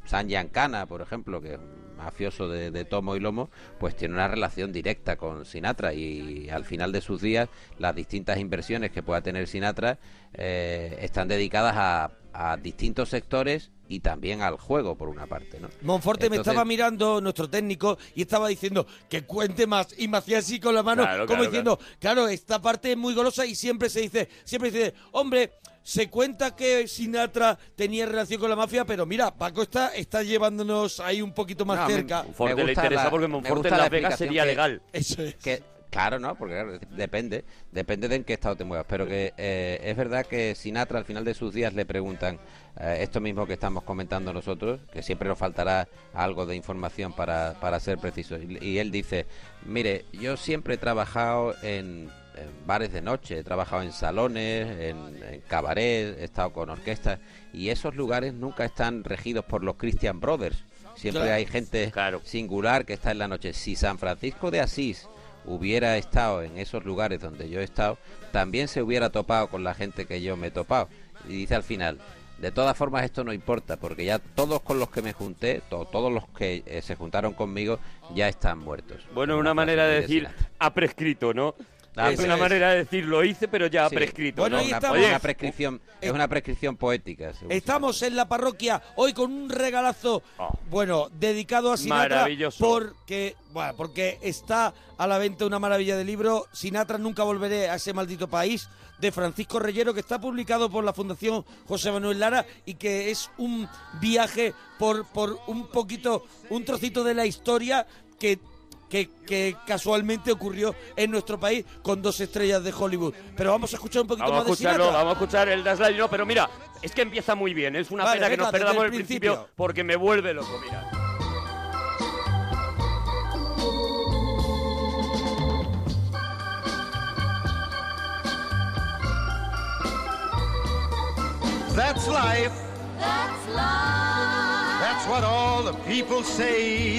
San Giancana, por ejemplo, que es un mafioso de, de tomo y lomo, pues tiene una relación directa con Sinatra y al final de sus días las distintas inversiones que pueda tener Sinatra eh, están dedicadas a, a distintos sectores y también al juego, por una parte, ¿no? Monforte me Entonces- estaba mirando, nuestro técnico, y estaba diciendo que cuente más. Y me hacía así con la mano, Claro, como claro, diciendo, claro. esta parte es muy golosa y siempre se dice, siempre dice, hombre, se cuenta que Sinatra tenía relación con la mafia, pero mira, Paco está, está llevándonos ahí un poquito más No, a mí cerca. me gusta la- me gusta la explicación que- Eso es. que- claro, ¿no? Porque claro, depende, depende de en qué estado te muevas. Pero que eh, es verdad que Sinatra al final de sus días le preguntan eh, esto mismo que estamos comentando nosotros, que siempre nos faltará algo de información para, para ser preciso. Y, y él dice, mire, yo siempre he trabajado en, en bares de noche, he trabajado en salones, en, en cabaret, he estado con orquestas, y esos lugares nunca están regidos por los Christian Brothers. Siempre Claro. hay gente singular que está en la noche. Si San Francisco de Asís hubiera estado en esos lugares donde yo he estado, también se hubiera topado con la gente que yo me he topado. Y dice al final, de todas formas esto no importa, porque ya todos con los que me junté, to- todos los que eh, se juntaron conmigo, ya están muertos. Bueno, Es una frase manera muy de decir Sinatra. ha prescrito, ¿no? Ah, es pero una es- manera de decir lo hice, pero ya ha Sí. prescrito. Bueno, ¿no? es Una- una, Oye, una prescripción, es una prescripción poética. según Estamos en la parroquia hoy con un regalazo, bueno, dedicado a Sinatra. Maravilloso. Porque, bueno, porque está a la venta una maravilla de libro, Sinatra nunca volveré a ese maldito país, de Francisco Reyero, que está publicado por la Fundación José Manuel Lara y que es un viaje por, por un poquito, un trocito de la historia que que, que casualmente ocurrió en nuestro país con dos estrellas de Hollywood. Pero vamos a escuchar un poquito Vamos a más de escucharlo, Sinatra. vamos a escuchar el Dash Line, No, pero mira, es que empieza muy bien. Es una Vale, pena que venga, nos perdamos desde el el principio, porque me vuelve loco, mira. that's life. That's life. That's what all the people say.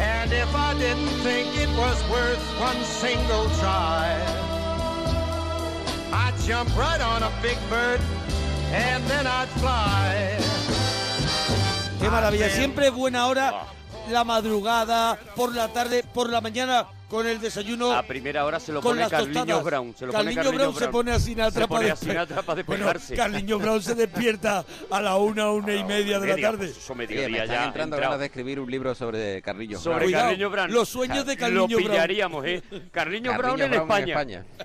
And if I didn't think it was worth one single try, I'd jump right on a big bird and then I'd fly. Ah, Qué maravilla, siempre buena hora, la madrugada, por la tarde, por la mañana, con el desayuno. A primera hora se lo con pone las Carliños tostadas. Brown. Se lo Carliños pone Brown Carliños se pone a Sinatra Se pone para a Sinatra para Bueno, despejarse. Carliños Brown se despierta a la una, una y media de la media, tarde. pues eso me Sí, me están entrando ganas de escribir un libro sobre Carrillo. Sobre Brown. Carliño Brown. Car- Lo pillaríamos, ¿eh? Carliño Brown en España.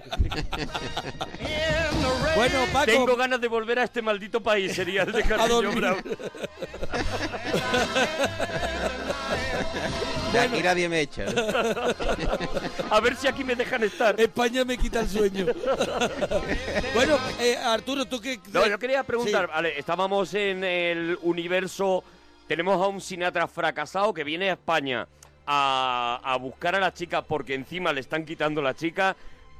Bueno, Paco. Tengo ganas de volver a este maldito país, sería el de Carliño dormir. Brown. De aquí nadie me echa. A ver si aquí me dejan estar. España me quita el sueño. bueno, eh, Arturo, tú que... No, yo quería preguntar, vale, estábamos en el universo, tenemos a un Sinatra fracasado que viene a España a, a buscar a la chica porque encima le están quitando la chica,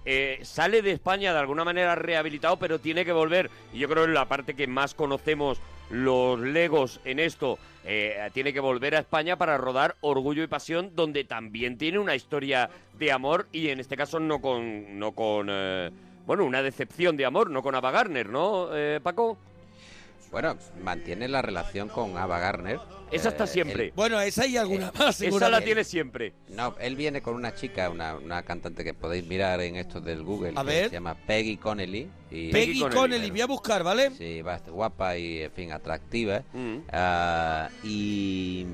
eh, sale de España de alguna manera rehabilitado, pero tiene que volver. Y yo creo que la parte que más conocemos los legos en esto, eh, tiene que volver a España para rodar Orgullo y Pasión, donde también tiene una historia de amor y en este caso no con... No con eh, bueno, una decepción de amor, no con Ava Gardner, ¿no, eh, Paco? Bueno, mantiene la relación con Ava Garner. Esa Eh, está siempre. Bueno, esa y alguna más, Esa la tiene tienes siempre. No, él viene con una chica, una, una cantante que podéis mirar en estos del Google. A que ver. Se llama Peggy Connelly. Y Peggy Connelly, voy a buscar, ¿vale? Sí, bastante guapa y, en fin, atractiva. Ah, y,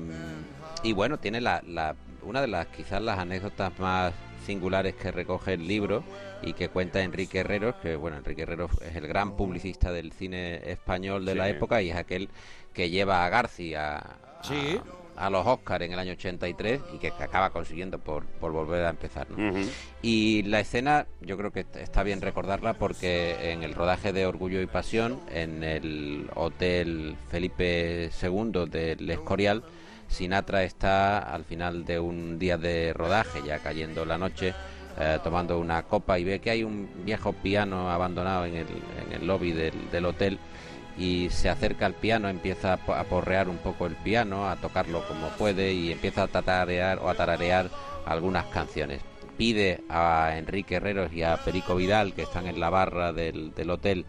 y bueno, tiene la, la- una de las quizás las anécdotas más singulares que recoge el libro y que cuenta Enrique Herreros, que bueno, Enrique Herreros es el gran publicista del cine español de la Sí. época y es aquel que lleva a García a, a los Oscars en el año 83 y que, que acaba consiguiendo por, por volver a empezar. ¿no? Y la escena, yo creo que est- está bien recordarla porque en el rodaje de Orgullo y Pasión, en el Hotel Felipe II del Escorial, Sinatra está al final de un día de rodaje, ya cayendo la noche, eh, tomando una copa y ve que hay un viejo piano abandonado en el, en el lobby del, del hotel y se acerca al piano, empieza a po- a porrear un poco el piano, a tocarlo como puede y empieza a tatarear o a tararear algunas canciones. Pide a Enrique Herreros y a Perico Vidal, que están en la barra del, del hotel,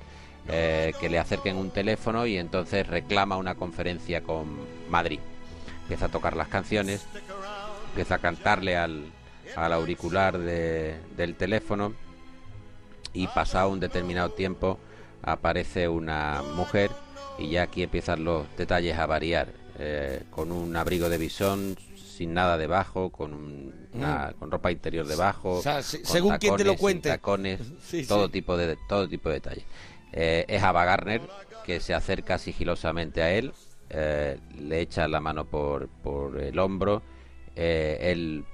eh, que le acerquen un teléfono y entonces reclama una conferencia con Madrid. Empieza a tocar las canciones, empieza a cantarle al, al auricular de- del teléfono y pasado un determinado tiempo aparece una mujer y ya aquí empiezan los detalles a variar eh, con un abrigo de bisón sin nada debajo con un- una- con ropa interior debajo Mm. O sea, se- con según quien te lo tacones, sin cuente. tacones Sí, todo sí. tipo de todo tipo de detalles Eh, es Ava Garner que se acerca sigilosamente a él eh, le echa la mano por, por el hombro eh, él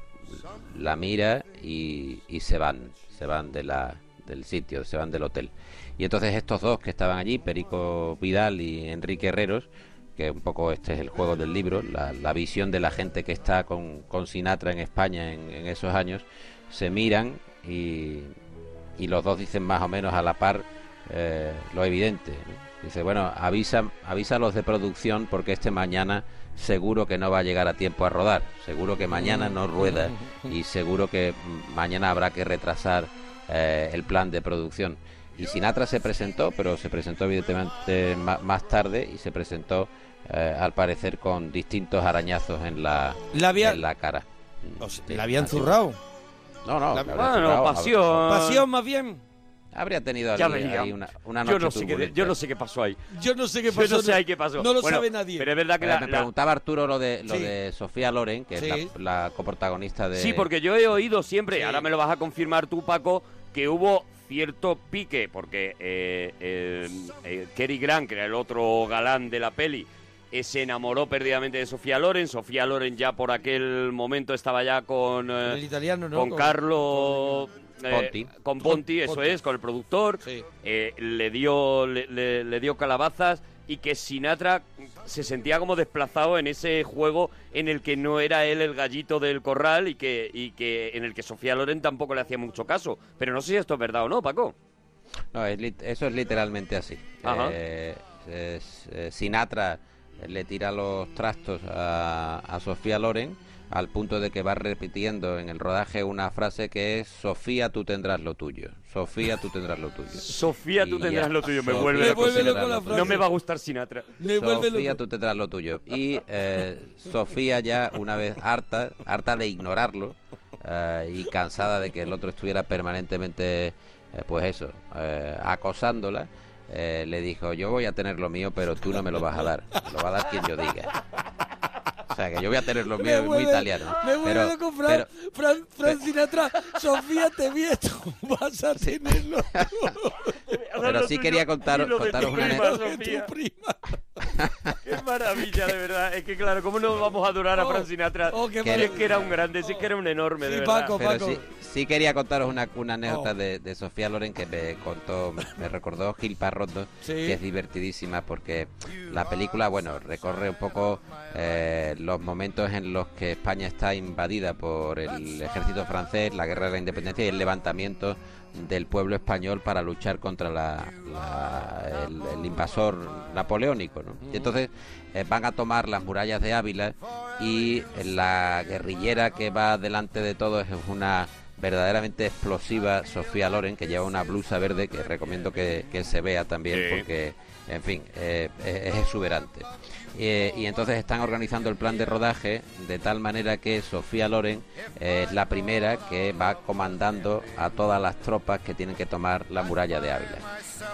la mira y, y se van, se van de la, del sitio, se van del hotel. Y entonces estos dos que estaban allí, Perico Vidal y Enrique Herreros, que un poco este es el juego del libro, la, la visión de la gente que está con, con Sinatra en España en, en esos años, se miran y, y los dos dicen más o menos a la par eh, lo evidente. ¿no? Dice, bueno, avisa, avisa a los de producción porque este mañana seguro que no va a llegar a tiempo a rodar, seguro que mañana no rueda y seguro que mañana habrá que retrasar eh, el plan de producción. Y Sinatra se presentó, pero se presentó evidentemente ma- más tarde y se presentó eh, al parecer con distintos arañazos en la, La había- en la cara. O sea, Mm, ¿La habían zurrado? No, no, La- la Ah, Bueno, pasión. Pasión más bien. Habría tenido Ya ahí, vería. ahí una, una Yo noche no, sé qué, turbulenta. yo no sé qué pasó ahí. Yo no sé qué Yo pasó. no sé ahí qué pasó. No lo Bueno, sabe nadie. Pero es verdad que Pero la- me la- preguntaba Arturo lo de lo Sí. de Sofía Loren, que Sí. es la, la coprotagonista de Sí, porque yo he oído siempre, ahora me lo vas a confirmar tú, Paco, que hubo cierto pique, porque eh, eh, eh, Cary Grant, que era el otro galán de la peli, eh, se enamoró perdidamente de Sofía Loren. Sofía Loren ya por aquel momento estaba ya con... eh, El italiano, ¿no? Con, Con- Carlo... eh, Ponti. con Ponti, eso Ponti. es, con el productor. Eh, le, dio, le, le- le dio calabazas y que Sinatra se sentía como desplazado en ese juego en el que no era él el gallito del corral y que, y que en el que Sofía Loren tampoco le hacía mucho caso. Pero no sé si esto es verdad o no, Paco. No, es lit- eso es literalmente así. Ajá. Eh, es- eh, Sinatra le tira los trastos a, a Sofía Loren al punto de que va repitiendo en el rodaje una frase que es Sofía, tú tendrás lo tuyo. Sofía, tú tendrás lo tuyo. Sofía, tú Y tendrás ya- lo tuyo. Me Sofía, vuelve tú loco tendrás Sinatra. lo tuyo. No me va a gustar Sinatra. Sofía, tú tendrás lo tuyo. Y eh, Sofía ya una vez harta, harta de ignorarlo eh, y cansada de que el otro estuviera permanentemente, eh, pues eso, eh, acosándola, eh, le dijo, yo voy a tener lo mío, pero tú no me lo vas a dar. Me lo va a dar quien yo diga. O sea, que yo voy a tener lo mío, Me es muy vuelve- italiano. Me vuelve Pero- loco, Fran, pero- Fran, Fran Sinatra. Sofía, te vi esto. Vas a tenerlo. Pero sí quería contar, contaros una anécdota. Sofía. Qué maravilla, de verdad. Es que claro, ¿cómo no vamos a adorar a Frank Sinatra? Oh, qué Si es maravilla. que era un grande, si es que era un enorme, de verdad. Pero Sí, sí quería contaros una, una anécdota Oh. de, de Sofía Loren que me contó, me, me recordó Gil Parrondo, Sí. que es divertidísima porque la película, bueno, recorre un poco eh, los momentos en los que España está invadida por el ejército francés, la guerra de la independencia y el levantamiento del pueblo español para luchar contra la- la- el, el invasor napoleónico. ¿no? Y entonces eh, van a tomar las murallas de Ávila y la guerrillera que va delante de todos es una verdaderamente explosiva Sofía Loren que lleva una blusa verde que recomiendo que, que se vea también Sí. porque en fin eh, es es exuberante Eh, y entonces están organizando el plan de rodaje de tal manera que Sofía Loren eh, es la primera que va comandando a todas las tropas que tienen que tomar la muralla de Ávila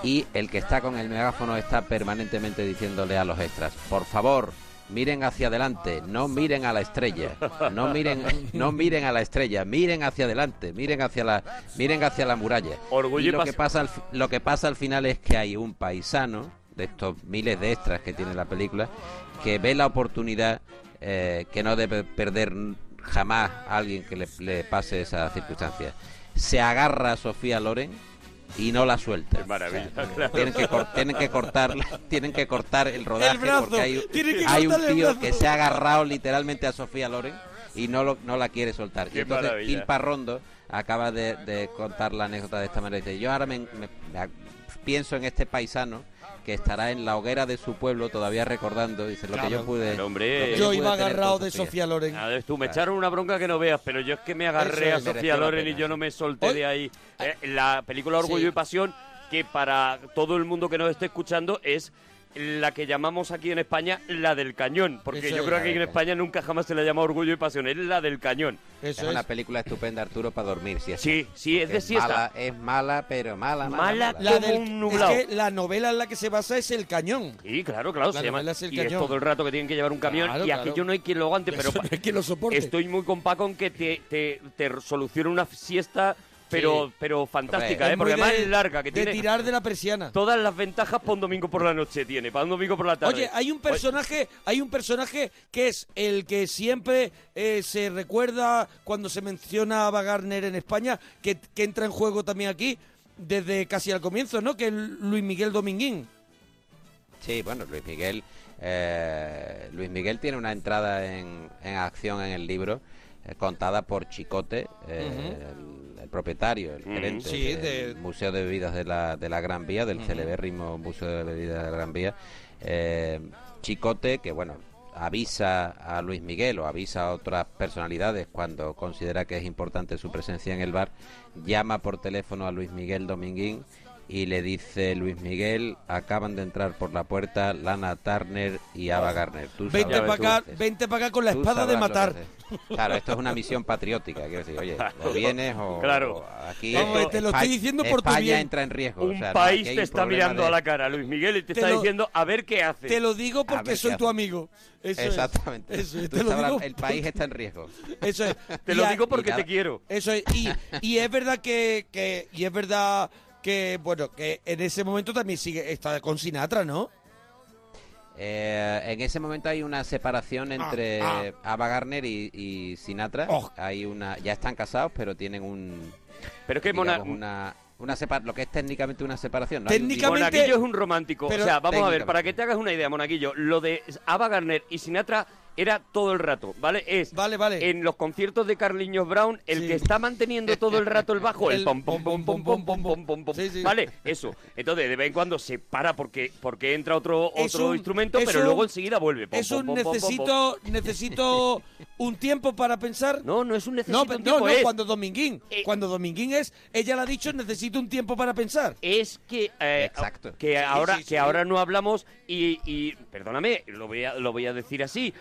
y el que está con el megáfono está permanentemente diciéndole a los extras, por favor, miren hacia adelante, no miren a la estrella, no miren, no miren a la estrella, miren hacia adelante, miren hacia la, miren hacia la muralla. Orgullo y y lo pas- que pasa al, fi- lo que pasa al final es que hay un paisano de estos miles de extras que tiene la película que ve la oportunidad eh, que no debe perder jamás a alguien que le, le pase esa circunstancia. Se agarra a Sofía Loren y no la suelta. maravilla, O sea, claro. tienen, que cor- tienen que cortar, tienen que cortar el rodaje brazo, porque hay, tienen que hay un cortarle el tío brazo. que se ha agarrado literalmente a Sofía Loren y no lo- no la quiere soltar. Y Qué entonces maravilla. Gil Parrondo acaba de, de contar la anécdota de esta manera. Dice, yo ahora me- me- me ac- pienso en este paisano que estará en la hoguera de su pueblo todavía recordando, dice, lo que Claro. yo pude... Pero, hombre, lo que Yo pude iba tener con agarrado de Sofía Loren. A ver, tú me echaron una bronca que no veas, pero yo es que me agarré Eso a es. Sofía Mereció la Loren y pena, yo no me solté de ahí. Eh, la película Orgullo Sí. y Pasión, que para todo el mundo que nos esté escuchando es la que llamamos aquí en España la del cañón, porque Eso yo es. creo La que del en cañón. España nunca jamás se le llama Orgullo y Pasión, es la del cañón. es una película estupenda, Arturo, para dormir. Si Sí, sí, es de siesta. Mala, es mala, pero mala, mala. Mala mala. La como del- un nublado. Es que la novela en la que se basa es El Cañón. Sí, claro, claro, se La llama. novela es el y es cañón. todo el rato que tienen que llevar un camión Claro, y aquí claro. yo no hay quien lo aguante, pero pa- que lo soporte. estoy muy con Paco en que te, te, te soluciona una siesta, pero, Sí. pero fantástica, Es ¿eh? muy Porque además de- es larga, que de tiene tirar de la persiana. todas las ventajas para un domingo por la noche, tiene, para un domingo por la tarde. Oye, hay un personaje, hay un personaje que es el que siempre eh, se recuerda cuando se menciona a Ava Gardner en España, que, que entra en juego también aquí desde casi al comienzo, ¿no? Que es Luis Miguel Dominguín. Sí, bueno, Luis Miguel, eh, Luis Miguel tiene una entrada en, en acción en el libro eh, contada por Chicote, eh, el, el propietario, el Mm, gerente sí, del Museo de Bebidas de la, de la Gran Vía, del Ujú. celebérrimo Museo de Bebidas de la Gran Vía. Eh, Chicote, que bueno, avisa a Luis Miguel o avisa a otras personalidades cuando considera que es importante su presencia en el bar, llama por teléfono a Luis Miguel Dominguín y le dice Luis Miguel, acaban de entrar por la puerta Lana Turner y Ava Garner. Tú Vente sabrás para lo acá, que haces. vente para acá con la Tú espada de sabrás lo que matar. haces. Claro, esto es una misión patriótica, quiero decir, oye, o vienes o, Claro. o aquí Vamos, te lo Espa- estoy diciendo por tu España bien. entra en riesgo. Un o sea, no, país aquí hay te un está problema mirando de- a la cara, Luis Miguel, y te, Te está lo- diciendo, a ver qué hace. Te lo digo porque ver soy qué tu hace. amigo. Eso es. Exactamente. Eso es, Tú te lo sabrás, digo el país porque- está en riesgo. Eso es. Te lo Y a- digo porque y te nada. quiero. Eso es. Y, y es verdad que, que- Y es verdad que, bueno, que en ese momento también sigue. Está con Sinatra, ¿no? Eh, en ese momento hay una separación entre ah. Oh. Ava Garner y, y Sinatra. Hay una, ya están casados, pero tienen un. Pero es que digamos, Mona- una, una separ- lo que es técnicamente una separación. ¿no? Hay un Monaguillo es un romántico. Pero- o sea, vamos a ver, Técnicamente. para que te hagas una idea, Monaguillo, lo de Ava Garner y Sinatra era todo el rato, ¿vale? Es vale, vale. en los conciertos de Carliños Brown, el que está manteniendo todo el rato el bajo, el, El pom pom pom pom pom pom pom pom pom. Vale, eso. Entonces, de vez en cuando se para porque porque entra otro Es otro un- instrumento, es pero un- luego enseguida vuelve. Pom, es pom, un pom, pom, pom, pom. necesito. Necesito un tiempo para pensar. No, no es un necesito No, un pero- tiempo, no, no, es- Eh. cuando Dominguín. Cuando Dominguín es. Ella le ha dicho, necesito un tiempo para pensar. Es que. eh, que ahora que ahora no hablamos y, y, perdóname lo voy a, lo voy a decir así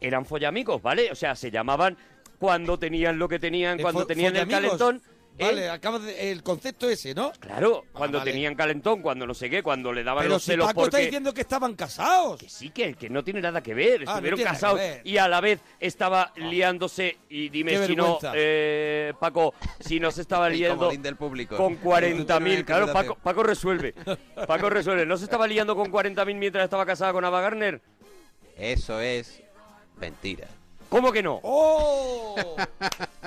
eran follamicos vale o sea se llamaban cuando tenían lo que tenían Eh, cuando fo- tenían el follamigos. calentón ¿eh? Vale, acabas de- el concepto ese, ¿no? Ah, claro cuando vale. tenían calentón cuando no sé qué cuando le daban Pero los si celos Paco está porque diciendo que estaban casados. Que sí, que, que no tiene nada que ver. Ah, no Estuvieron tiene nada que casados ver. Ah. y a la vez estaba liándose. Y Qué dime si no, vergüenza. eh, Paco, si no se estaba El liando comodín del público. con Tú tienes 40.000. una Claro, Paco, interpretación. Paco resuelve. Paco resuelve. ¿No se estaba liando con 40.000 mientras estaba casada con Ava Garner? Eso es mentira. ¿Cómo que no?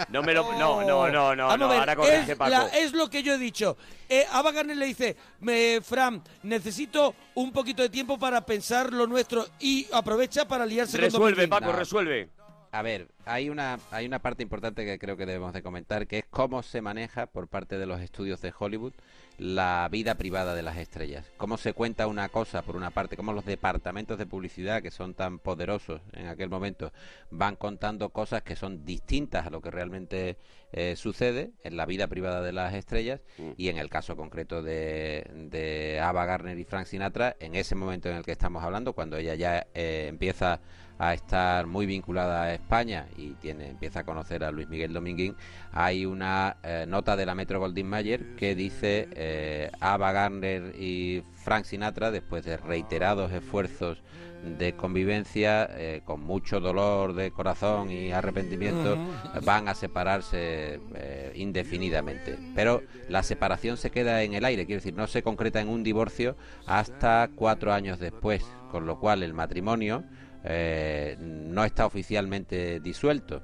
No me lo. No, no, no, no. Oh, Vamos no, a ver, ahora corrige, es, Paco. la- es lo que yo he dicho. Eh, Ava Gardner le dice, me, Fran, necesito un poquito de tiempo para pensar lo nuestro y aprovecha para liarse con Dominguín. No. A ver, hay una, hay una parte importante que creo que debemos de comentar, que es cómo se maneja por parte de los estudios de Hollywood la vida privada de las estrellas. Cómo se cuenta una cosa, por una parte, cómo los departamentos de publicidad, que son tan poderosos en aquel momento, van contando cosas que son distintas a lo que realmente eh, sucede en la vida privada de las estrellas y en el caso concreto de, de Ava Garner y Frank Sinatra, en ese momento en el que estamos hablando, cuando ella ya eh, empieza a estar muy vinculada a España y tiene, empieza a conocer a Luis Miguel Dominguín, hay una eh, nota de la Metro Goldwyn Mayer que dice eh, Ava Gardner y Frank Sinatra, después de reiterados esfuerzos de convivencia, eh, con mucho dolor de corazón y arrepentimiento, Ujú. van a separarse eh, indefinidamente. Pero la separación se queda en el aire, quiero decir, no se concreta en un divorcio hasta cuatro años después, con lo cual el matrimonio eh, no está oficialmente disuelto.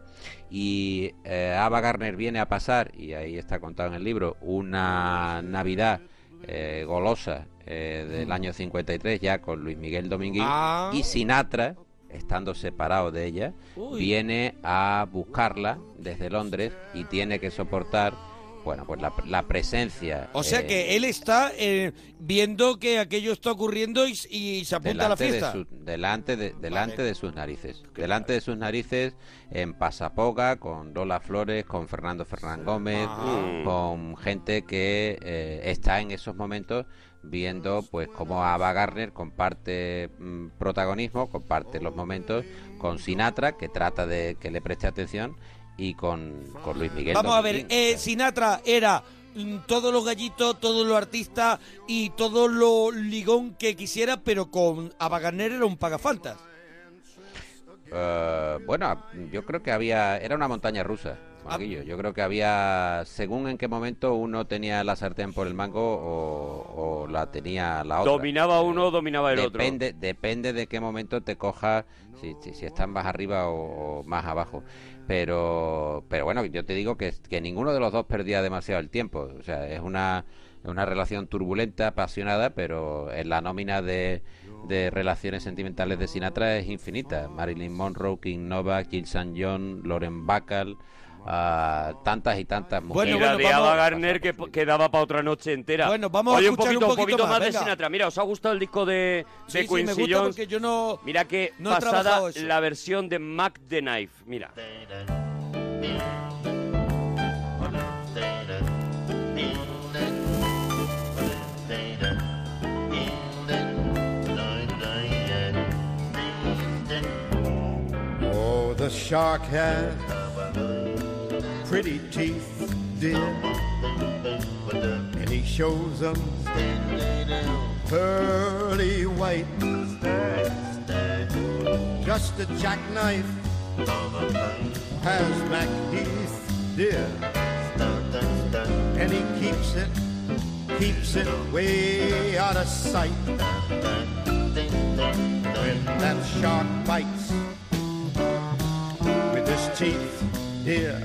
Y eh, Ava Garner viene a pasar, y ahí está contado en el libro, una Navidad eh, golosa eh, del año 53 ya con Luis Miguel Dominguín Ah. y Sinatra, estando separado de ella, Uy. viene a buscarla desde Londres y tiene que soportar, bueno, pues la, la presencia. O sea eh, que él está eh, viendo que aquello está ocurriendo y, y se apunta a la delante de, fiesta. su- delante de, delante de sus narices. Delante de sus narices en Pasapoga, con Lola Flores, con Fernando Fernán Gómez, Ah. con gente que eh, está en esos momentos viendo pues cómo Ava Gardner comparte mm, protagonismo, comparte los momentos con Sinatra, que trata de que le preste atención, y con, con Luis Miguel. Vamos a ver, Dominguín. eh, Sinatra era mm, todo lo gallito, todo lo artista y todo lo ligón que quisiera, pero con Ava Gardner era un pagafantas. Eh, bueno, yo creo que había... Era una montaña rusa. Juanquillo. Yo creo que había, según en qué momento uno tenía la sartén por el mango o, o la tenía la otra. Dominaba uno, dominaba el otro. depende, Depende de qué momento te cojas, si, si, si están más arriba o, o más abajo. Pero, pero bueno, yo te digo que, que ninguno de los dos perdía demasiado el tiempo. O sea, es una, es una relación turbulenta, apasionada, pero en la nómina de, de relaciones sentimentales de Sinatra es infinita. Marilyn Monroe, King Novak, Jill St. John, Lauren Bacall, ah, tantas y tantas mujeres. y ladeaba Garner que quedaba para otra noche entera. Bueno, vamos a Oye, escuchar un poquito, un poquito poquito más, más, de venga. Sinatra. Mira, ¿os ha gustado el disco de, Sí, de sí, Quincy me gusta Jones? porque yo no. Mira que no he pasada trabajado eso. la versión de Mac the Knife. Mira. Oh, the shark has pretty teeth, dear. And he shows them pearly white. Just a jackknife has back teeth, dear. And he keeps it, keeps it way out of sight. When that shark bites with his teeth, dear.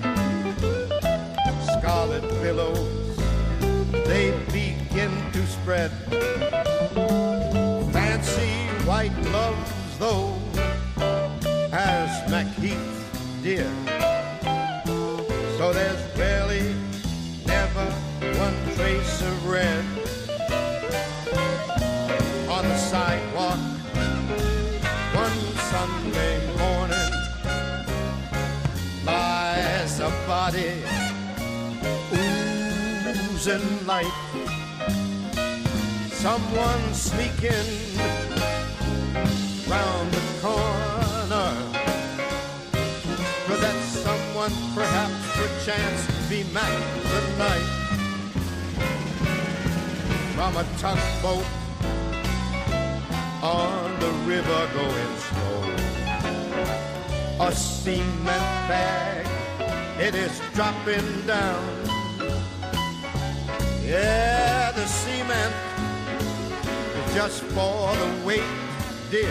Scarlet billows, they begin to spread. Fancy white gloves, though, as McHeath, dear. So there's barely never one trace of red on the sidewalk. One Sunday morning, lies a body oozing light. Someone sneaking round the corner. Could that someone perhaps perchance be Mac the Knight? From a tugboat on the river going slow a cement bag. It is dropping down. Yeah, the cement is just for the weight, dear.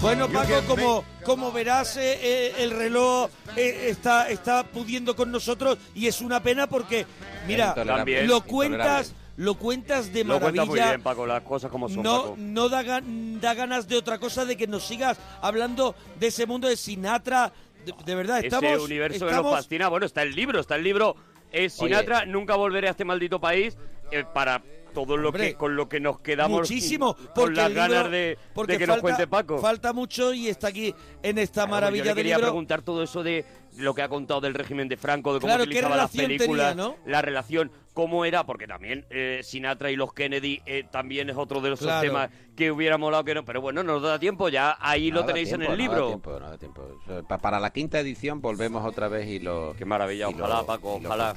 Bueno, Paco, como, como verás, eh, eh, el reloj eh, está, está pudiendo con nosotros y es una pena porque, mira, También. lo cuentas, lo cuentas de Lo cuenta maravilla. muy bien, Paco, las cosas como son, no Paco. no da, gan- da ganas de otra cosa de que nos sigas hablando de ese mundo de Sinatra. De, de verdad, estamos. Ese universo que estamos- nos fascina. Bueno, está el libro, está el libro. eh, Sinatra, nunca volveré a este maldito país. eh, para todo lo Hombre, que con lo que nos quedamos. muchísimo Con porque las el libro- ganas de, porque de que falta, nos cuente Paco. falta mucho y está aquí en esta Claro, maravilla yo le del quería libro preguntar todo eso de lo que ha contado del régimen de Franco, de cómo Claro, ¿qué utilizaba las relación películas, tenía, no? la relación, cómo era, porque también eh, Sinatra y los Kennedy eh, también es otro de los Claro. temas que hubiera molado que no. Pero bueno, no nos da tiempo, ya ahí lo Nada tenéis en tiempo, el nada libro. tiempo, nada tiempo. Eso, pa- Para la quinta edición volvemos otra vez y lo. Qué maravilla, ojalá, Paco, ojalá.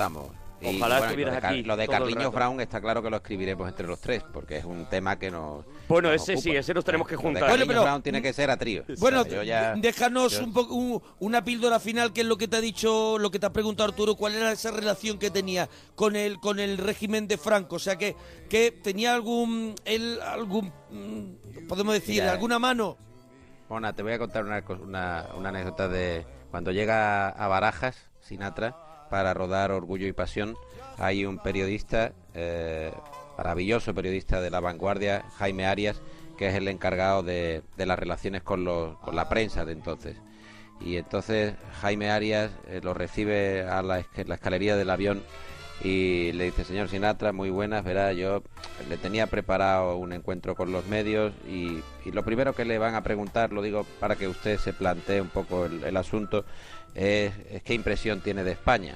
Ojalá estuvieras lo de, Car- aquí Lo de todo el Carliños rato. Brown está claro que lo escribiremos entre los tres, porque es un tema que nos. Bueno, nos ese ocupa. sí, ese nos tenemos que Lo de juntar. Carliños Brown tiene que ser a trío. Bueno, O sea, yo ya- déjanos yo- un poco un- una píldora final que es lo que te ha dicho, lo que te ha preguntado Arturo, cuál era esa relación que tenía con el con el régimen de Franco, o sea que que tenía algún él algún mm, podemos decir Mira, alguna mano. Mona, te voy a contar una, co- una- una anécdota de cuando llega a Barajas, Sinatra, para rodar Orgullo y Pasión. Hay un periodista, eh, maravilloso periodista de la vanguardia, Jaime Arias, que es el encargado de, de las relaciones con, los- con la prensa de entonces. Y entonces Jaime Arias eh, lo recibe a la, esca- la escalería del avión y le dice, señor Sinatra, muy buenas, verá, yo le tenía preparado un encuentro con los medios y, y lo primero que le van a preguntar, lo digo para que usted se plantee un poco el, el asunto, es, es qué impresión tiene de España.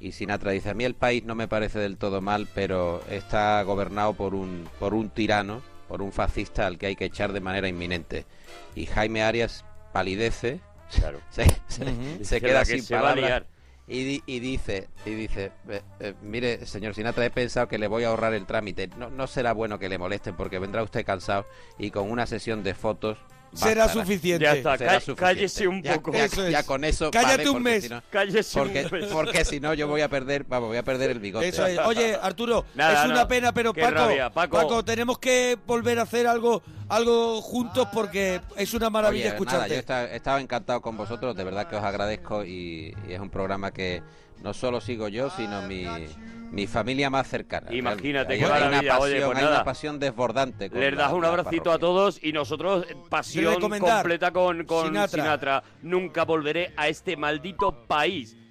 Y Sinatra dice, a mí el país no me parece del todo mal, pero está gobernado por un, por un tirano, por un fascista al que hay que echar de manera inminente. Y Jaime Arias palidece, se, se- Ujú. se Dice, queda "La que sin se va a palabras liar". y, di- y dice, y dice "Eh, eh, mire, señor Sinatra, he pensado que le voy a ahorrar el trámite. No, no será bueno que le molesten porque vendrá usted cansado y con una sesión de fotos será bastará. suficiente. Ya está, Será cá- suficiente. cállese un Ya- poco. ya- Eso es. ya con eso Vale, Cállate un porque mes. si no- Cállese un porque, mes. porque si no yo voy a perder, vamos, voy a perder el bigote. Eso es. Oye, Arturo, Nada, es una no. pena, pero Qué Paco, rabia, Paco. tenemos que volver a hacer algo, algo juntos porque es una Oye, maravilla nada, yo escucharte. esta- estaba encantado con vosotros, de verdad que os agradezco y, y es un programa que no solo sigo yo, sino mi, mi familia más cercana. Imagínate, Hay- qué hay maravilla. Una Oye, pasión, pues hay nada. una pasión desbordante. con Les la- das un la abracito a todos y nosotros eh, pasión Recomendar. completa con, con Sinatra. Sinatra. Nunca volveré a este maldito país.